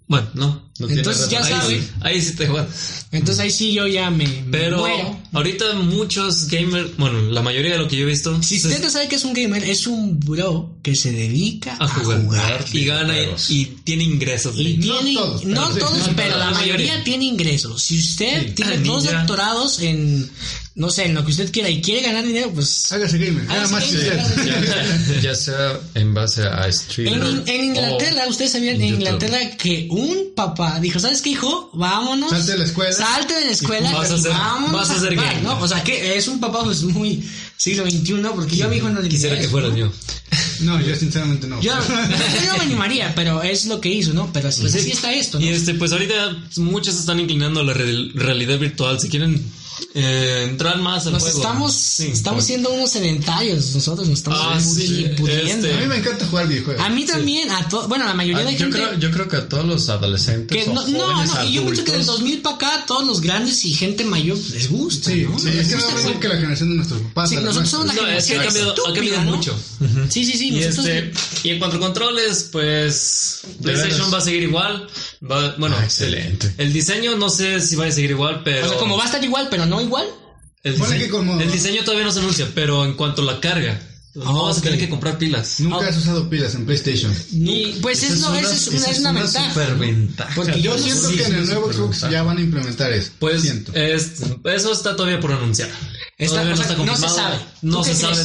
Speaker 2: Bueno, no.
Speaker 5: No tiene
Speaker 4: Entonces ya
Speaker 5: razón.
Speaker 2: ahí,
Speaker 4: saben.
Speaker 2: sí, ahí sí te juegan.
Speaker 4: Entonces ahí sí yo ya me me
Speaker 2: Pero
Speaker 4: muero.
Speaker 2: ahorita muchos gamers, bueno, la mayoría de lo que yo he visto, pues,
Speaker 4: Si
Speaker 2: se-
Speaker 4: usted no sabe que es un gamer, es un bro que se dedica
Speaker 2: a jugar, y gana y,
Speaker 5: videojuegos.
Speaker 2: y tiene ingresos. de
Speaker 4: Y
Speaker 2: ahí.
Speaker 4: tiene, no
Speaker 1: todos,
Speaker 4: todos,
Speaker 1: pero
Speaker 4: pero,
Speaker 1: sí, no
Speaker 4: la
Speaker 2: todos.
Speaker 4: mayoría tiene ingresos. Si usted tiene
Speaker 2: Ninja.
Speaker 4: dos doctorados en, no sé, en lo que usted quiera y quiere ganar dinero, pues...
Speaker 1: Hágase gamer.
Speaker 4: hágase
Speaker 1: Nada más que
Speaker 4: gamer, hágase
Speaker 1: usted.
Speaker 4: gamer.
Speaker 5: Ya sea en base a
Speaker 4: En,
Speaker 5: streaming.
Speaker 4: In- en Inglaterra,
Speaker 2: Oh.
Speaker 4: ustedes sabían en
Speaker 5: YouTube.
Speaker 4: Inglaterra que un papá dijo, ¿sabes qué, hijo? Vámonos.
Speaker 1: Salte de la escuela.
Speaker 4: Salte de la escuela.
Speaker 2: Vas a
Speaker 4: y
Speaker 2: ser-
Speaker 4: vámonos
Speaker 2: vas a ser
Speaker 4: jugar",
Speaker 2: gay.
Speaker 4: ¿no? O sea, que es un papá pues muy siglo XXI, porque yo a mi hijo no le
Speaker 2: Quisiera
Speaker 4: diría
Speaker 2: que
Speaker 4: eso,
Speaker 2: fuera
Speaker 4: ¿no?
Speaker 2: yo.
Speaker 1: No, yo sinceramente no.
Speaker 4: Yo, yo no me animaría, pero es lo que hizo, ¿no? Pero pues así está esto, ¿no?
Speaker 2: Y este, pues ahorita muchos se están inclinando a la re- realidad virtual. Si quieren eh, entrar más al
Speaker 4: Nos
Speaker 2: juego.
Speaker 4: estamos,
Speaker 2: Sí. pues.
Speaker 4: estamos siendo unos sedentarios, nosotros nos estamos
Speaker 2: Ah, sí,
Speaker 4: pudriendo.
Speaker 1: A mí
Speaker 2: este-
Speaker 1: me encanta jugar videojuegos.
Speaker 4: A mí también, a to- bueno, a la mayoría
Speaker 5: Ah,
Speaker 4: de
Speaker 5: yo,
Speaker 4: gente...
Speaker 5: creo, yo creo que a todos los adolescentes.
Speaker 4: que
Speaker 5: o
Speaker 4: no, no,
Speaker 5: jóvenes
Speaker 4: no, y yo pienso que del
Speaker 5: adultos,
Speaker 4: 2000 para acá todos los grandes y gente mayor les gusta,
Speaker 1: Sí,
Speaker 4: ¿no?
Speaker 1: sí, es que no es lo mismo que la generación de nuestros papás.
Speaker 4: Sí,
Speaker 1: de la
Speaker 4: nosotros
Speaker 1: nuestra.
Speaker 4: somos la
Speaker 2: No, es que
Speaker 4: generación
Speaker 2: ha cambiado, ha
Speaker 4: estúpida,
Speaker 2: cambiado
Speaker 4: ¿no?
Speaker 2: mucho.
Speaker 4: Sí, sí, sí,
Speaker 2: Y,
Speaker 4: nosotros
Speaker 2: este,
Speaker 4: pues,
Speaker 2: y en cuanto a controles, pues
Speaker 5: De
Speaker 2: PlayStation
Speaker 5: veras.
Speaker 2: va a seguir igual. Va- bueno,
Speaker 5: Ah, excelente.
Speaker 2: El diseño no sé si va a seguir igual, pero...
Speaker 4: O sea, como va a estar igual, pero no igual.
Speaker 2: El
Speaker 1: Ponle
Speaker 2: diseño,
Speaker 1: que como-
Speaker 2: el diseño todavía no se anuncia, pero en cuanto a la carga, no vas a tener que comprar pilas.
Speaker 1: Nunca
Speaker 4: Ah.
Speaker 1: has usado pilas en PlayStation.
Speaker 4: No, pues es, no, esa es una, es una ventaja.
Speaker 5: superventaja.
Speaker 4: Porque
Speaker 1: Yo
Speaker 4: no
Speaker 1: siento
Speaker 4: sé.
Speaker 1: Pues que en el nuevo
Speaker 5: súper
Speaker 1: Xbox ya van a implementar eso.
Speaker 2: Pues
Speaker 1: siento.
Speaker 2: es- eso está todavía por anunciar.
Speaker 4: Está-
Speaker 2: Todavía
Speaker 4: o sea, no se
Speaker 2: confirmado,
Speaker 4: sabe.
Speaker 2: No
Speaker 4: ¿Tú
Speaker 2: se
Speaker 4: qué
Speaker 2: sabe.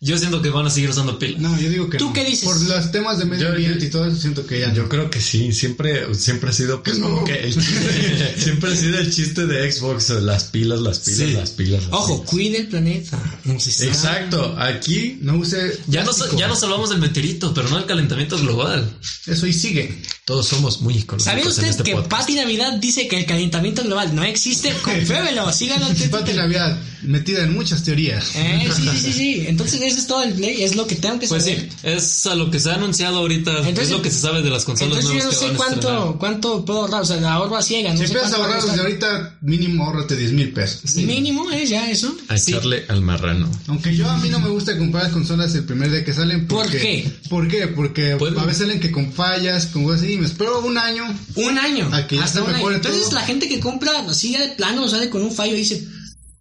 Speaker 2: Yo siento que van a seguir usando pilas.
Speaker 1: No, yo digo que
Speaker 4: ¿Tú
Speaker 1: no.
Speaker 4: qué dices?
Speaker 1: Por los temas de medio
Speaker 5: Yo-
Speaker 1: ambiente
Speaker 5: yo-
Speaker 1: y todo eso, siento que ya
Speaker 5: Yo
Speaker 1: no.
Speaker 5: creo que sí, siempre, siempre ha sido pues, como que el chiste, siempre ha sido el chiste de Xbox, las pilas, las pilas,
Speaker 2: Sí.
Speaker 5: las pilas. las
Speaker 4: Ojo, cuide el planeta. No se
Speaker 5: pilas.
Speaker 4: sabe.
Speaker 5: Exacto, aquí
Speaker 1: No use.
Speaker 2: Ya nos, ya nos salvamos del meteorito, pero no del calentamiento global.
Speaker 1: Eso y sigue.
Speaker 5: todos somos muy ecológicos
Speaker 4: ¿Sabía usted
Speaker 5: en este
Speaker 4: que
Speaker 5: podcast.
Speaker 4: Patty Navidad dice que el calentamiento global no existe? Confébelo, síganlo. en
Speaker 1: Pati
Speaker 4: Twitter.
Speaker 1: Navidad, metida en muchas teorías.
Speaker 4: Eh, sí, sí, sí, sí. Entonces, eso es todo el play, es lo que tengo que
Speaker 2: Pues
Speaker 4: saber.
Speaker 2: sí, es a lo que se ha anunciado ahorita. es
Speaker 4: Entonces-
Speaker 2: lo que se sabe de las consolas
Speaker 4: Entonces, yo no
Speaker 2: nuevas que
Speaker 4: sé
Speaker 2: van a estrenar.
Speaker 4: cuánto, cuánto puedo ahorrar, o sea, la ahorro a ciega. No
Speaker 1: Si
Speaker 4: sé
Speaker 1: empiezas a
Speaker 4: cuánto
Speaker 1: ahorrar
Speaker 4: va
Speaker 1: desde
Speaker 4: costar.
Speaker 1: ahorita, mínimo ahorrate 10 mil pesos.
Speaker 4: Mínimo es ya eso.
Speaker 5: A echarle al marrano.
Speaker 1: Aunque yo a mí no me gusta comprar las consolas el primer día que salen.
Speaker 4: ¿Por
Speaker 1: porque-
Speaker 4: qué?
Speaker 1: ¿Por qué? Porque
Speaker 2: Pues-
Speaker 1: a veces salen que con fallas, con cosas así, y me espero un año.
Speaker 4: Un año.
Speaker 1: A que ya
Speaker 4: hasta
Speaker 1: se
Speaker 4: un año.
Speaker 1: mejore
Speaker 4: Entonces
Speaker 1: todo.
Speaker 4: la gente que compra así ya de plano sale con un fallo y dice,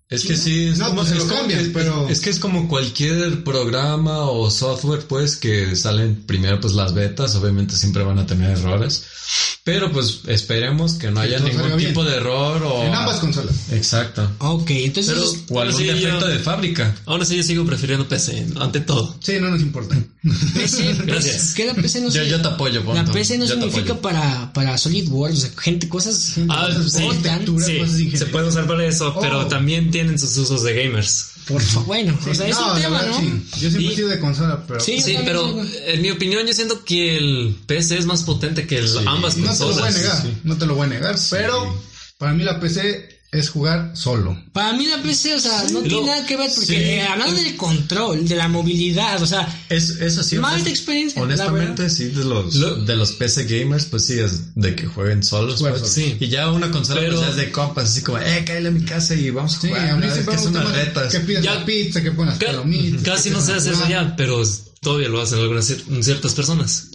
Speaker 5: Es que sí, es
Speaker 1: No, pues se
Speaker 5: es
Speaker 1: lo cambias,
Speaker 5: es-
Speaker 1: pero-
Speaker 5: es que es como cualquier programa o software, pues, que salen primero pues las betas, obviamente siempre van a tener errores, pero pues esperemos que no
Speaker 1: Que
Speaker 5: haya
Speaker 1: todo salga
Speaker 5: ningún
Speaker 1: bien.
Speaker 5: tipo de error o...
Speaker 1: En ambas consolas.
Speaker 5: Exacto.
Speaker 4: ok, entonces
Speaker 5: Pero, o algún
Speaker 2: sí, yo-
Speaker 5: defecto de fábrica.
Speaker 2: Aún así yo sigo prefiriendo PC, ante todo.
Speaker 1: Sí, no nos importa.
Speaker 4: PC,
Speaker 2: Gracias.
Speaker 4: pues, que la PC no
Speaker 5: Yo,
Speaker 4: se-
Speaker 5: yo te apoyo,
Speaker 4: La
Speaker 5: Ponto.
Speaker 4: PC no
Speaker 5: Yo te
Speaker 4: significa
Speaker 5: apoyo.
Speaker 4: para, para SolidWorks, o sea, gente, cosas...
Speaker 2: Ah, sí.
Speaker 1: Arquitectura,
Speaker 2: Sí,
Speaker 1: cosas de ingeniería.
Speaker 2: se puede usar para eso, pero
Speaker 1: Oh.
Speaker 2: también tienen sus usos de gamers.
Speaker 4: Por favor, bueno, o sea, es
Speaker 1: No,
Speaker 4: un
Speaker 1: la
Speaker 4: tema,
Speaker 1: verdad,
Speaker 4: ¿no?
Speaker 1: sí. Yo siempre he
Speaker 2: Y-
Speaker 1: sido de consola, pero.
Speaker 4: Sí,
Speaker 2: Sí,
Speaker 4: yo también
Speaker 2: pero
Speaker 4: digo.
Speaker 2: en mi opinión yo siento que el PC es más potente que el- ambas
Speaker 1: No te lo voy a
Speaker 2: consolas.
Speaker 1: negar, no te lo voy a negar, pero para mí la PC es jugar solo.
Speaker 4: Para mí la PC, o sea, no tiene
Speaker 2: Lo-
Speaker 4: nada que ver, porque
Speaker 5: sí.
Speaker 4: eh, hablando del control, de la movilidad, o sea,
Speaker 5: Es, es así.
Speaker 4: Mala
Speaker 5: honest-
Speaker 4: experiencia, la
Speaker 5: Honestamente, sí, de los,
Speaker 2: Lo-
Speaker 5: de los PC gamers, pues sí, es de que jueguen solos.
Speaker 1: Juegan
Speaker 5: pues.
Speaker 2: solos. Sí.
Speaker 5: Y ya una consola
Speaker 2: Pero-
Speaker 5: pues, ya es de compas, así como, eh, cállale a mi casa y vamos a
Speaker 1: Sí,
Speaker 5: jugar.
Speaker 1: a mí
Speaker 5: ¿no? Es
Speaker 1: siempre
Speaker 5: que son
Speaker 1: me
Speaker 5: unas
Speaker 1: gusta más
Speaker 5: retas.
Speaker 1: Que pides
Speaker 2: Ya-
Speaker 1: la pizza, que pones
Speaker 2: Ca-
Speaker 1: palomitas.
Speaker 2: Casi
Speaker 1: que
Speaker 2: no se
Speaker 1: pones
Speaker 2: hace eso
Speaker 1: nada.
Speaker 2: ya, pero todavía lo hacen algunas cier- ciertas personas.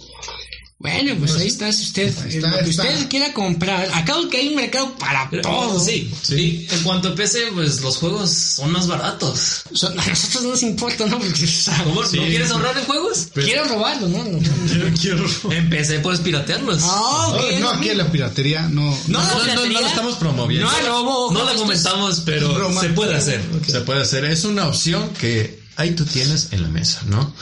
Speaker 4: Bueno, pues ahí está, si usted,
Speaker 1: Ahí está,
Speaker 4: lo que
Speaker 1: está.
Speaker 4: usted quiera comprar, acabo que hay un mercado para todo.
Speaker 2: Eh, Sí.
Speaker 5: Sí.
Speaker 2: Y en cuanto a PC, pues los juegos son más baratos.
Speaker 4: So- a nosotros no nos importa, ¿no? Porque, o sea,
Speaker 2: ¿Cómo? ¿No quieres ahorrar en juegos?
Speaker 4: quiero robarlo, ¿no? No, no,
Speaker 2: En PC puedes piratearlos.
Speaker 4: Ah,
Speaker 1: No,
Speaker 4: ok.
Speaker 1: no, aquí la piratería no.
Speaker 5: No,
Speaker 4: No, la
Speaker 5: no, no, no
Speaker 4: piratería,
Speaker 5: lo estamos promoviendo.
Speaker 4: no al robo, ojo,
Speaker 2: No la
Speaker 4: esto
Speaker 2: comentamos, pero
Speaker 1: broma.
Speaker 2: se puede hacer.
Speaker 5: Se puede hacer. Es una opción que ahí tú tienes en la mesa, ¿no?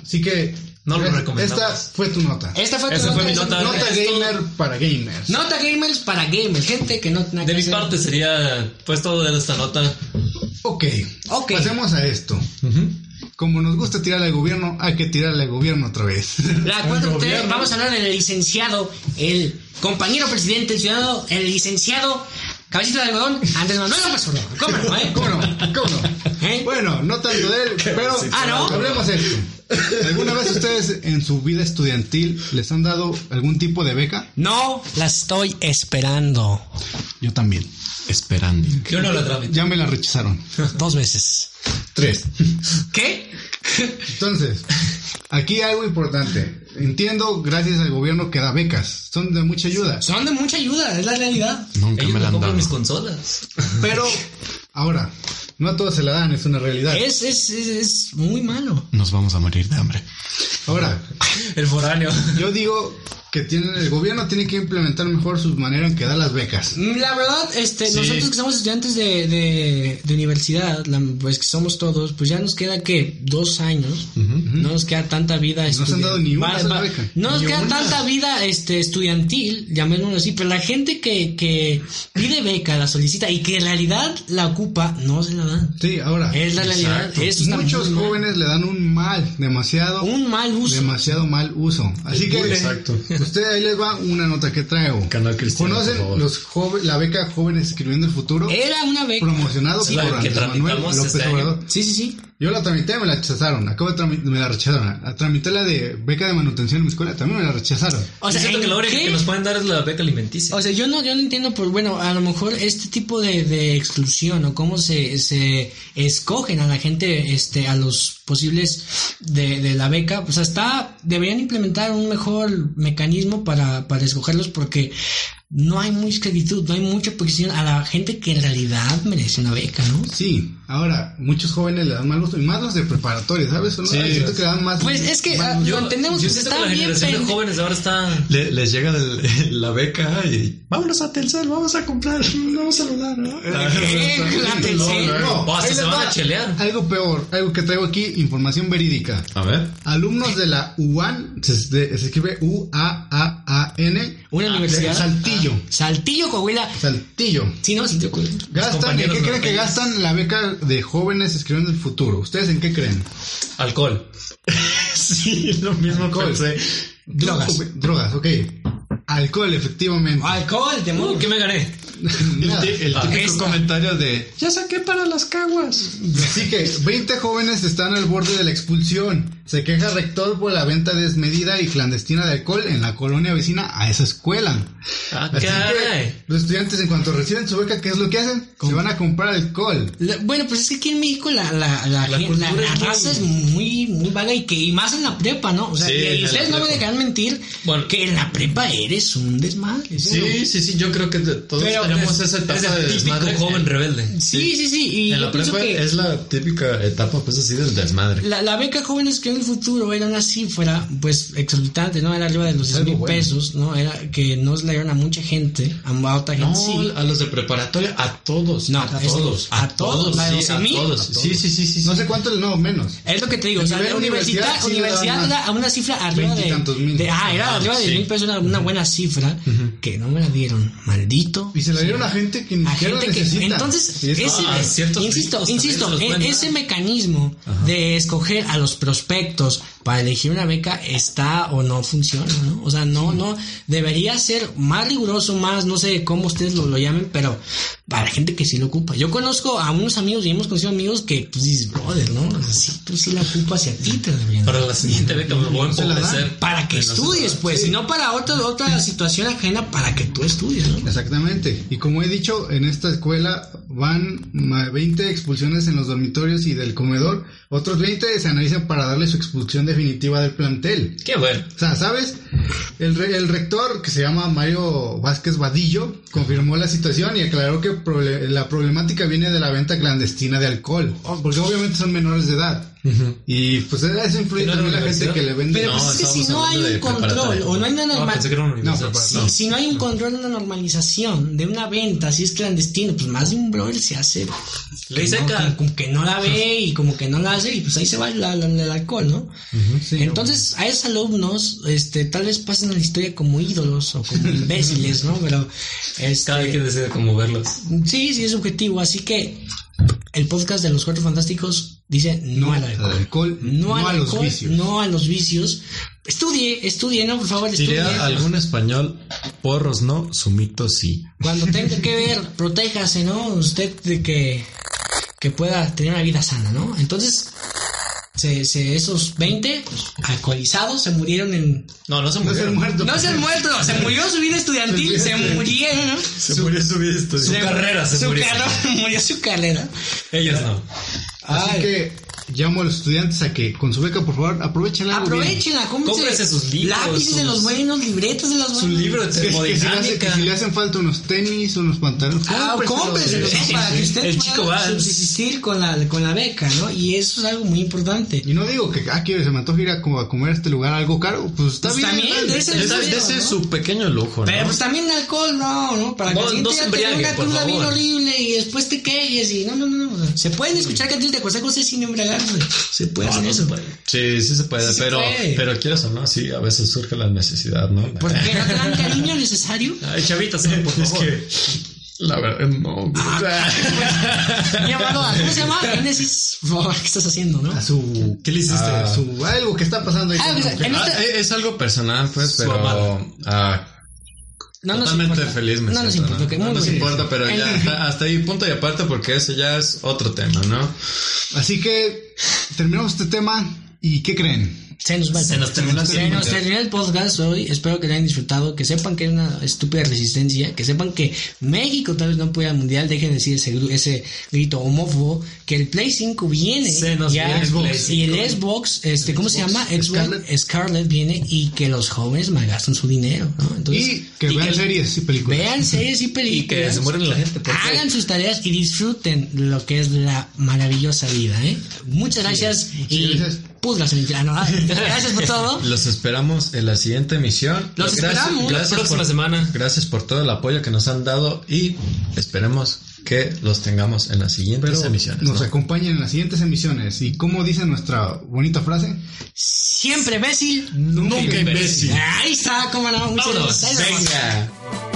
Speaker 1: Así que
Speaker 2: No lo
Speaker 1: Esta-
Speaker 2: recomendamos.
Speaker 1: Esta fue tu nota.
Speaker 4: Esta fue, tu
Speaker 2: Esa fue mi
Speaker 4: de-
Speaker 2: nota. ¿eh?
Speaker 1: Nota
Speaker 2: esto-
Speaker 1: gamer para gamers.
Speaker 4: Nota gamers para gamers, gente que no tiene nada
Speaker 2: De
Speaker 4: que
Speaker 2: mi
Speaker 4: hacer.
Speaker 2: parte sería pues todo de esta nota.
Speaker 1: Ok.
Speaker 4: Ok.
Speaker 1: Pasemos a esto. Como nos gusta tirarle al gobierno, hay que tirarle al gobierno otra vez.
Speaker 4: La 4T, vamos a hablar del licenciado, el compañero presidente, el ciudadano, el licenciado Cabecita de Algodón, Andrés Manuel López Obrador. ¿Cómo no, eh?
Speaker 1: ¿Cómo no? ¿Cómo no?
Speaker 4: ¿Eh?
Speaker 1: Bueno, no tanto de él, pero
Speaker 4: Ah, ¿no?
Speaker 1: hablemos de esto. ¿Alguna vez ustedes en su vida estudiantil les han dado algún tipo de beca?
Speaker 4: No la estoy esperando.
Speaker 1: Yo también.
Speaker 5: Esperando.
Speaker 2: Yo no la tramito.
Speaker 1: Ya me la rechazaron.
Speaker 4: Dos veces.
Speaker 1: Tres.
Speaker 4: ¿Qué?
Speaker 1: Entonces, aquí algo importante. Entiendo, gracias al gobierno que da becas. Son de mucha ayuda.
Speaker 4: Son de mucha ayuda, es la realidad.
Speaker 5: Nunca
Speaker 2: Ellos
Speaker 5: me
Speaker 2: me
Speaker 5: la han
Speaker 2: compran
Speaker 5: dado.
Speaker 2: mis consolas.
Speaker 1: Pero, ahora, no a todos se la dan, es una realidad.
Speaker 4: Es, es, es, es muy malo.
Speaker 5: Nos vamos a morir de hambre.
Speaker 1: Ahora,
Speaker 2: El foráneo.
Speaker 1: yo digo que tienen, el gobierno tiene que implementar mejor su manera en que da las becas.
Speaker 4: La verdad, este,
Speaker 2: Sí.
Speaker 4: nosotros que somos estudiantes de, de, de universidad, la- pues que somos todos, pues ya nos queda que dos años. No nos queda tanta vida
Speaker 1: nos han dado ni una sola beca.
Speaker 4: No nos
Speaker 1: Ni
Speaker 4: queda
Speaker 1: una.
Speaker 4: tanta vida este, estudiantil, llamémoslo así, pero la gente que, que pide beca, la solicita y que en realidad la ocupa, no se la dan.
Speaker 1: Sí, ahora.
Speaker 4: Es la realidad.
Speaker 1: Exacto.
Speaker 4: Eso está
Speaker 1: Muchos
Speaker 4: muy mal.
Speaker 1: jóvenes le dan un mal, demasiado,
Speaker 4: Un mal uso.
Speaker 1: demasiado mal uso. Así que,
Speaker 6: Exacto.
Speaker 1: usted ahí les va una nota que traigo.
Speaker 6: Canal Cristiano, por
Speaker 1: ¿Conocen
Speaker 6: favor.
Speaker 1: los joven, la beca Jóvenes Escribiendo el Futuro?
Speaker 4: Era una beca.
Speaker 1: Promocionado
Speaker 2: Eh, Sí,
Speaker 1: por
Speaker 2: la que
Speaker 1: Andrés Manuel
Speaker 2: tramitamos
Speaker 1: López
Speaker 2: este año.
Speaker 1: Obrador.
Speaker 4: Sí, sí, sí.
Speaker 1: Yo la tramité, me la rechazaron. Acabo de tramitar, me la rechazaron. La tramité la de beca de manutención en mi escuela, también me la rechazaron.
Speaker 4: O sea,
Speaker 2: siento
Speaker 4: ¿en
Speaker 2: que lo único
Speaker 4: qué?
Speaker 2: que nos pueden dar es la beca alimenticia.
Speaker 4: O sea, yo no, yo no entiendo, pues bueno, a lo mejor este tipo de, de exclusión o cómo se, se escogen a la gente, este, a los posibles de, de la beca, pues hasta deberían implementar un mejor mecanismo para, para escogerlos porque no hay mucha esclavitud, no hay mucha posición a la gente que en realidad merece una beca, ¿no?
Speaker 1: Sí, ahora, muchos jóvenes le dan mal gusto, y más los de preparatoria, ¿sabes? Son-
Speaker 5: Sí.
Speaker 1: ay, siento que le dan más.
Speaker 4: Pues es que
Speaker 1: más-
Speaker 4: ah, lo entendemos,
Speaker 2: yo
Speaker 4: pues,
Speaker 2: siento
Speaker 4: está
Speaker 2: que la
Speaker 4: bien
Speaker 2: generación de
Speaker 4: pende-
Speaker 2: jóvenes ahora está.
Speaker 5: Le- les llega el- la beca y vámonos a Telcel, vamos a comprar un nuevo celular. ¿no?
Speaker 4: Eh, la Telcel,
Speaker 1: No, ahí
Speaker 2: O hasta Pues, se
Speaker 1: les
Speaker 2: van
Speaker 1: va.
Speaker 2: a chelear.
Speaker 1: Algo peor, algo que traigo aquí, información verídica.
Speaker 5: A ver.
Speaker 1: Alumnos de la UAN, se, se- se escribe U-A-A-A-N,
Speaker 4: Una universidad.
Speaker 1: Ah, Saltillo.
Speaker 4: Saltillo, Coahuila.
Speaker 5: Ah.
Speaker 1: Saltillo.
Speaker 4: Sí, no, Saltillo, Coahuila.
Speaker 1: Gastan, ¿en
Speaker 2: compañeros
Speaker 1: qué creen que
Speaker 2: norteños.
Speaker 1: gastan la beca de jóvenes escribiendo el futuro? ¿Ustedes en qué creen?
Speaker 2: Alcohol.
Speaker 5: Sí, lo mismo
Speaker 1: Alcohol.
Speaker 5: pensé.
Speaker 4: Drogas.
Speaker 1: Drogas, ok. Alcohol, efectivamente.
Speaker 4: Alcohol,
Speaker 2: Uh,
Speaker 4: demonio.
Speaker 2: ¿Qué me gané?
Speaker 1: Nada.
Speaker 5: El
Speaker 2: Ah,
Speaker 5: típico
Speaker 2: esta.
Speaker 5: comentario de ya saqué para las caguas.
Speaker 1: Así que 20 jóvenes están al borde de la expulsión. Se queja rector por la venta desmedida y clandestina de alcohol en la colonia vecina a esa escuela.
Speaker 2: Ah,
Speaker 1: Así
Speaker 2: caray.
Speaker 1: que los estudiantes en cuanto reciben su beca, ¿qué es lo que hacen? Se van a comprar alcohol.
Speaker 4: La- bueno, pues es que aquí en México la, la, la,
Speaker 2: La
Speaker 4: gen-
Speaker 2: cultura
Speaker 4: la- la
Speaker 2: es muy-
Speaker 4: raza es muy, muy vaga y que y más en la prepa, ¿no? O sea,
Speaker 5: Sí,
Speaker 4: y- y,
Speaker 5: en la
Speaker 4: ustedes no me
Speaker 5: prepa.
Speaker 4: dejarán mentir
Speaker 2: Bueno.
Speaker 4: que en la prepa eres un desmadre. bueno.
Speaker 5: Sí, sí, sí, yo creo que de- todos
Speaker 4: Pero pues,
Speaker 5: tenemos
Speaker 2: Es-
Speaker 5: esa etapa
Speaker 2: es el
Speaker 5: de
Speaker 2: típico
Speaker 5: desmadre.
Speaker 2: joven rebelde.
Speaker 4: Sí, sí, sí. Y
Speaker 5: En
Speaker 4: yo
Speaker 5: la
Speaker 4: pienso
Speaker 5: prepa
Speaker 4: que
Speaker 5: es la típica etapa pues así del desmadre.
Speaker 4: la, la beca jóvenes que en el futuro era una cifra, pues, exorbitante, ¿no? Era arriba de los 10 mil pesos, ¿no? Era que no se la dieron a mucha gente, a, a otra gente
Speaker 5: No,
Speaker 4: sí.
Speaker 5: a los de preparatoria, a todos.
Speaker 4: No,
Speaker 5: a
Speaker 4: es-
Speaker 5: todos.
Speaker 4: a todos, la de
Speaker 5: sí,
Speaker 4: 12,000.
Speaker 5: a todos. Sí, sí, sí, sí. sí.
Speaker 1: No sé cuánto, no, menos.
Speaker 4: Es lo que te digo, o sea,
Speaker 1: nivel
Speaker 4: la
Speaker 1: universidad
Speaker 4: universidad,
Speaker 1: sí le
Speaker 4: universidad
Speaker 1: daban
Speaker 4: era a una cifra arriba
Speaker 1: Veintitantos
Speaker 4: de,
Speaker 1: mil.
Speaker 4: de- Ah, era
Speaker 5: Ah,
Speaker 4: arriba de
Speaker 5: sí.
Speaker 4: mil pesos, una, una buena cifra que no me la dieron, maldito.
Speaker 1: Y se la dieron a gente que ni
Speaker 4: a
Speaker 1: siquiera
Speaker 4: gente
Speaker 1: lo
Speaker 4: que
Speaker 1: necesita.
Speaker 4: entonces
Speaker 1: Y es-
Speaker 4: ese,
Speaker 2: Ah, ciertos
Speaker 4: insisto
Speaker 2: ricos
Speaker 4: insisto
Speaker 2: también se los
Speaker 4: e-
Speaker 2: pueden
Speaker 4: ese
Speaker 2: dar.
Speaker 4: mecanismo de escoger a los prospectos para elegir una beca está o no funciona no o sea no no debería ser más riguroso más no sé cómo ustedes lo, lo llamen pero para gente que sí lo ocupa yo conozco a unos amigos y hemos conocido amigos que pues dices brother no O sea, si tú sí la ocupas y a ti te la deberían dar.
Speaker 2: Para la siguiente beca me voy a
Speaker 1: se la dan.
Speaker 2: empobrecer.
Speaker 4: para que estudies pues y no para otra otra situación ajena para que tú estudies no
Speaker 1: Exactamente. Y como he dicho, en esta escuela van ma- 20 expulsiones en los dormitorios y del comedor. Otros 20 se analizan para darle su expulsión definitiva del plantel.
Speaker 2: Qué bueno.
Speaker 1: O sea, ¿sabes? El, re- el rector, que se llama Mario Vázquez Vadillo, confirmó la situación y aclaró que prole- la problemática viene de la venta clandestina de alcohol.
Speaker 4: Oh, pues
Speaker 1: Porque obviamente son menores de edad. Y pues eso influye
Speaker 2: ¿No era
Speaker 1: también la gente
Speaker 2: universidad?
Speaker 1: que le vende.
Speaker 4: Pero
Speaker 5: No,
Speaker 4: pues es que si
Speaker 5: estamos
Speaker 4: no hay
Speaker 5: hablando
Speaker 4: un
Speaker 5: de
Speaker 4: control
Speaker 5: preparatoria.
Speaker 4: o no hay una
Speaker 2: Ah,
Speaker 4: norma-
Speaker 2: pensé que era una
Speaker 1: No,
Speaker 2: universidad.
Speaker 1: pues,
Speaker 4: si, si no hay un control, una normalización de una venta, si es clandestino, pues más de un brother se hace.
Speaker 2: Le
Speaker 4: que
Speaker 2: hice
Speaker 4: no,
Speaker 2: acá.
Speaker 4: como, como que no la ve y como que no la hace y pues ahí se va la- la- el alcohol, ¿no? Entonces a esos alumnos, este, tal vez pasen a la historia como ídolos o como imbéciles, ¿no? Pero este,
Speaker 2: Cada quien decide cómo verlos.
Speaker 4: sí, sí es objetivo, así que el podcast de los Cuatro Fantásticos dice no,
Speaker 1: No
Speaker 4: al
Speaker 1: al
Speaker 4: alcohol.
Speaker 1: alcohol,
Speaker 4: pues, No,
Speaker 1: no,
Speaker 4: al
Speaker 1: a los
Speaker 4: alcohol,
Speaker 1: vicios.
Speaker 4: No a los vicios. Estudie, estudie, no, por favor, estudie.
Speaker 3: Diría algún español, porros no, sumito sí.
Speaker 4: Cuando tenga que ver, protéjase, ¿no? Usted de que, que pueda tener una vida sana, ¿no? Entonces, se, se- esos 20 alcoholizados se murieron en...
Speaker 2: No, no se
Speaker 1: No ser
Speaker 2: murieron.
Speaker 1: muerto.
Speaker 4: No se han muerto, se murió su vida estudiantil, se murieron, ¿no?
Speaker 5: Se murió su vida estudiante.
Speaker 4: Se-
Speaker 2: carrera se
Speaker 4: su
Speaker 2: murió.
Speaker 4: carrera- murió su carrera.
Speaker 2: Ellos no.
Speaker 1: Así
Speaker 4: Ay.
Speaker 1: que llamo a los estudiantes a que con su beca, por favor, aprovechenla. algo bien.
Speaker 4: Aprovechenla, cómprense,
Speaker 2: Cómprese sus libros,
Speaker 4: Lápices de
Speaker 2: sus-
Speaker 4: los buenos, libretos de los buenos.
Speaker 2: Su libro de
Speaker 1: Que- que si, le hace- que
Speaker 2: termodinámica.
Speaker 1: si le hacen falta unos tenis, unos pantalones.
Speaker 4: Ah, cómpreselos,
Speaker 2: Sí,
Speaker 4: ¿no?
Speaker 2: sí,
Speaker 4: para
Speaker 2: sí.
Speaker 4: que usted
Speaker 2: El
Speaker 4: pueda
Speaker 2: chico va.
Speaker 4: subsistir con la, con la beca, ¿no? Y eso es algo muy importante.
Speaker 1: Y no digo que, ah, quiero, se me antoja ir a, como a comer a este lugar algo caro. Pues está
Speaker 4: Pues
Speaker 1: bien.
Speaker 4: también,
Speaker 1: dale.
Speaker 4: de ese-
Speaker 5: Ese,
Speaker 4: Está bien,
Speaker 5: ese es
Speaker 4: ¿no?
Speaker 5: su pequeño lujo, ¿no?
Speaker 4: Pero pues también alcohol, no, ¿no? Para que
Speaker 2: No,
Speaker 4: el
Speaker 2: no se
Speaker 4: siguiente día te dé
Speaker 2: embriaguen,
Speaker 4: una
Speaker 2: por
Speaker 4: cruda bien
Speaker 2: favor.
Speaker 4: horrible y después te quejes y no, no, no, no. o sea, Se pueden escuchar canciones de José José sin embriagarse. Se puede hacer eso.
Speaker 5: Sí, sí se puede,
Speaker 4: Sí se
Speaker 5: pero,
Speaker 4: puede.
Speaker 5: pero quieras o no, sí, a veces surge la necesidad, ¿no?
Speaker 4: Porque no te dan cariño necesario.
Speaker 2: Ay, chavitas, no, por
Speaker 5: es
Speaker 2: favor.
Speaker 5: que la verdad no.
Speaker 4: Llámalo a- ¿Cómo se llama? Génesis. Por favor, ¿qué estás haciendo, no?
Speaker 1: A su. este?
Speaker 2: ¿Qué le hiciste?
Speaker 1: a
Speaker 5: Ah.
Speaker 1: su- algo que está pasando ahí.
Speaker 4: Ah,
Speaker 1: con
Speaker 4: o sea,
Speaker 1: la mujer.
Speaker 4: en
Speaker 5: Ah,
Speaker 4: este-
Speaker 5: eh, es algo personal, pues,
Speaker 2: Su amada.
Speaker 5: pero ah,
Speaker 4: no nos
Speaker 5: Totalmente
Speaker 4: importa.
Speaker 5: feliz me
Speaker 4: No nos
Speaker 5: siento,
Speaker 4: importa, ok, muy
Speaker 5: No nos
Speaker 4: bien.
Speaker 5: importa, pero
Speaker 4: En-
Speaker 5: ya hasta- hasta ahí punto y aparte porque ese ya es otro tema, ¿no?
Speaker 1: Así que terminamos este tema. ¿Y qué creen?
Speaker 4: Se nos va el
Speaker 2: Se nos
Speaker 4: podcast.
Speaker 2: terminó el
Speaker 4: Se nos terminó el podcast hoy. Espero que lo hayan disfrutado. Que sepan que es una estúpida resistencia. Que sepan que México tal vez no puede al mundial. Dejen de decir ese, gru- ese grito homófobo. Que el Play 5 viene.
Speaker 2: Se nos viene el Play
Speaker 4: Y
Speaker 2: 5.
Speaker 4: el Xbox, este, ¿cómo se llama? Xbox Scarlett.
Speaker 1: Scarlett.
Speaker 4: viene y que los jóvenes malgastan su dinero. ¿no? Entonces,
Speaker 1: Y que vean series y películas.
Speaker 4: Pues, Vean series y
Speaker 2: Y
Speaker 4: películas.
Speaker 2: que se mueren la gente. ¿por qué?
Speaker 4: Hagan sus tareas y disfruten lo que es la maravillosa vida, ¿eh? Muchas gracias y
Speaker 1: gracias.
Speaker 4: pudras en el- ah, no, ah, Gracias por todo.
Speaker 5: Los esperamos en la siguiente emisión.
Speaker 4: Los esperamos.
Speaker 2: La próxima semana.
Speaker 5: Gracias por todo el apoyo que nos han dado y esperemos que los tengamos en las siguientes
Speaker 1: Pero
Speaker 5: emisiones.
Speaker 1: nos
Speaker 5: ¿no?
Speaker 1: acompañen en las siguientes emisiones. ¿Y cómo dice nuestra bonita frase?
Speaker 4: Siempre bécil.
Speaker 1: Nunca,
Speaker 2: imbécil.
Speaker 4: Ahí está, cómo no. Muchas
Speaker 2: Vámonos.
Speaker 4: gracias.
Speaker 2: Venga.